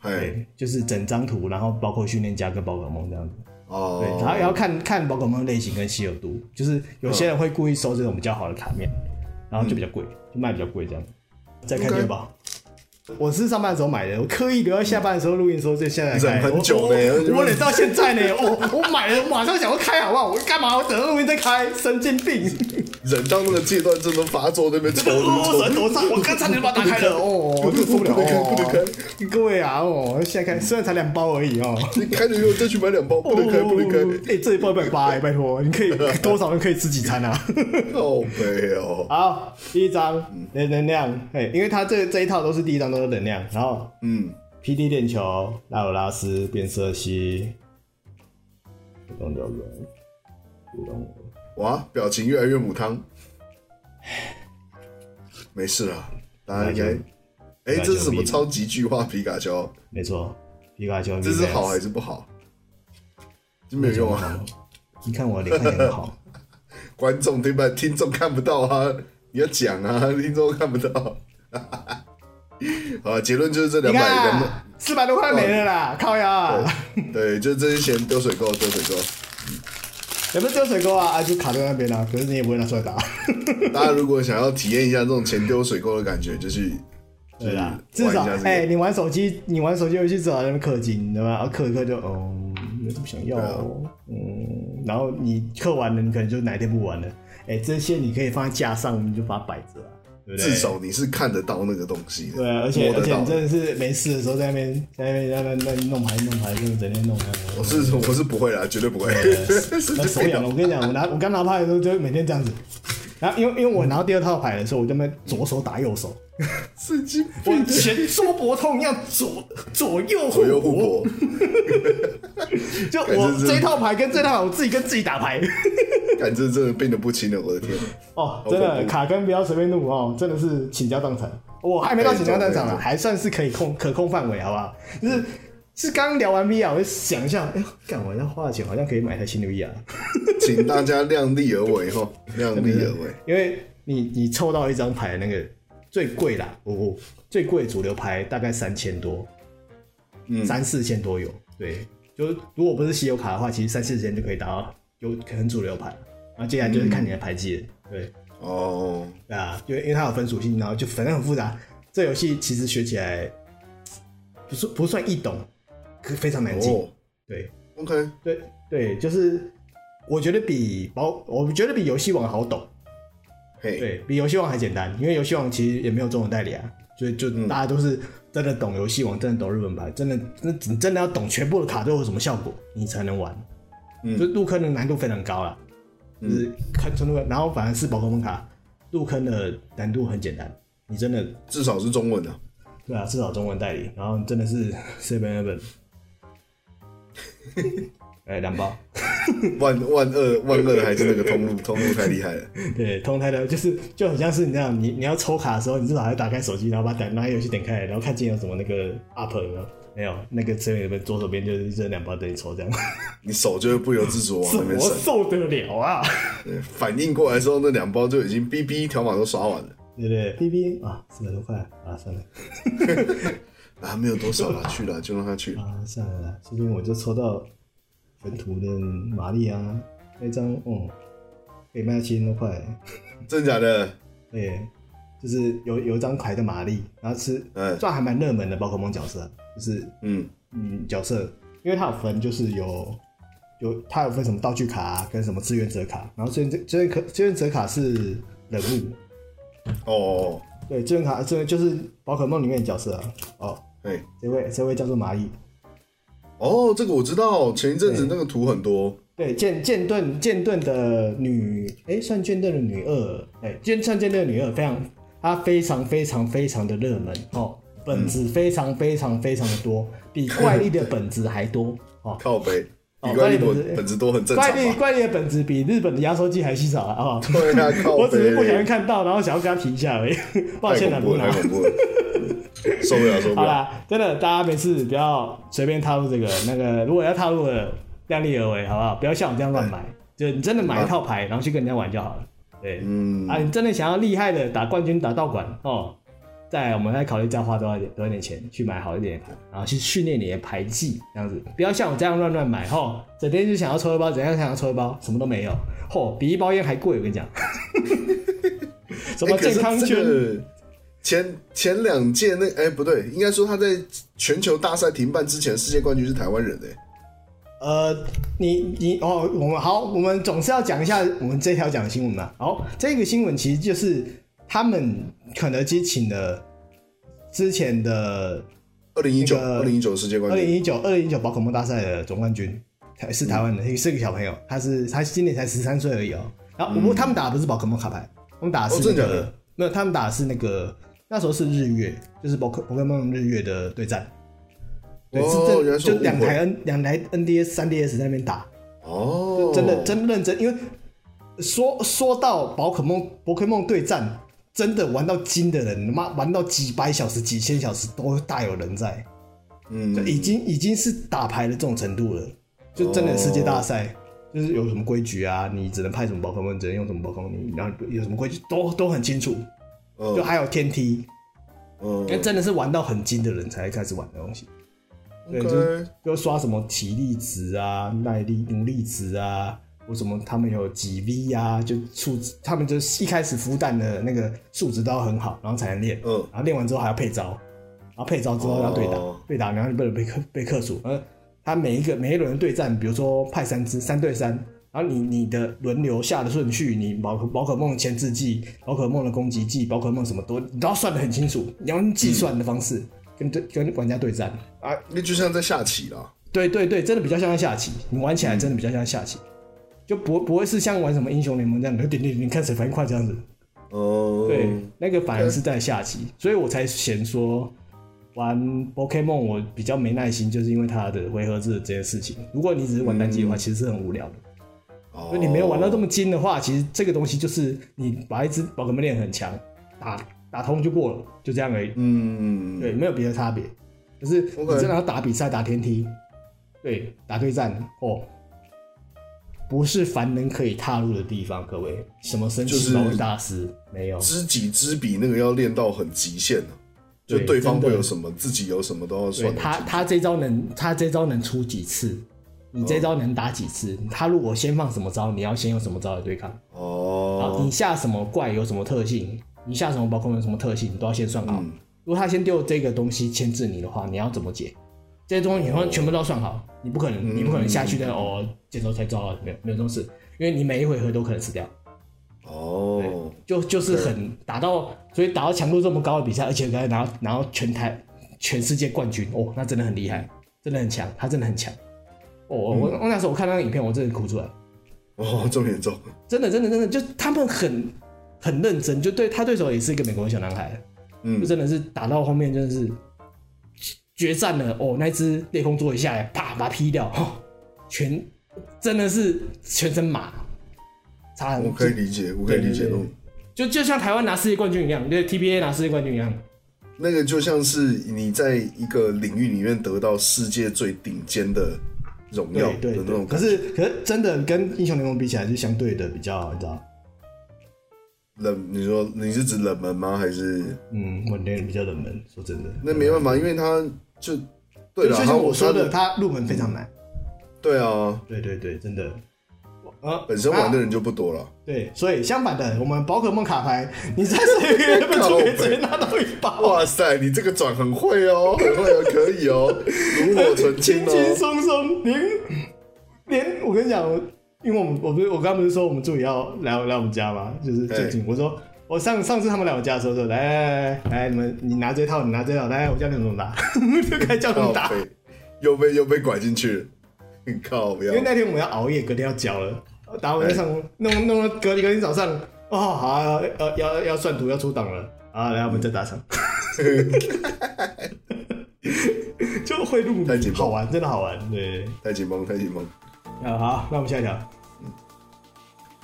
[SPEAKER 1] 哎，
[SPEAKER 3] 对，就是整张图，然后包括训练家跟宝可梦这样子。对，然后也
[SPEAKER 1] 哦，
[SPEAKER 3] 要看看宝可梦类型跟稀有度，就是有些人会故意收这种比较好的卡面，然后就比较贵，就卖比较贵这样。再看
[SPEAKER 1] OK
[SPEAKER 3] 电宝，我是上班的时候买的，我刻意留到下班的时候录音的时候，就现在开。
[SPEAKER 1] 忍很
[SPEAKER 3] 我
[SPEAKER 1] 久
[SPEAKER 3] 我
[SPEAKER 1] 呢
[SPEAKER 3] 我我忍到现在呢， 我我买了马上想要开好不好？我干嘛？我等到录音再开，神经病！
[SPEAKER 1] 忍到那个阶段症都发作，那边抽
[SPEAKER 3] 哦，
[SPEAKER 1] 抽
[SPEAKER 3] 神头上，我刚差点就把它打开了，哦，就受不了
[SPEAKER 1] 不能开不能开
[SPEAKER 3] 哦。各位啊，哦，现在开虽然才两包而已哦。
[SPEAKER 1] 你开了以后再去买两包，不能开不能开，
[SPEAKER 3] 哎、这一包一百八哎，拜托，你可以多少人可以吃几餐啊？
[SPEAKER 1] 靠背哦，
[SPEAKER 3] 好，第一张能能量，哎，因为它这这一套都是第一张都是能量，然后
[SPEAKER 1] 嗯，
[SPEAKER 3] PD 链球、拉鲁拉斯、变色蜥、主动留人、主动
[SPEAKER 1] 哇，表情越来越母汤，没事啦，
[SPEAKER 3] 啊
[SPEAKER 1] 大家应该。哎，这是什么超级巨化皮卡丘？
[SPEAKER 3] 没错，皮卡丘，
[SPEAKER 1] 这是好还是不好？这没有用啊！
[SPEAKER 3] 啊？你看我脸看起来很 好，
[SPEAKER 1] 观众对吧？听众看不到啊，你要讲啊，听众看不到。 好，结论就是这
[SPEAKER 3] 你
[SPEAKER 1] 两
[SPEAKER 3] 看
[SPEAKER 1] 百
[SPEAKER 3] 啊
[SPEAKER 1] 两
[SPEAKER 3] 四百多块没了啦，靠腰 啊！
[SPEAKER 1] 百，对，就这些钱丢水沟，丢水沟。
[SPEAKER 3] 有没有丢水沟啊？啊，就卡在那边啦，可是你也不会拿出来打。
[SPEAKER 1] 大家如果想要体验一下这种钱丢水沟的感觉，就是
[SPEAKER 3] 对啦，
[SPEAKER 1] 就
[SPEAKER 3] 至
[SPEAKER 1] 是
[SPEAKER 3] 少
[SPEAKER 1] 玩一下这个
[SPEAKER 3] 哎、你玩手机，你玩手机游戏至少在那边氪金，对吧？然后氪一氪就哦，没什么想要、哦，嗯，然后你氪完了，你可能就哪一天不玩了。哎、这些你可以放在架上，你就把它摆着啊，对不对？
[SPEAKER 1] 至少你是看得到那个东西的，
[SPEAKER 3] 对啊，而且
[SPEAKER 1] 摸
[SPEAKER 3] 而
[SPEAKER 1] 得
[SPEAKER 3] 且
[SPEAKER 1] 到
[SPEAKER 3] 你真
[SPEAKER 1] 的。
[SPEAKER 3] 的是没事的时候在那边在那边在那边在那边弄牌弄牌，弄整天弄
[SPEAKER 1] 我
[SPEAKER 3] 弄。
[SPEAKER 1] 是我是不会啦，绝对不会。 神经
[SPEAKER 3] 那手
[SPEAKER 1] 病
[SPEAKER 3] 痒了，我跟你讲，我拿我刚拿牌的时候就每天这样子，然后因为因为我拿到第二套牌的时候，我就在那边左手打右手，
[SPEAKER 1] 神经
[SPEAKER 3] 我
[SPEAKER 1] 病，
[SPEAKER 3] 前周伯通一样左左右互
[SPEAKER 1] 左右互搏，
[SPEAKER 3] 就
[SPEAKER 1] 感
[SPEAKER 3] 我
[SPEAKER 1] 觉是
[SPEAKER 3] 这一套牌跟这一套牌，我自己跟自己打牌。
[SPEAKER 1] 感觉真的病得不轻了，我的天！
[SPEAKER 3] 哦，
[SPEAKER 1] 好
[SPEAKER 3] 真的
[SPEAKER 1] 恐怖
[SPEAKER 3] 卡根不要随便怒哦，真的是倾家荡产。我还没到倾家荡产
[SPEAKER 1] 可以
[SPEAKER 3] 了，
[SPEAKER 1] 做
[SPEAKER 3] 还算是可以控可控范围，好不好？就是是刚聊完 VR，我就想一下，哎呦，干我要花的钱好像可以买台新的 VR，
[SPEAKER 1] 请大家量力而为哈，量力而为。
[SPEAKER 3] 因为你你抽到一张牌那个最贵啦，我、我最贵主流牌大概三千多，
[SPEAKER 1] 嗯
[SPEAKER 3] 三四千多有，对，就如果不是稀有卡的话，其实三四千就可以达到有可能主流牌，然后接下来就是看你的牌技了，对。
[SPEAKER 1] 哦，
[SPEAKER 3] 对啊，因为因为它有分属性，然后就反正很复杂。这游戏其实学起来不是不算易懂，可非常难进。
[SPEAKER 1] 哦
[SPEAKER 3] 对
[SPEAKER 1] ，OK，
[SPEAKER 3] 对对，就是我觉得比包，我觉得比游戏王好懂，
[SPEAKER 1] 嘿，
[SPEAKER 3] 对比游戏王还简单，因为游戏王其实也没有这种代理啊，所以就大家都是真的懂游戏王，真的懂日本牌，真的那你真的要懂全部的卡都有什么效果，你才能玩。
[SPEAKER 1] 嗯
[SPEAKER 3] 就入坑的难度非常高啦。就是看从那个，然后反而是宝可梦卡入坑的难度很简单，你真的
[SPEAKER 1] 至少是中文啊。
[SPEAKER 3] 对啊，至少中文代理，然后真的是 seven eleven，哎，两包，
[SPEAKER 1] 万万恶万恶的还是那个通路，通路太厉害了。
[SPEAKER 3] 对，同台的，就是就很像是你那样，你你要抽卡的时候，你至少还要打开手机，然后把打拿游戏点开来，然后看今天有什么那个 up 有没有？没有，那个 seven eleven 左手边就是这两包等你抽这样，
[SPEAKER 1] 你手就会不由自主往那
[SPEAKER 3] 怎
[SPEAKER 1] 边
[SPEAKER 3] 么
[SPEAKER 1] 伸，
[SPEAKER 3] 受得了啊？
[SPEAKER 1] 对反应过来之后，那两包就已经 B B 条码都刷完了
[SPEAKER 3] 对不对？B B 啊，四百多块啊，算了
[SPEAKER 1] 啊，没有多少了，去了就让他去。
[SPEAKER 3] 啊，算了啦，说不定我就抽到本土的玛丽啊，那张哦，可以卖到七千多块。
[SPEAKER 1] 真假的？
[SPEAKER 3] 对，就是有有一张牌的玛丽，然后是
[SPEAKER 1] 嗯
[SPEAKER 3] 算还蛮热门的宝可梦角色，就是
[SPEAKER 1] 嗯，
[SPEAKER 3] 嗯角色，因为它有分就是有有它有分什么道具卡、啊、跟什么志愿者卡，然后志愿者志愿可志愿者卡是人物，
[SPEAKER 1] 哦，
[SPEAKER 3] 对志愿卡志愿就是宝可梦里面的角色啊。哦，
[SPEAKER 1] 哎，
[SPEAKER 3] 这位这位叫做玛丽，
[SPEAKER 1] 哦，这个我知道，前一阵子那个图很多，
[SPEAKER 3] 对剑剑盾剑盾的女，哎、算剑盾的女二，哎、剑算剑盾的女二，非常她非常非常非常的热门哦，本子非常非常非常的多，比怪力的本子还多哦。
[SPEAKER 1] 靠背，
[SPEAKER 3] 哦
[SPEAKER 1] 比怪力
[SPEAKER 3] 怪力本
[SPEAKER 1] 本
[SPEAKER 3] 子
[SPEAKER 1] 本子多很正常
[SPEAKER 3] 怪力
[SPEAKER 1] 吧？
[SPEAKER 3] 怪力的本子比日本的压缩机还稀少啊！哦
[SPEAKER 1] 对啊，靠背，
[SPEAKER 3] 我只是不小心看到，然后想要跟他提一下而已。抱
[SPEAKER 1] 太
[SPEAKER 3] 歉了，
[SPEAKER 1] 恐怖
[SPEAKER 3] 不
[SPEAKER 1] 了，
[SPEAKER 3] 拿
[SPEAKER 1] 太。恐怖了，受不了，受不
[SPEAKER 3] 好
[SPEAKER 1] 了。
[SPEAKER 3] 啦，真的，大家没事不要随便踏入这个那个，如果要踏入了，量力而为，好不好？不要像我这
[SPEAKER 1] 哎
[SPEAKER 3] 样乱买，就你真的买一套牌，然后去跟人家玩就好了。对，
[SPEAKER 1] 嗯，
[SPEAKER 3] 啊，你真的想要厉害的打冠军、打道馆哦，再来我们再考虑再花多少一点多一点钱去买好一点的牌，然后去训练你的牌技，这样子，不要像我这样乱乱买哦，整天就想要抽一包，怎样想要抽一包，什么都没有，嚯、比一包烟还贵，我跟你讲。 什么
[SPEAKER 1] 哎可
[SPEAKER 3] 健
[SPEAKER 1] 是
[SPEAKER 3] 康
[SPEAKER 1] 这
[SPEAKER 3] 圈？
[SPEAKER 1] 个前前两届那哎、不对，应该说他在全球大赛停办之前，世界冠军是台湾人哎、
[SPEAKER 3] 呃，你你哦，我们好，我们总是要讲一下我们这条讲的新闻嘛。好，这个新闻其实就是他们肯德基请了之前的
[SPEAKER 1] 二零一九
[SPEAKER 3] 那
[SPEAKER 1] 二
[SPEAKER 3] 个
[SPEAKER 1] 零一九世界冠
[SPEAKER 3] 二零
[SPEAKER 1] 军，
[SPEAKER 3] 一九二零一九宝可梦大赛的总冠军，台是台湾
[SPEAKER 1] 嗯
[SPEAKER 3] 的，是个小朋友，他是他今年才十三岁而已哦。然后我们、他们打的不是宝可梦卡牌，他们打的
[SPEAKER 1] 哦
[SPEAKER 3] 是那
[SPEAKER 1] 真的假
[SPEAKER 3] 个，
[SPEAKER 1] 的
[SPEAKER 3] 没有，他们打的是那个那时候是日月，就是宝可宝可梦日月的对战。对，
[SPEAKER 1] 哦
[SPEAKER 3] 是
[SPEAKER 1] 原来
[SPEAKER 3] 真
[SPEAKER 1] 是我
[SPEAKER 3] 就
[SPEAKER 1] 误
[SPEAKER 3] 两
[SPEAKER 1] 会
[SPEAKER 3] 台 N 两台 NDS 三 DS 在那边打，
[SPEAKER 1] 哦，
[SPEAKER 3] 真的真认真，因为说说到宝可梦宝可梦对战，真的玩到精的人，他妈玩到几百小时、几千小时都大有人在。
[SPEAKER 1] 嗯
[SPEAKER 3] 就已经已经是打牌的这种程度了，就真的世界大赛，
[SPEAKER 1] 哦
[SPEAKER 3] 就是有什么规矩啊，你只能派什么宝可梦，只能用什么宝可梦，你然后有什么规矩都都很清楚，
[SPEAKER 1] 嗯
[SPEAKER 3] 就还有天梯，
[SPEAKER 1] 嗯
[SPEAKER 3] 因为真的是玩到很精的人才开始玩的东西，对，就是
[SPEAKER 1] ，OK，
[SPEAKER 3] 就刷什么体力值啊、耐力、努力值啊，或什么他们有几 V 啊，就数值，他们就是一开始孵蛋的那个数值都要很好，然后才能练，
[SPEAKER 1] 嗯
[SPEAKER 3] 然后练完之后还要配招，然后配招之后要对打，
[SPEAKER 1] 哦
[SPEAKER 3] 对打然后就被被克被克数。呃，他每一个每一轮的对战，比如说派三只三对三，然后你你的轮流下的顺序，你宝可宝可梦的前置技、宝可梦的攻击技、宝可梦什么都你都要算的很清楚，你要用计算的方式、跟对跟玩家对战。
[SPEAKER 1] 啊，那就像在下棋啦，
[SPEAKER 3] 对对对，真的比较像下棋，你玩起来真的比较像下棋，就不不会是像玩什么英雄联盟这样，就点点点看谁反应快这样子。
[SPEAKER 1] 嗯，
[SPEAKER 3] 对，那个反而是在下棋，所以我才嫌说玩 Pokemon 我比较没耐心，就是因为它的回合制的这件事情。如果你只是玩单机的
[SPEAKER 1] 嗯
[SPEAKER 3] 话，其实是很无聊的。
[SPEAKER 1] 哦，
[SPEAKER 3] 就你没有玩到这么精的话，其实这个东西就是你把一只宝可梦练很强，打打通就过了，就这样而已。
[SPEAKER 1] 嗯，
[SPEAKER 3] 对，没有别的差别。可是你
[SPEAKER 1] OK
[SPEAKER 3] 真的要打比赛、打天梯，对，打对战哦，不是凡人可以踏入的地方。各位，什么神
[SPEAKER 1] 就是
[SPEAKER 3] 奇宝贝大师、没有？
[SPEAKER 1] 知己知彼那个要练到很极限啊就
[SPEAKER 3] 对
[SPEAKER 1] 对方
[SPEAKER 3] 真的
[SPEAKER 1] 会有什么，自己有什么都要
[SPEAKER 3] 对
[SPEAKER 1] 算得
[SPEAKER 3] 他，
[SPEAKER 1] 清
[SPEAKER 3] 他这招能，他这招能出几次？你这招能打几次？他如果先放什么招，你要先用什么招来对抗？好，
[SPEAKER 1] 哦
[SPEAKER 3] 你，下什么怪有什么特性？你下什么宝可梦有什么特性？你都要先算好。如果他先丢这个东西牵制你的话，你要怎么解？这些东西你会全部都要算好，你不可能，你不可能下去的哦，这时候才招了，没有没有这种事，因为你每一回合都可能死掉，
[SPEAKER 1] 哦，
[SPEAKER 3] 就就是很打到，所以打到强度这么高的比赛，而且还拿到拿到全台全世界冠军哦，那真的很
[SPEAKER 1] 嗯
[SPEAKER 3] 厉害，真的很强，他真的很强。哦，我我我那时候我看那个影片，我真的哭出来。
[SPEAKER 1] 哦，这么严重，
[SPEAKER 3] 真的，真的，真的，就他们很很认真，就对他对手也是一个美国小男孩，就
[SPEAKER 1] 嗯，
[SPEAKER 3] 真的是打到后面真的是决战了哦，那只裂空座一下来，啪把他劈掉，哦、全真的是全身麻，差很
[SPEAKER 1] 我可以理解，我可以理解那种，
[SPEAKER 3] 就就像台湾拿世界冠军一样，对 TBA 拿世界冠军一样，
[SPEAKER 1] 那个就像是你在一个领域里面得到世界最顶尖的荣耀
[SPEAKER 3] 对
[SPEAKER 1] 的
[SPEAKER 3] 对
[SPEAKER 1] 那
[SPEAKER 3] 对。
[SPEAKER 1] 种
[SPEAKER 3] 可
[SPEAKER 1] 感
[SPEAKER 3] 是可是真的跟英雄联盟比起来，就相对的比较你知道，
[SPEAKER 1] 冷，你说你是指冷门吗？还是
[SPEAKER 3] 嗯，稳定比较冷门。说真的，
[SPEAKER 1] 那没办法，因为他就对
[SPEAKER 3] 就
[SPEAKER 1] 了，他
[SPEAKER 3] 像我说的，
[SPEAKER 1] 他
[SPEAKER 3] 它入门非常难。
[SPEAKER 1] 对啊，
[SPEAKER 3] 对对对，真的。啊，
[SPEAKER 1] 本身玩的
[SPEAKER 3] 啊
[SPEAKER 1] 人就不多了。
[SPEAKER 3] 对，所以相反的，我们宝可梦卡牌，你在这个 月份就可以直接拿到一包，
[SPEAKER 1] 哇塞，你这个转很会哦， 很会哦，可以哦，炉火纯青
[SPEAKER 3] 轻轻
[SPEAKER 1] 哦。
[SPEAKER 3] 松松，连连我跟你讲，我因为我们我不是我刚刚不是说我们助理要来来我们家吗？就是最近我说我上上次他们来我家的时候说来来来来你们你拿这套你拿这套来我教你们怎么 打，
[SPEAKER 1] 哦
[SPEAKER 3] 就开始教他们
[SPEAKER 1] 靠
[SPEAKER 3] 打，
[SPEAKER 1] 背，又被又被拐进去了，很靠
[SPEAKER 3] 因为
[SPEAKER 1] 腰。
[SPEAKER 3] 那天我们要熬夜，隔天要交了，打完就上弄弄到隔隔天早上，哦，好、啊，要要要算图要出档了啊，来我们再 打场， 就会入
[SPEAKER 1] 太紧
[SPEAKER 3] 迷，
[SPEAKER 1] 绷
[SPEAKER 3] 好玩，真的好玩，对，
[SPEAKER 1] 太紧绷，太紧绷。
[SPEAKER 3] 啊好，那我们下一条，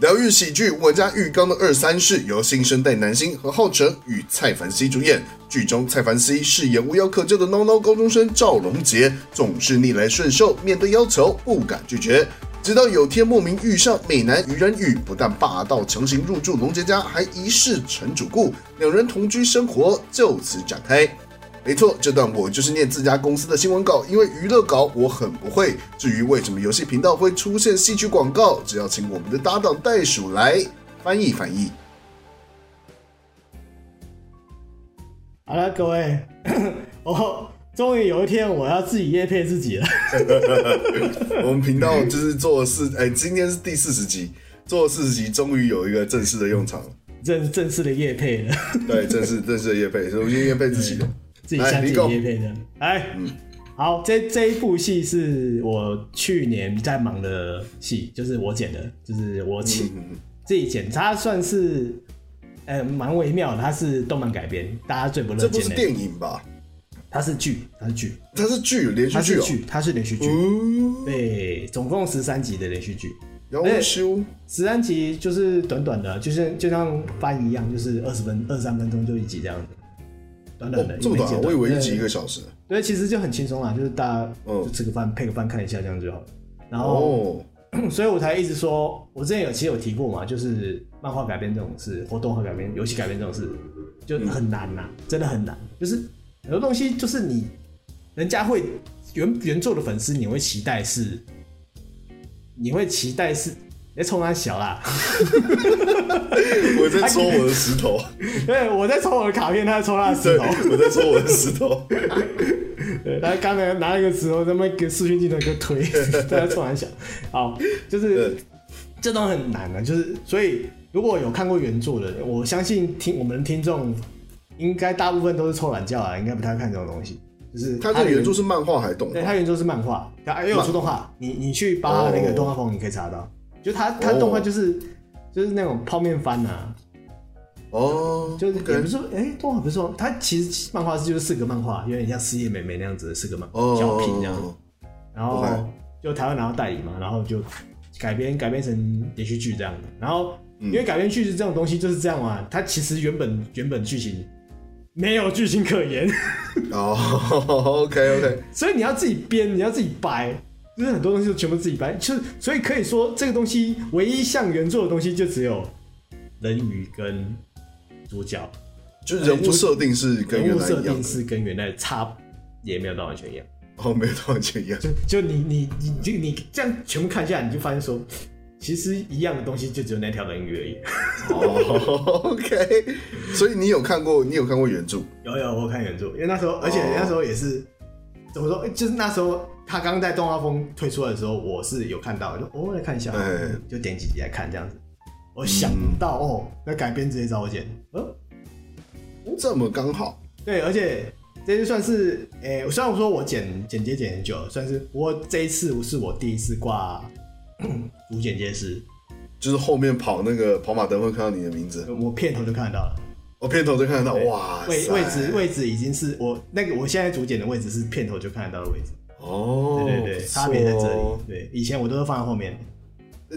[SPEAKER 1] 疗愈喜剧《我家浴缸的二三事》由新生代男星何浩晨与蔡凡熙主演。剧中，蔡凡熙饰演无药可救的孬孬高中生赵龙杰，总是逆来顺受，面对要求不敢拒绝。直到有天莫名遇上美男于仁宇，不但霸道强行入住龙杰家，还一世成主顾，两人同居生活就此展开。没错，这段我就是念自家公司的新闻稿，因为娱乐稿我很不会。至于为什么游戏频道会出现戏曲广告，只要请我们的搭档袋鼠来翻译翻译。
[SPEAKER 3] 好了各位， 哦，终于有一天我要自己夜配自己了，
[SPEAKER 1] 我们频道就是做四，哎，今天是第四十集，做四十集终于有一个正式的用场了。
[SPEAKER 3] 正正式的夜配了，
[SPEAKER 1] 对，正式正式的叶配，所以我今天叶配自己的。
[SPEAKER 3] 自己
[SPEAKER 1] 来嗯
[SPEAKER 3] 下自
[SPEAKER 1] 你
[SPEAKER 3] 己
[SPEAKER 1] 讲
[SPEAKER 3] 夜配的，哎，好，这这一部戏是我去年在忙的戏，就是我剪的，就是我请。
[SPEAKER 1] 嗯
[SPEAKER 3] 自己剪，它算是呃蛮微妙的，它是动漫改编，大家最不乐
[SPEAKER 1] 这不
[SPEAKER 3] 见
[SPEAKER 1] 是
[SPEAKER 3] 的。
[SPEAKER 1] 电影吧？
[SPEAKER 3] 它是剧，它是剧，
[SPEAKER 1] 它是剧，连续
[SPEAKER 3] 它
[SPEAKER 1] 剧
[SPEAKER 3] 是
[SPEAKER 1] 哦。
[SPEAKER 3] 剧，它是连续剧。
[SPEAKER 1] 嗯，
[SPEAKER 3] 对，总共十三集的连续剧，
[SPEAKER 1] 要修
[SPEAKER 3] 十三集就是短短的，就是就像番一样，就是二十分二三分钟就一集这样子，短短的。
[SPEAKER 1] 哦，这么
[SPEAKER 3] 也没
[SPEAKER 1] 短啊
[SPEAKER 3] 剪，
[SPEAKER 1] 我以为一集一
[SPEAKER 3] 对
[SPEAKER 1] 个小时。
[SPEAKER 3] 对，其实就很轻松啦，就是大家
[SPEAKER 1] 嗯
[SPEAKER 3] 就吃个饭、配个饭看一下这样就好了。然后，
[SPEAKER 1] 哦，
[SPEAKER 3] 所以我才一直说，我之前有其实有提过嘛，就是漫画改编这种事，或动画改编、游戏改编这种事，就很难呐、真的很难。就是很多东西，就是你人家会原原作的粉丝，你会期待是，你会期待是，别冲他小啦，
[SPEAKER 1] 我在戳我的石头。
[SPEAKER 3] 对我在抽我的卡片，他在抽他的
[SPEAKER 1] 对，
[SPEAKER 3] 石头，
[SPEAKER 1] 我在戳我的石头。
[SPEAKER 3] 对，他刚才拿了一个石头，他们给视讯镜头给我推，大家冲他小，好，就是
[SPEAKER 1] 对。
[SPEAKER 3] 这都很难的、就是所以如果有看过原著的，我相信听我们的听众应该大部分都是臭懒觉啊，应该不太看这种东西。就是
[SPEAKER 1] 它
[SPEAKER 3] 的
[SPEAKER 1] 这个原著，是漫画还是动
[SPEAKER 3] 对，
[SPEAKER 1] 画？
[SPEAKER 3] 它原著是漫画，它也有出动画，你你去扒它
[SPEAKER 1] 哦
[SPEAKER 3] 那个动画风，你可以查到，就它它动画就是、就是那种泡面番啊，
[SPEAKER 1] 哦，
[SPEAKER 3] 就是也
[SPEAKER 1] OK
[SPEAKER 3] 不是哎、动画不是说它其实漫画是就是四个漫画，有点像四叶美美那样子的四个漫
[SPEAKER 1] 哦，
[SPEAKER 3] 小品这样子，然后
[SPEAKER 1] OK
[SPEAKER 3] 就台湾拿到代理嘛，然后就改编改编成连续剧这样的。然后因为改编剧是这种东西就是这样嘛，它其实原本原本剧情没有剧情可言，
[SPEAKER 1] 哦，OK OK，
[SPEAKER 3] 所以你要自己编，你要自己掰，就是很多东西都全部自己掰。就是所以可以说这个东西唯一像原作的东西就只有人鱼跟主角，
[SPEAKER 1] 就是人物设定是跟
[SPEAKER 3] 人
[SPEAKER 1] 原
[SPEAKER 3] 物
[SPEAKER 1] 来
[SPEAKER 3] 设
[SPEAKER 1] 一
[SPEAKER 3] 定
[SPEAKER 1] 样的，
[SPEAKER 3] 是跟原来差也没有到完全一样。
[SPEAKER 1] 哦，没有到完全一 样。
[SPEAKER 3] 就你你你你你这样全部看下来，你就发现说，其实一样的东西就只有那条人鱼而已。
[SPEAKER 1] 哦，OK，所以你有看过，你有看过原著？
[SPEAKER 3] 有有，我有看原著，因为那时候，而且那时候也是、怎么说，欸就是那时候他刚在动画风推出来的时候，我是有看到，就偶尔看一下，
[SPEAKER 1] 哎
[SPEAKER 3] 就点几集来看这样子。我想不到、哦，那改编直接找我剪，呃，
[SPEAKER 1] 这么刚好，
[SPEAKER 3] 对，而且这就算是，诶、虽然我说我剪剪接剪很久了，算是，不过这一次是我第一次挂主剪接师，
[SPEAKER 1] 就是后面跑那个跑马灯会看到你的名字，
[SPEAKER 3] 我片头就看得到了，
[SPEAKER 1] 我、片头就看得到，哇塞，
[SPEAKER 3] 位位置位置已经是我那个我现在主剪的位置是片头就看得到的位置，
[SPEAKER 1] 哦，
[SPEAKER 3] 对对
[SPEAKER 1] 不
[SPEAKER 3] 对，
[SPEAKER 1] 错
[SPEAKER 3] 差别在这
[SPEAKER 1] 哦
[SPEAKER 3] 里。对，以前我都是放在后面。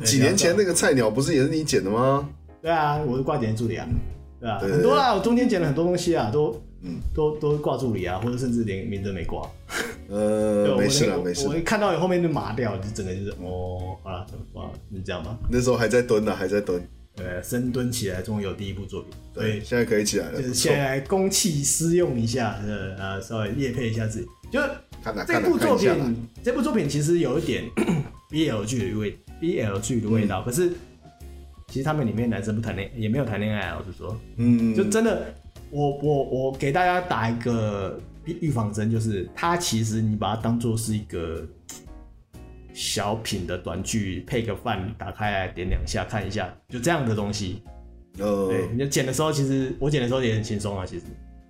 [SPEAKER 1] 几年前那个菜鸟不是也是你剪的吗？
[SPEAKER 3] 对啊，我是挂剪助理啊，对啊，
[SPEAKER 1] 对对
[SPEAKER 3] 很多啦，我中间剪了很多东西啊，都
[SPEAKER 1] 嗯
[SPEAKER 3] 都都挂助理啊，或者甚至连名字都没挂。对
[SPEAKER 1] 呃，
[SPEAKER 3] 我
[SPEAKER 1] 没事
[SPEAKER 3] 那
[SPEAKER 1] 啦，
[SPEAKER 3] 个
[SPEAKER 1] 没事
[SPEAKER 3] 我
[SPEAKER 1] 啦。
[SPEAKER 3] 一看到你后面就麻掉，就整个就是哦，好了，哇，是这样吧？
[SPEAKER 1] 那时候还在蹲呢，还在蹲。
[SPEAKER 3] 呃，深蹲起来，终于有第一部作品，所
[SPEAKER 1] 对，
[SPEAKER 3] 以
[SPEAKER 1] 现在可以起来了，不
[SPEAKER 3] 就是
[SPEAKER 1] 错
[SPEAKER 3] 先。来公器私用一下，呃呃，稍微夜配一下自己。就
[SPEAKER 1] 看哪
[SPEAKER 3] 这
[SPEAKER 1] 看哪
[SPEAKER 3] 部
[SPEAKER 1] 看
[SPEAKER 3] 作
[SPEAKER 1] 一下啦。
[SPEAKER 3] 品，这部作品其实有一点 BL 剧的味，BL 剧的味
[SPEAKER 1] 嗯
[SPEAKER 3] 道，可是其实他们里面男生不谈恋，也没有谈恋爱啊，我是说。
[SPEAKER 1] 嗯，
[SPEAKER 3] 就真的，我我我给大家打一个预防针，就是它其实你把它当做是一个小品的短剧，配个饭打开来点两下看一下，就这样的东西。
[SPEAKER 1] 呃，
[SPEAKER 3] 哦对，你就剪的时候，其实我剪的时候也很轻松啊，其实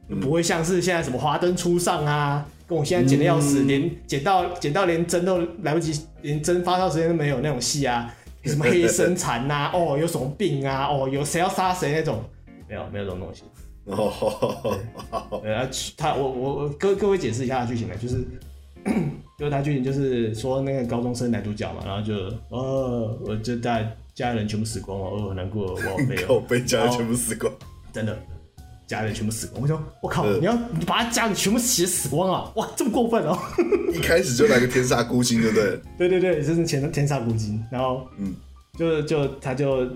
[SPEAKER 3] 就不会像是现在什么华灯初上啊，跟我现在剪的要死，
[SPEAKER 1] 嗯
[SPEAKER 3] 连剪到剪到连针都来不及，连针发酵时间都没有那种戏 啊，什么黑生产呐、哦有什么病啊，哦有谁要杀谁那种，没有没有这种东西。
[SPEAKER 1] 哦，
[SPEAKER 3] 呃，他我我我各各位解释一下他的剧情吧，啊就是 就是他剧情就是说那个高中生男主角嘛，然后就呃，我就大家人全部死光了，哦，很难过，我好 悲
[SPEAKER 1] 我
[SPEAKER 3] 哦，
[SPEAKER 1] 被家人全部死光。
[SPEAKER 3] 真的，家人全部死光，我说我靠，
[SPEAKER 1] 呃
[SPEAKER 3] 你要你把他家人全部写死光啊，哇，这么过分哦，
[SPEAKER 1] 一开始就来个天煞孤星，对不对？
[SPEAKER 3] 对对对，这是天天煞孤星，然后
[SPEAKER 1] 嗯，
[SPEAKER 3] 就就他就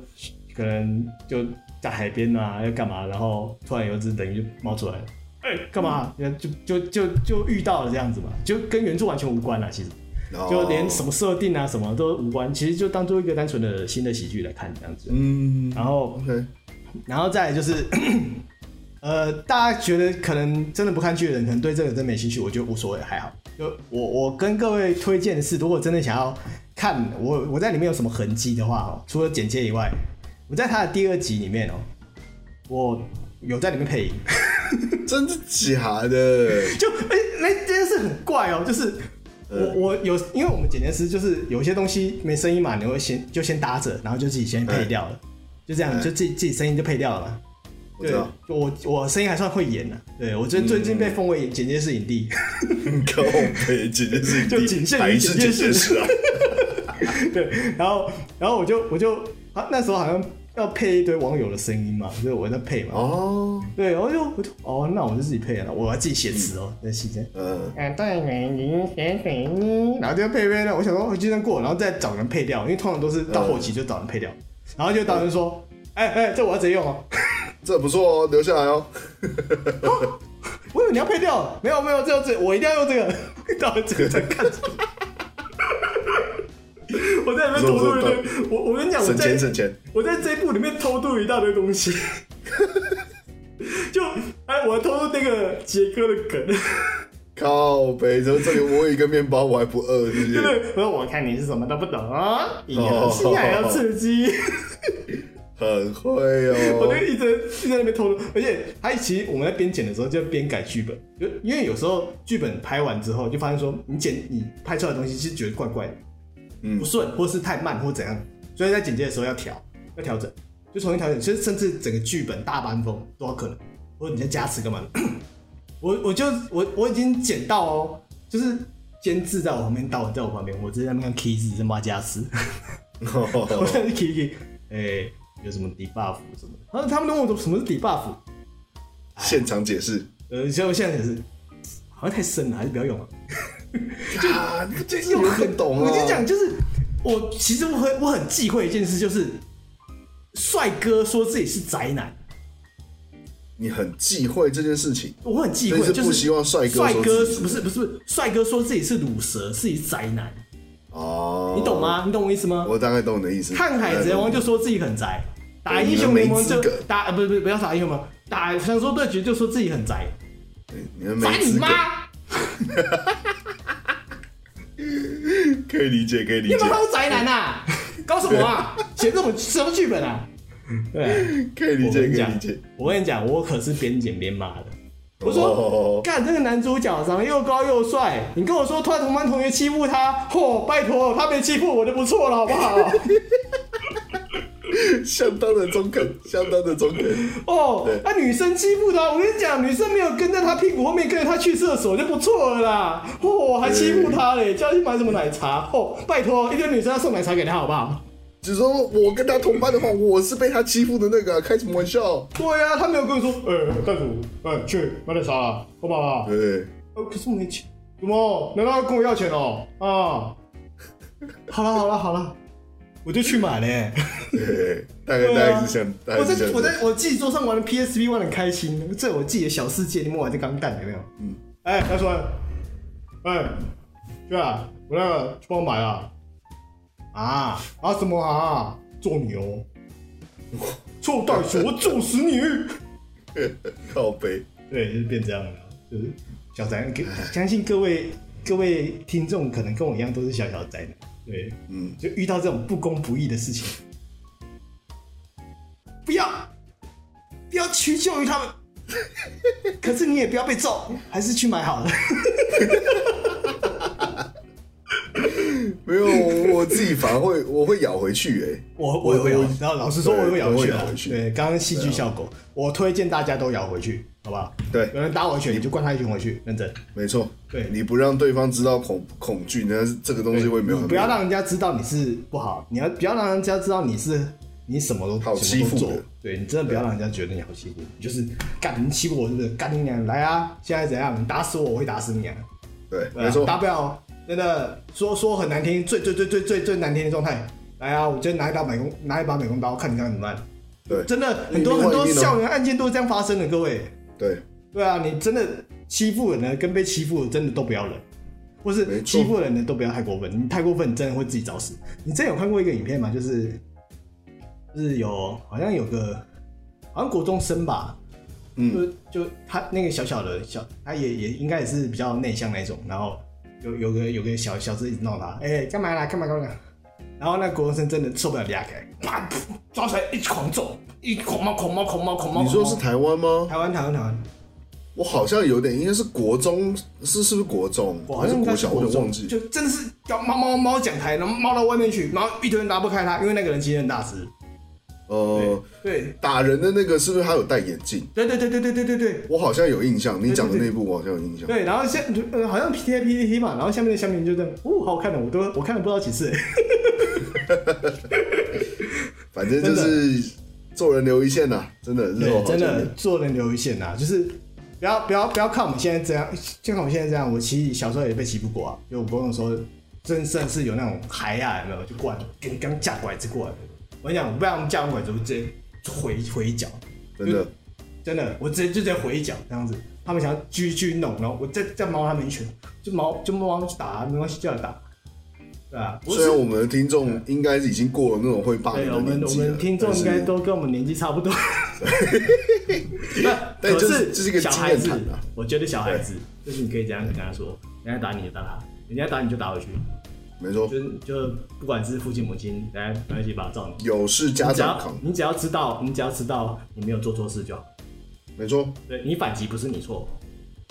[SPEAKER 3] 可能就在海边啊，要干嘛，然后突然有一只等于就冒出来了，哎、干嘛？就就就就遇到了这样子嘛，就跟原著完全无关了，其实
[SPEAKER 1] 然后
[SPEAKER 3] 就连什么设定啊什么都无关，其实就当做一个单纯的新的喜剧来看这样子。
[SPEAKER 1] 嗯
[SPEAKER 3] 然后，
[SPEAKER 1] ，OK，
[SPEAKER 3] 然后再来就是， 呃，大家觉得可能真的不看剧的人，可能对这个真没兴趣，我觉得无所谓，还好。就我我跟各位推荐的是，如果真的想要看我我在里面有什么痕迹的话哦，除了简介以外，我在它的第二集里面哦，我有在里面配音，
[SPEAKER 1] 真的假的？
[SPEAKER 3] 就哎那这件事很怪哦，就是。我我有，因为我们剪接师就是有些东西没声音嘛，你会先就先搭着，然后就自己先配掉了，就这样，
[SPEAKER 1] 嗯
[SPEAKER 3] 就自己自己声音就配掉了嘛。
[SPEAKER 1] 我
[SPEAKER 3] 对，
[SPEAKER 1] 知道，
[SPEAKER 3] 就我我声音还算会演呢、对我觉得最近被封为剪接师影帝，
[SPEAKER 1] 靠背，简直是
[SPEAKER 3] 就仅限于
[SPEAKER 1] 还是
[SPEAKER 3] 简介
[SPEAKER 1] 简
[SPEAKER 3] 室
[SPEAKER 1] 介室啊？
[SPEAKER 3] 对，然后然后我就我就啊那时候好像要配一堆网友的声音嘛，所以我在配嘛，
[SPEAKER 1] 哦，
[SPEAKER 3] 对，然后就我就哦那我就自己配了，我要自己写词哦，那期间。
[SPEAKER 1] 呃，
[SPEAKER 3] 啊，对，美女，水水呢？然后就配配呢，我想说，我今天过，然后再找人配掉，因为通常都是到后期就找人配掉，然后就导人说，哎哎，这我要直接用哦，
[SPEAKER 1] 这不错哦，留下来 哦。
[SPEAKER 3] 我以为你要配掉，没有没有，这这我一定要用 这个，到这个在看。我在里面偷渡一堆，我我跟你讲，我
[SPEAKER 1] 省
[SPEAKER 3] 在
[SPEAKER 1] 钱省钱，
[SPEAKER 3] 我在这一部里面偷渡一大堆东西， 就哎，我还偷渡那个杰哥的梗，
[SPEAKER 1] 靠背，怎么这里我有一个面包，我还不饿，是不
[SPEAKER 3] 对
[SPEAKER 1] 是？
[SPEAKER 3] 我说我看你是什么都不懂
[SPEAKER 1] 哦
[SPEAKER 3] 啊，引游戏还要刺激，
[SPEAKER 1] 很会
[SPEAKER 3] 我就
[SPEAKER 1] 哦。
[SPEAKER 3] 一直一直在那边偷渡，而且他其实我们在编剪的时候就边改剧本，就因为有时候剧本拍完之后就发现说你剪你拍出来的东西是觉得怪怪的，
[SPEAKER 1] 嗯
[SPEAKER 3] 不顺，或是太慢或怎样，所以在剪接的时候要调要调整，就重新调整，其实甚至整个剧本大搬风都有可能，或者你在加词干嘛的， 我我就我我已经剪到哦，就是。监制在我旁边，导演在我旁边，我直接在那边看 key 字，在骂加斯。 我
[SPEAKER 1] 哦
[SPEAKER 3] 在 k i 哎、有什么 debuff 什么的？然后啊他们都问我什么是 debuff，
[SPEAKER 1] 现场解释，
[SPEAKER 3] 呃，像我现在也是，好像太深了，还是不要用了。
[SPEAKER 1] 啊，这有很懂啊。
[SPEAKER 3] 我就讲，就是我其实我很我很忌讳一件事，就是帅哥说自己是宅男，
[SPEAKER 1] 你很忌讳这件事情，
[SPEAKER 3] 我很忌讳，
[SPEAKER 1] 所以
[SPEAKER 3] 就是
[SPEAKER 1] 不希望帅
[SPEAKER 3] 帅
[SPEAKER 1] 哥说自己是
[SPEAKER 3] 不是不是不是帅哥说自己是乳蛇，自己宅男，
[SPEAKER 1] 哦，
[SPEAKER 3] 你懂？吗？你懂我意思吗？
[SPEAKER 1] 我大概懂你的意思。
[SPEAKER 3] 看海贼王就说自己很宅，打英雄联盟就
[SPEAKER 1] 对你们没资格
[SPEAKER 3] 打呃不不不要打英雄联盟，打传说对决就说自己很宅，
[SPEAKER 1] 你们
[SPEAKER 3] 宅
[SPEAKER 1] 没
[SPEAKER 3] 你
[SPEAKER 1] 资格，
[SPEAKER 3] 妈！
[SPEAKER 1] 可以理解，可以理
[SPEAKER 3] 你
[SPEAKER 1] 解
[SPEAKER 3] 们，好宅男啊？搞什么啊？写这种什么剧本啊？对，
[SPEAKER 1] 可嗯以理
[SPEAKER 3] 我
[SPEAKER 1] 解，
[SPEAKER 3] 跟
[SPEAKER 1] 可
[SPEAKER 3] 你
[SPEAKER 1] 以
[SPEAKER 3] 讲
[SPEAKER 1] 理解。，
[SPEAKER 3] 我跟你讲，我可是边剪边骂的。我
[SPEAKER 1] 哦
[SPEAKER 3] 说，干这个男主角长得又高又帅，你跟我说突然同班同 学欺负他，嚯、拜托，他没欺负我就不错了，好不好？
[SPEAKER 1] 相当的中肯，相当的中肯。
[SPEAKER 3] 哦，那、女生欺负他，我跟你讲，女生没有跟在他屁股后面跟着他去厕所就不错了啦。哦，还欺负他嘞，叫他去买什么奶茶？哦，拜托，一堆女生要送奶茶给他好不好？
[SPEAKER 1] 只说我跟他同班的话，我是被他欺负的那个，啊开什么玩笑？
[SPEAKER 3] 对呀、啊，他没有跟我说，哎、袋鼠，哎、去买奶茶、啊，好不好？
[SPEAKER 1] 对，
[SPEAKER 3] 呃，可是我没钱，怎么？难道要跟我要钱哦？啊，好了好了好了，我就去买嘞。
[SPEAKER 1] 对，大概大概是像，大
[SPEAKER 3] 我
[SPEAKER 1] 概是
[SPEAKER 3] 在
[SPEAKER 1] 像
[SPEAKER 3] 啊我
[SPEAKER 1] 这
[SPEAKER 3] 在
[SPEAKER 1] 样。
[SPEAKER 3] 我自己桌上玩的 PSP 玩的开心，这我自己的小世界里面玩这钢弹有没有？
[SPEAKER 1] 嗯，
[SPEAKER 3] 哎、他说，哎、对啊，我那个去帮我买啊，啊啊什么啊，做牛， 臭袋鼠，我揍死你！
[SPEAKER 1] 靠背，
[SPEAKER 3] 对，就是变这样了，就是小宅男给，相信各位各位听众可能跟我一样都是小小宅男，对，
[SPEAKER 1] 嗯，
[SPEAKER 3] 就遇到这种不公不义的事情，不要不要屈就于他们， 可是你也不要被揍，还是去买好了。
[SPEAKER 1] 没有，我我自己反而会我会咬回去、欸，
[SPEAKER 3] 我我有咬，然后老实说，
[SPEAKER 1] 对
[SPEAKER 3] 我有咬回去
[SPEAKER 1] 我有
[SPEAKER 3] 啊
[SPEAKER 1] 咬
[SPEAKER 3] 了
[SPEAKER 1] 回。去
[SPEAKER 3] 对，刚刚戏剧效果，我推荐大家都咬回去，好不好？
[SPEAKER 1] 对
[SPEAKER 3] 有人打我一拳，你就灌他一拳回去，认真。
[SPEAKER 1] 没错，
[SPEAKER 3] 对
[SPEAKER 1] 你不让对方知道恐恐惧，那这个东西会没有
[SPEAKER 3] 你
[SPEAKER 1] 很
[SPEAKER 3] 不要让人家知道你是不好，你要不要让人家知道你是你什么都
[SPEAKER 1] 好
[SPEAKER 3] 什么
[SPEAKER 1] 欺
[SPEAKER 3] 都
[SPEAKER 1] 负
[SPEAKER 3] 做
[SPEAKER 1] 的。
[SPEAKER 3] 对你真的不要让人家觉得你好欺负，你就是干你欺负我是不是？干你娘！来啊！现在怎样？你打死我，我会打死你啊！
[SPEAKER 1] 对，
[SPEAKER 3] 对啊
[SPEAKER 1] 没错，
[SPEAKER 3] 打不了，真的说说很难听，最最最最最最难听的状态。来啊！我今天拿一把美工，拿一把美工刀，看你该怎么办。
[SPEAKER 1] 对
[SPEAKER 3] 真的很
[SPEAKER 1] 另
[SPEAKER 3] 多
[SPEAKER 1] 外
[SPEAKER 3] 很多
[SPEAKER 1] 一面呢
[SPEAKER 3] 校园案件都是这样发生的，各位。
[SPEAKER 1] 对，
[SPEAKER 3] 对啊，你真的欺负人的跟被欺负的真的都不要忍，或
[SPEAKER 1] 没
[SPEAKER 3] 是
[SPEAKER 1] 错
[SPEAKER 3] 欺负人的都不要太过分，你太过分你真的会自己找死。你之前有看过一个影片吗？就是就是有好像有个好像国中生吧，
[SPEAKER 1] 嗯，
[SPEAKER 3] 就就他那个小小的小，他也也应该也是比较内向那一种，然后有有个有个小小子一直闹他，哎、干嘛啦，干嘛干嘛，然后那国中生真的受不了，俩开，啪，噗抓起来一狂揍，一狂猫狂猫狂猫狂猫，
[SPEAKER 1] 你说是
[SPEAKER 3] 狂
[SPEAKER 1] 台湾吗
[SPEAKER 3] 猫？台湾台湾台湾，
[SPEAKER 1] 我好像有点，应该是国中，是是不是国中
[SPEAKER 3] 我好
[SPEAKER 1] 还是
[SPEAKER 3] 像应该
[SPEAKER 1] 国
[SPEAKER 3] 是
[SPEAKER 1] 小？我有
[SPEAKER 3] 国
[SPEAKER 1] 点
[SPEAKER 3] 中
[SPEAKER 1] 忘记。
[SPEAKER 3] 就真的是要猫猫猫讲台，然后猫到外面去，然后一堆人拉不开他，因为那个人其实很大只，
[SPEAKER 1] 呃，
[SPEAKER 3] 对
[SPEAKER 1] 打人的那个是不是他有戴眼镜？
[SPEAKER 3] 对对对对对对对对。
[SPEAKER 1] 我好像有印象，你讲的那部我好像有印象。
[SPEAKER 3] 对，然后下呃好像 P T P T T 嘛，然后下面的下面就这样，哦，好好看的，我都我看了不知道 几次。
[SPEAKER 1] 反正就是做人留一线呐、真的，日后
[SPEAKER 3] 对，
[SPEAKER 1] 好
[SPEAKER 3] 真
[SPEAKER 1] 见
[SPEAKER 3] 的
[SPEAKER 1] 面
[SPEAKER 3] 做人留一线呐、就是不要不要不要看我们现在这样，就看我们现在这样，我其实小时候也被欺负过啊，就我朋友说，真甚至有那种孩啊，有没有就过来给你刚架拐子过来，我跟你讲，我不然我们架完拐子我直接回回一脚，
[SPEAKER 1] 真的，
[SPEAKER 3] 真的，我直接就直接回一脚这样子。他们想要继续继续弄，然后我再再猫他们一拳，就猫就猫去打，没关系，叫他打，对吧、啊？我
[SPEAKER 1] 虽然
[SPEAKER 3] 是
[SPEAKER 1] 我们的听众应该是已经过了那种会霸凌
[SPEAKER 3] 对
[SPEAKER 1] 的
[SPEAKER 3] 我们
[SPEAKER 1] 年
[SPEAKER 3] 我
[SPEAKER 1] 纪了
[SPEAKER 3] 们听众应该，都跟我们年纪差 不多。那
[SPEAKER 1] 但
[SPEAKER 3] 可
[SPEAKER 1] 就是
[SPEAKER 3] 是
[SPEAKER 1] 这是一个
[SPEAKER 3] 小
[SPEAKER 1] 经
[SPEAKER 3] 孩
[SPEAKER 1] 验
[SPEAKER 3] 子
[SPEAKER 1] 谈啊，
[SPEAKER 3] 我觉得小孩子就是你可以这样跟他说，人家打你就打他，人家打你就打回去，
[SPEAKER 1] 但是没错，
[SPEAKER 3] 就是就不管是父亲母亲，人家关系把他照你。
[SPEAKER 1] 有事家
[SPEAKER 3] 你只
[SPEAKER 1] 长
[SPEAKER 3] 要
[SPEAKER 1] 扛，
[SPEAKER 3] 你只要知道，你只要知道你没有做错事就好。
[SPEAKER 1] 没错，
[SPEAKER 3] 对你反击不是你错，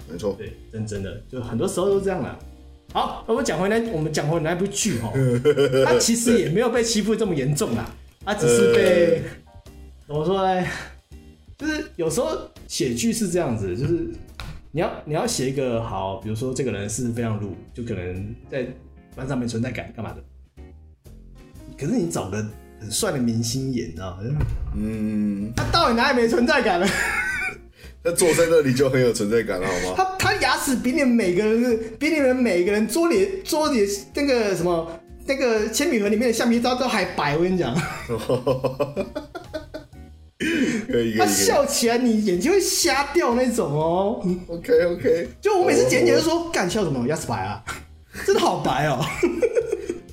[SPEAKER 1] 没错，
[SPEAKER 3] 对，真真的，就很多时候都这样啦。好，那我讲回来，我们讲回那部剧哦，他其实也没有被欺负这么严重啦，他只是被、怎么说呢？就是有时候写剧是这样子，就是你要你要写一个好，比如说这个人是非常鲁，就可能在班上没存在感，干嘛的？可是你找个很帅的明星演，你知道吗？
[SPEAKER 1] 嗯，
[SPEAKER 3] 他到底哪里没存在感了？
[SPEAKER 1] 那坐在那里就很有存在感了，好吗？
[SPEAKER 3] 他他牙齿比你们每个人是比你们每个人桌里桌里那个什么那个铅笔盒里面的橡皮擦都还白，我跟你讲，
[SPEAKER 1] 可以可
[SPEAKER 3] 他
[SPEAKER 1] 以可以
[SPEAKER 3] 笑起来你眼睛会瞎掉那种哦。
[SPEAKER 1] ，OK OK，
[SPEAKER 3] 就我每次剪剪就说，干笑什么？我牙齿白啊， 真的好白哦。
[SPEAKER 1] 哦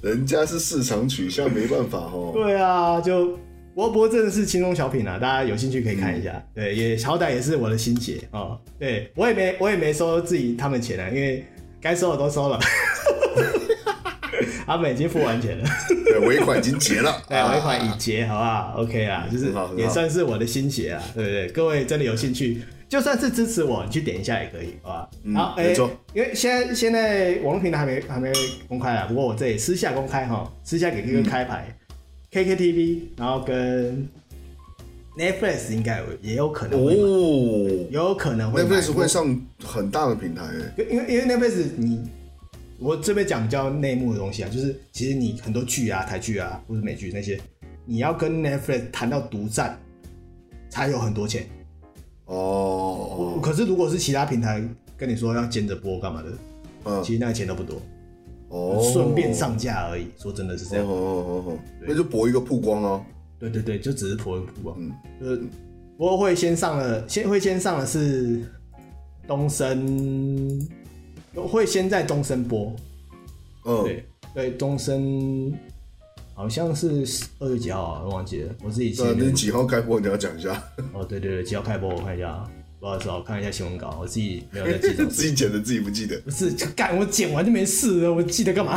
[SPEAKER 1] 人家是市场取向，没办法哦。
[SPEAKER 3] 对啊，就博博真的是轻松小品啊，大家有兴趣可以看一下。对，也好歹也是我的心血哦。对我也没我也没收自己他们钱啊，因为该收的都收了， 他们已经付完钱了。
[SPEAKER 1] 对，尾款已经结了，
[SPEAKER 3] 对，啊尾哎款已结，好不好？OK 啦，就
[SPEAKER 1] 啊
[SPEAKER 3] 是
[SPEAKER 1] 嗯很好很好
[SPEAKER 3] 也算是我的心血啊，对不对？各位真的有兴趣，就算是支持我，你去点一下也可以，好吧？
[SPEAKER 1] 嗯
[SPEAKER 3] 好，哎
[SPEAKER 1] 没错
[SPEAKER 3] 因为现在现在网络平台还没还没公开啊，不过我这里私下公开哈，私下给各个开牌。 KKTV，然后跟 Netflix 应该有也有可能会买，
[SPEAKER 1] 哦
[SPEAKER 3] 也有可能会买。
[SPEAKER 1] ，Netflix 会上很大的平台欸诶，
[SPEAKER 3] 因为因为 Netflix 你，我这边讲比较内幕的东西啊，就是其实你很多剧啊、台剧啊或者美剧那些，你要跟 Netflix 谈到独占，才有很多钱。
[SPEAKER 1] 哦，
[SPEAKER 3] 可是如果是其他平台跟你说要兼着播干嘛的，
[SPEAKER 1] 嗯，
[SPEAKER 3] 哦其实那个钱都不多，
[SPEAKER 1] 哦，
[SPEAKER 3] 顺便上架而已。说真的是这
[SPEAKER 1] 哦，
[SPEAKER 3] 样
[SPEAKER 1] 哦，哦哦哦，那就博一个曝光哦，
[SPEAKER 3] 对对对，就只是播一部啊。
[SPEAKER 1] 嗯
[SPEAKER 3] 呃，不过会先上了，先会先上的是东升，会先在东升播，
[SPEAKER 1] 嗯，
[SPEAKER 3] 对对，哦东升好像是二月几号啊，我忘记了，我自己记
[SPEAKER 1] 那
[SPEAKER 3] 得没
[SPEAKER 1] 呃你几号开播？你要讲一下，
[SPEAKER 3] 哦，对对对，几号开播？我看一下啊，不好意思啊，我看一下新闻稿，我自己没有在记
[SPEAKER 1] 自己剪的自己不记得，
[SPEAKER 3] 不是，干我剪完就没事了，我记得干嘛？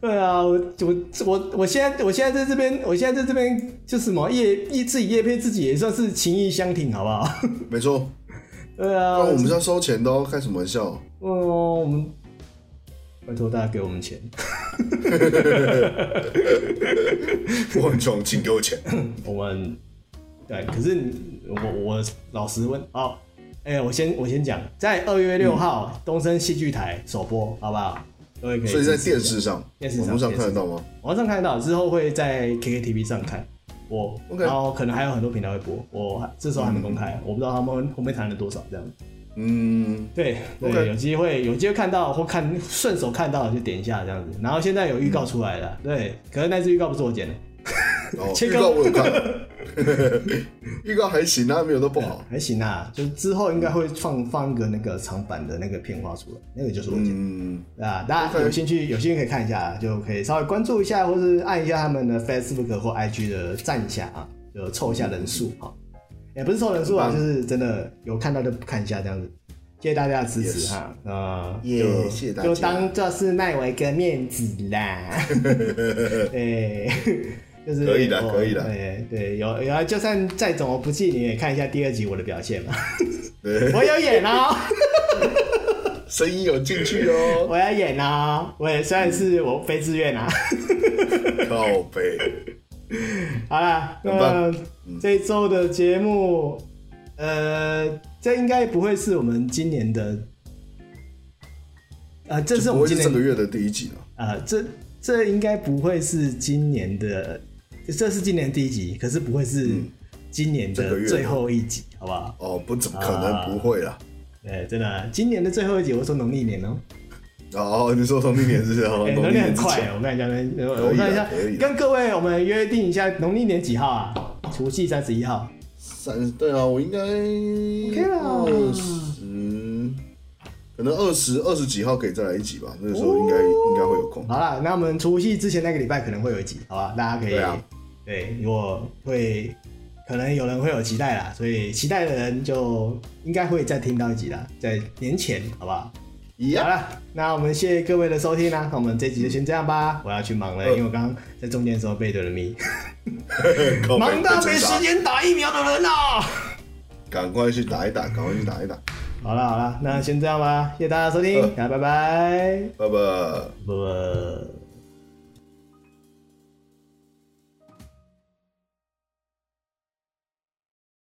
[SPEAKER 3] 对啊，我我我我现在我现在在这边，我现在在这边就是什么叶叶自己叶配自己也算是情意相挺，好不 好？
[SPEAKER 1] 没错，
[SPEAKER 3] 对
[SPEAKER 1] 那
[SPEAKER 3] 啊，
[SPEAKER 1] 我们是要收钱的哦，开什么玩 笑？
[SPEAKER 3] 哦，我们拜托大家给我们钱，
[SPEAKER 1] 我很穷，请给我钱。
[SPEAKER 3] 我们对，可是你我我老实问哦，哎、我先我先讲，在二月六号、东森戏剧台首播，好不好？各位可以
[SPEAKER 1] 所以在
[SPEAKER 3] 支持一
[SPEAKER 1] 电
[SPEAKER 3] 下
[SPEAKER 1] 视上、
[SPEAKER 3] 电视上
[SPEAKER 1] 网络上看得到吗？
[SPEAKER 3] 网上看得到，之后会在 KKTV 上看。我
[SPEAKER 1] OK
[SPEAKER 3] 然后可能还有很多平台会播，我还这时候还没公开，我不知道他们后面谈了多少这样。
[SPEAKER 1] 嗯，
[SPEAKER 3] 对对
[SPEAKER 1] OK
[SPEAKER 3] 有机会有机会看到或看顺手看到就点一下这样子。然后现在有预告出来
[SPEAKER 1] 嗯
[SPEAKER 3] 了，对，可是那支预告不是我剪的，
[SPEAKER 1] 哦，
[SPEAKER 3] 切
[SPEAKER 1] 预
[SPEAKER 3] 割
[SPEAKER 1] 告我有看， 预告还行啊，没有都不好。
[SPEAKER 3] 还行啊，就是之后应该会放放一个那个长版的那个片花出来，那个就是我剪的。
[SPEAKER 1] 嗯，
[SPEAKER 3] 啊，大家有兴趣有兴趣可以看一下，就可以稍微关注一下，或是按一下他们的 Facebook 或 IG 的赞一下啊，就凑一下人数啊，也、不是凑人数啊，
[SPEAKER 1] 嗯
[SPEAKER 3] 就是真的有看到就看一下这样子。谢谢大家的支持
[SPEAKER 1] Yes
[SPEAKER 3] 哈，啊，
[SPEAKER 1] Yeah，
[SPEAKER 3] 就
[SPEAKER 1] 谢谢大家
[SPEAKER 3] 就当这是卖我一个面子啦。 对，就是
[SPEAKER 1] 可以的
[SPEAKER 3] 我
[SPEAKER 1] 可以的
[SPEAKER 3] 对对，有有啊，就算再怎么不济，你也看一下第二集我的表现嘛。 我有演哦。
[SPEAKER 1] 声音有进去哦，
[SPEAKER 3] 我要演啊！我也虽然是我非自 愿啊。
[SPEAKER 1] 靠背。
[SPEAKER 3] 好啦，
[SPEAKER 1] 很棒嗯
[SPEAKER 3] 那这一周的节目，呃，这应该不会是我们今年的，呃，这是我
[SPEAKER 1] 不
[SPEAKER 3] 们
[SPEAKER 1] 会
[SPEAKER 3] 今
[SPEAKER 1] 是这个
[SPEAKER 3] 年，
[SPEAKER 1] 月的第一集了。
[SPEAKER 3] 呃，这这应该不会是今年的，这是今年第一集，可是不会是今年
[SPEAKER 1] 嗯这个月的
[SPEAKER 3] 的最后一集，好不好？
[SPEAKER 1] 哦，不，怎么可能不会啦？
[SPEAKER 3] 对，真的，啊今年的最后一集，我说农历年哦、
[SPEAKER 1] 哦，你说从明年之前，
[SPEAKER 3] 哎，
[SPEAKER 1] 农
[SPEAKER 3] 农
[SPEAKER 1] 历
[SPEAKER 3] 历
[SPEAKER 1] 年
[SPEAKER 3] 很
[SPEAKER 1] 之
[SPEAKER 3] 快
[SPEAKER 1] 前，，
[SPEAKER 3] 我跟你讲，
[SPEAKER 1] 可
[SPEAKER 3] 我
[SPEAKER 1] 以的
[SPEAKER 3] 看一下
[SPEAKER 1] 可以，的
[SPEAKER 3] 跟各位我们约定一下，农历年几号啊？除夕三十一号。
[SPEAKER 1] 三对啊，我应该
[SPEAKER 3] OK 啦
[SPEAKER 1] 二十，可能二十二十几号可以再来一集吧。那个时候应该应该会有空。
[SPEAKER 3] 哦好啦，那我们除夕之前那个礼拜可能会有一集，好吧？大家可以
[SPEAKER 1] 对啊
[SPEAKER 3] 对，如果会，可能有人会有期待啦，所以期待的人就应该会再听到一集啦，在年前，好不好？
[SPEAKER 1] 一
[SPEAKER 3] 好了，那我们谢谢各位的收听啦、那我们这集就先这样吧，我要去忙了，
[SPEAKER 1] 嗯
[SPEAKER 3] 因为我刚刚在中间的时候被对了咪，
[SPEAKER 1] 靠北
[SPEAKER 3] 忙到
[SPEAKER 1] 哦被
[SPEAKER 3] 没
[SPEAKER 1] 惩罚
[SPEAKER 3] 时间打疫苗的人啊！
[SPEAKER 1] 赶快去打一打，赶快去打一打，
[SPEAKER 3] 好了好了，那先这样吧，谢谢大家收听，
[SPEAKER 1] 嗯
[SPEAKER 3] 大家拜拜，
[SPEAKER 1] 拜拜。
[SPEAKER 3] 拜拜。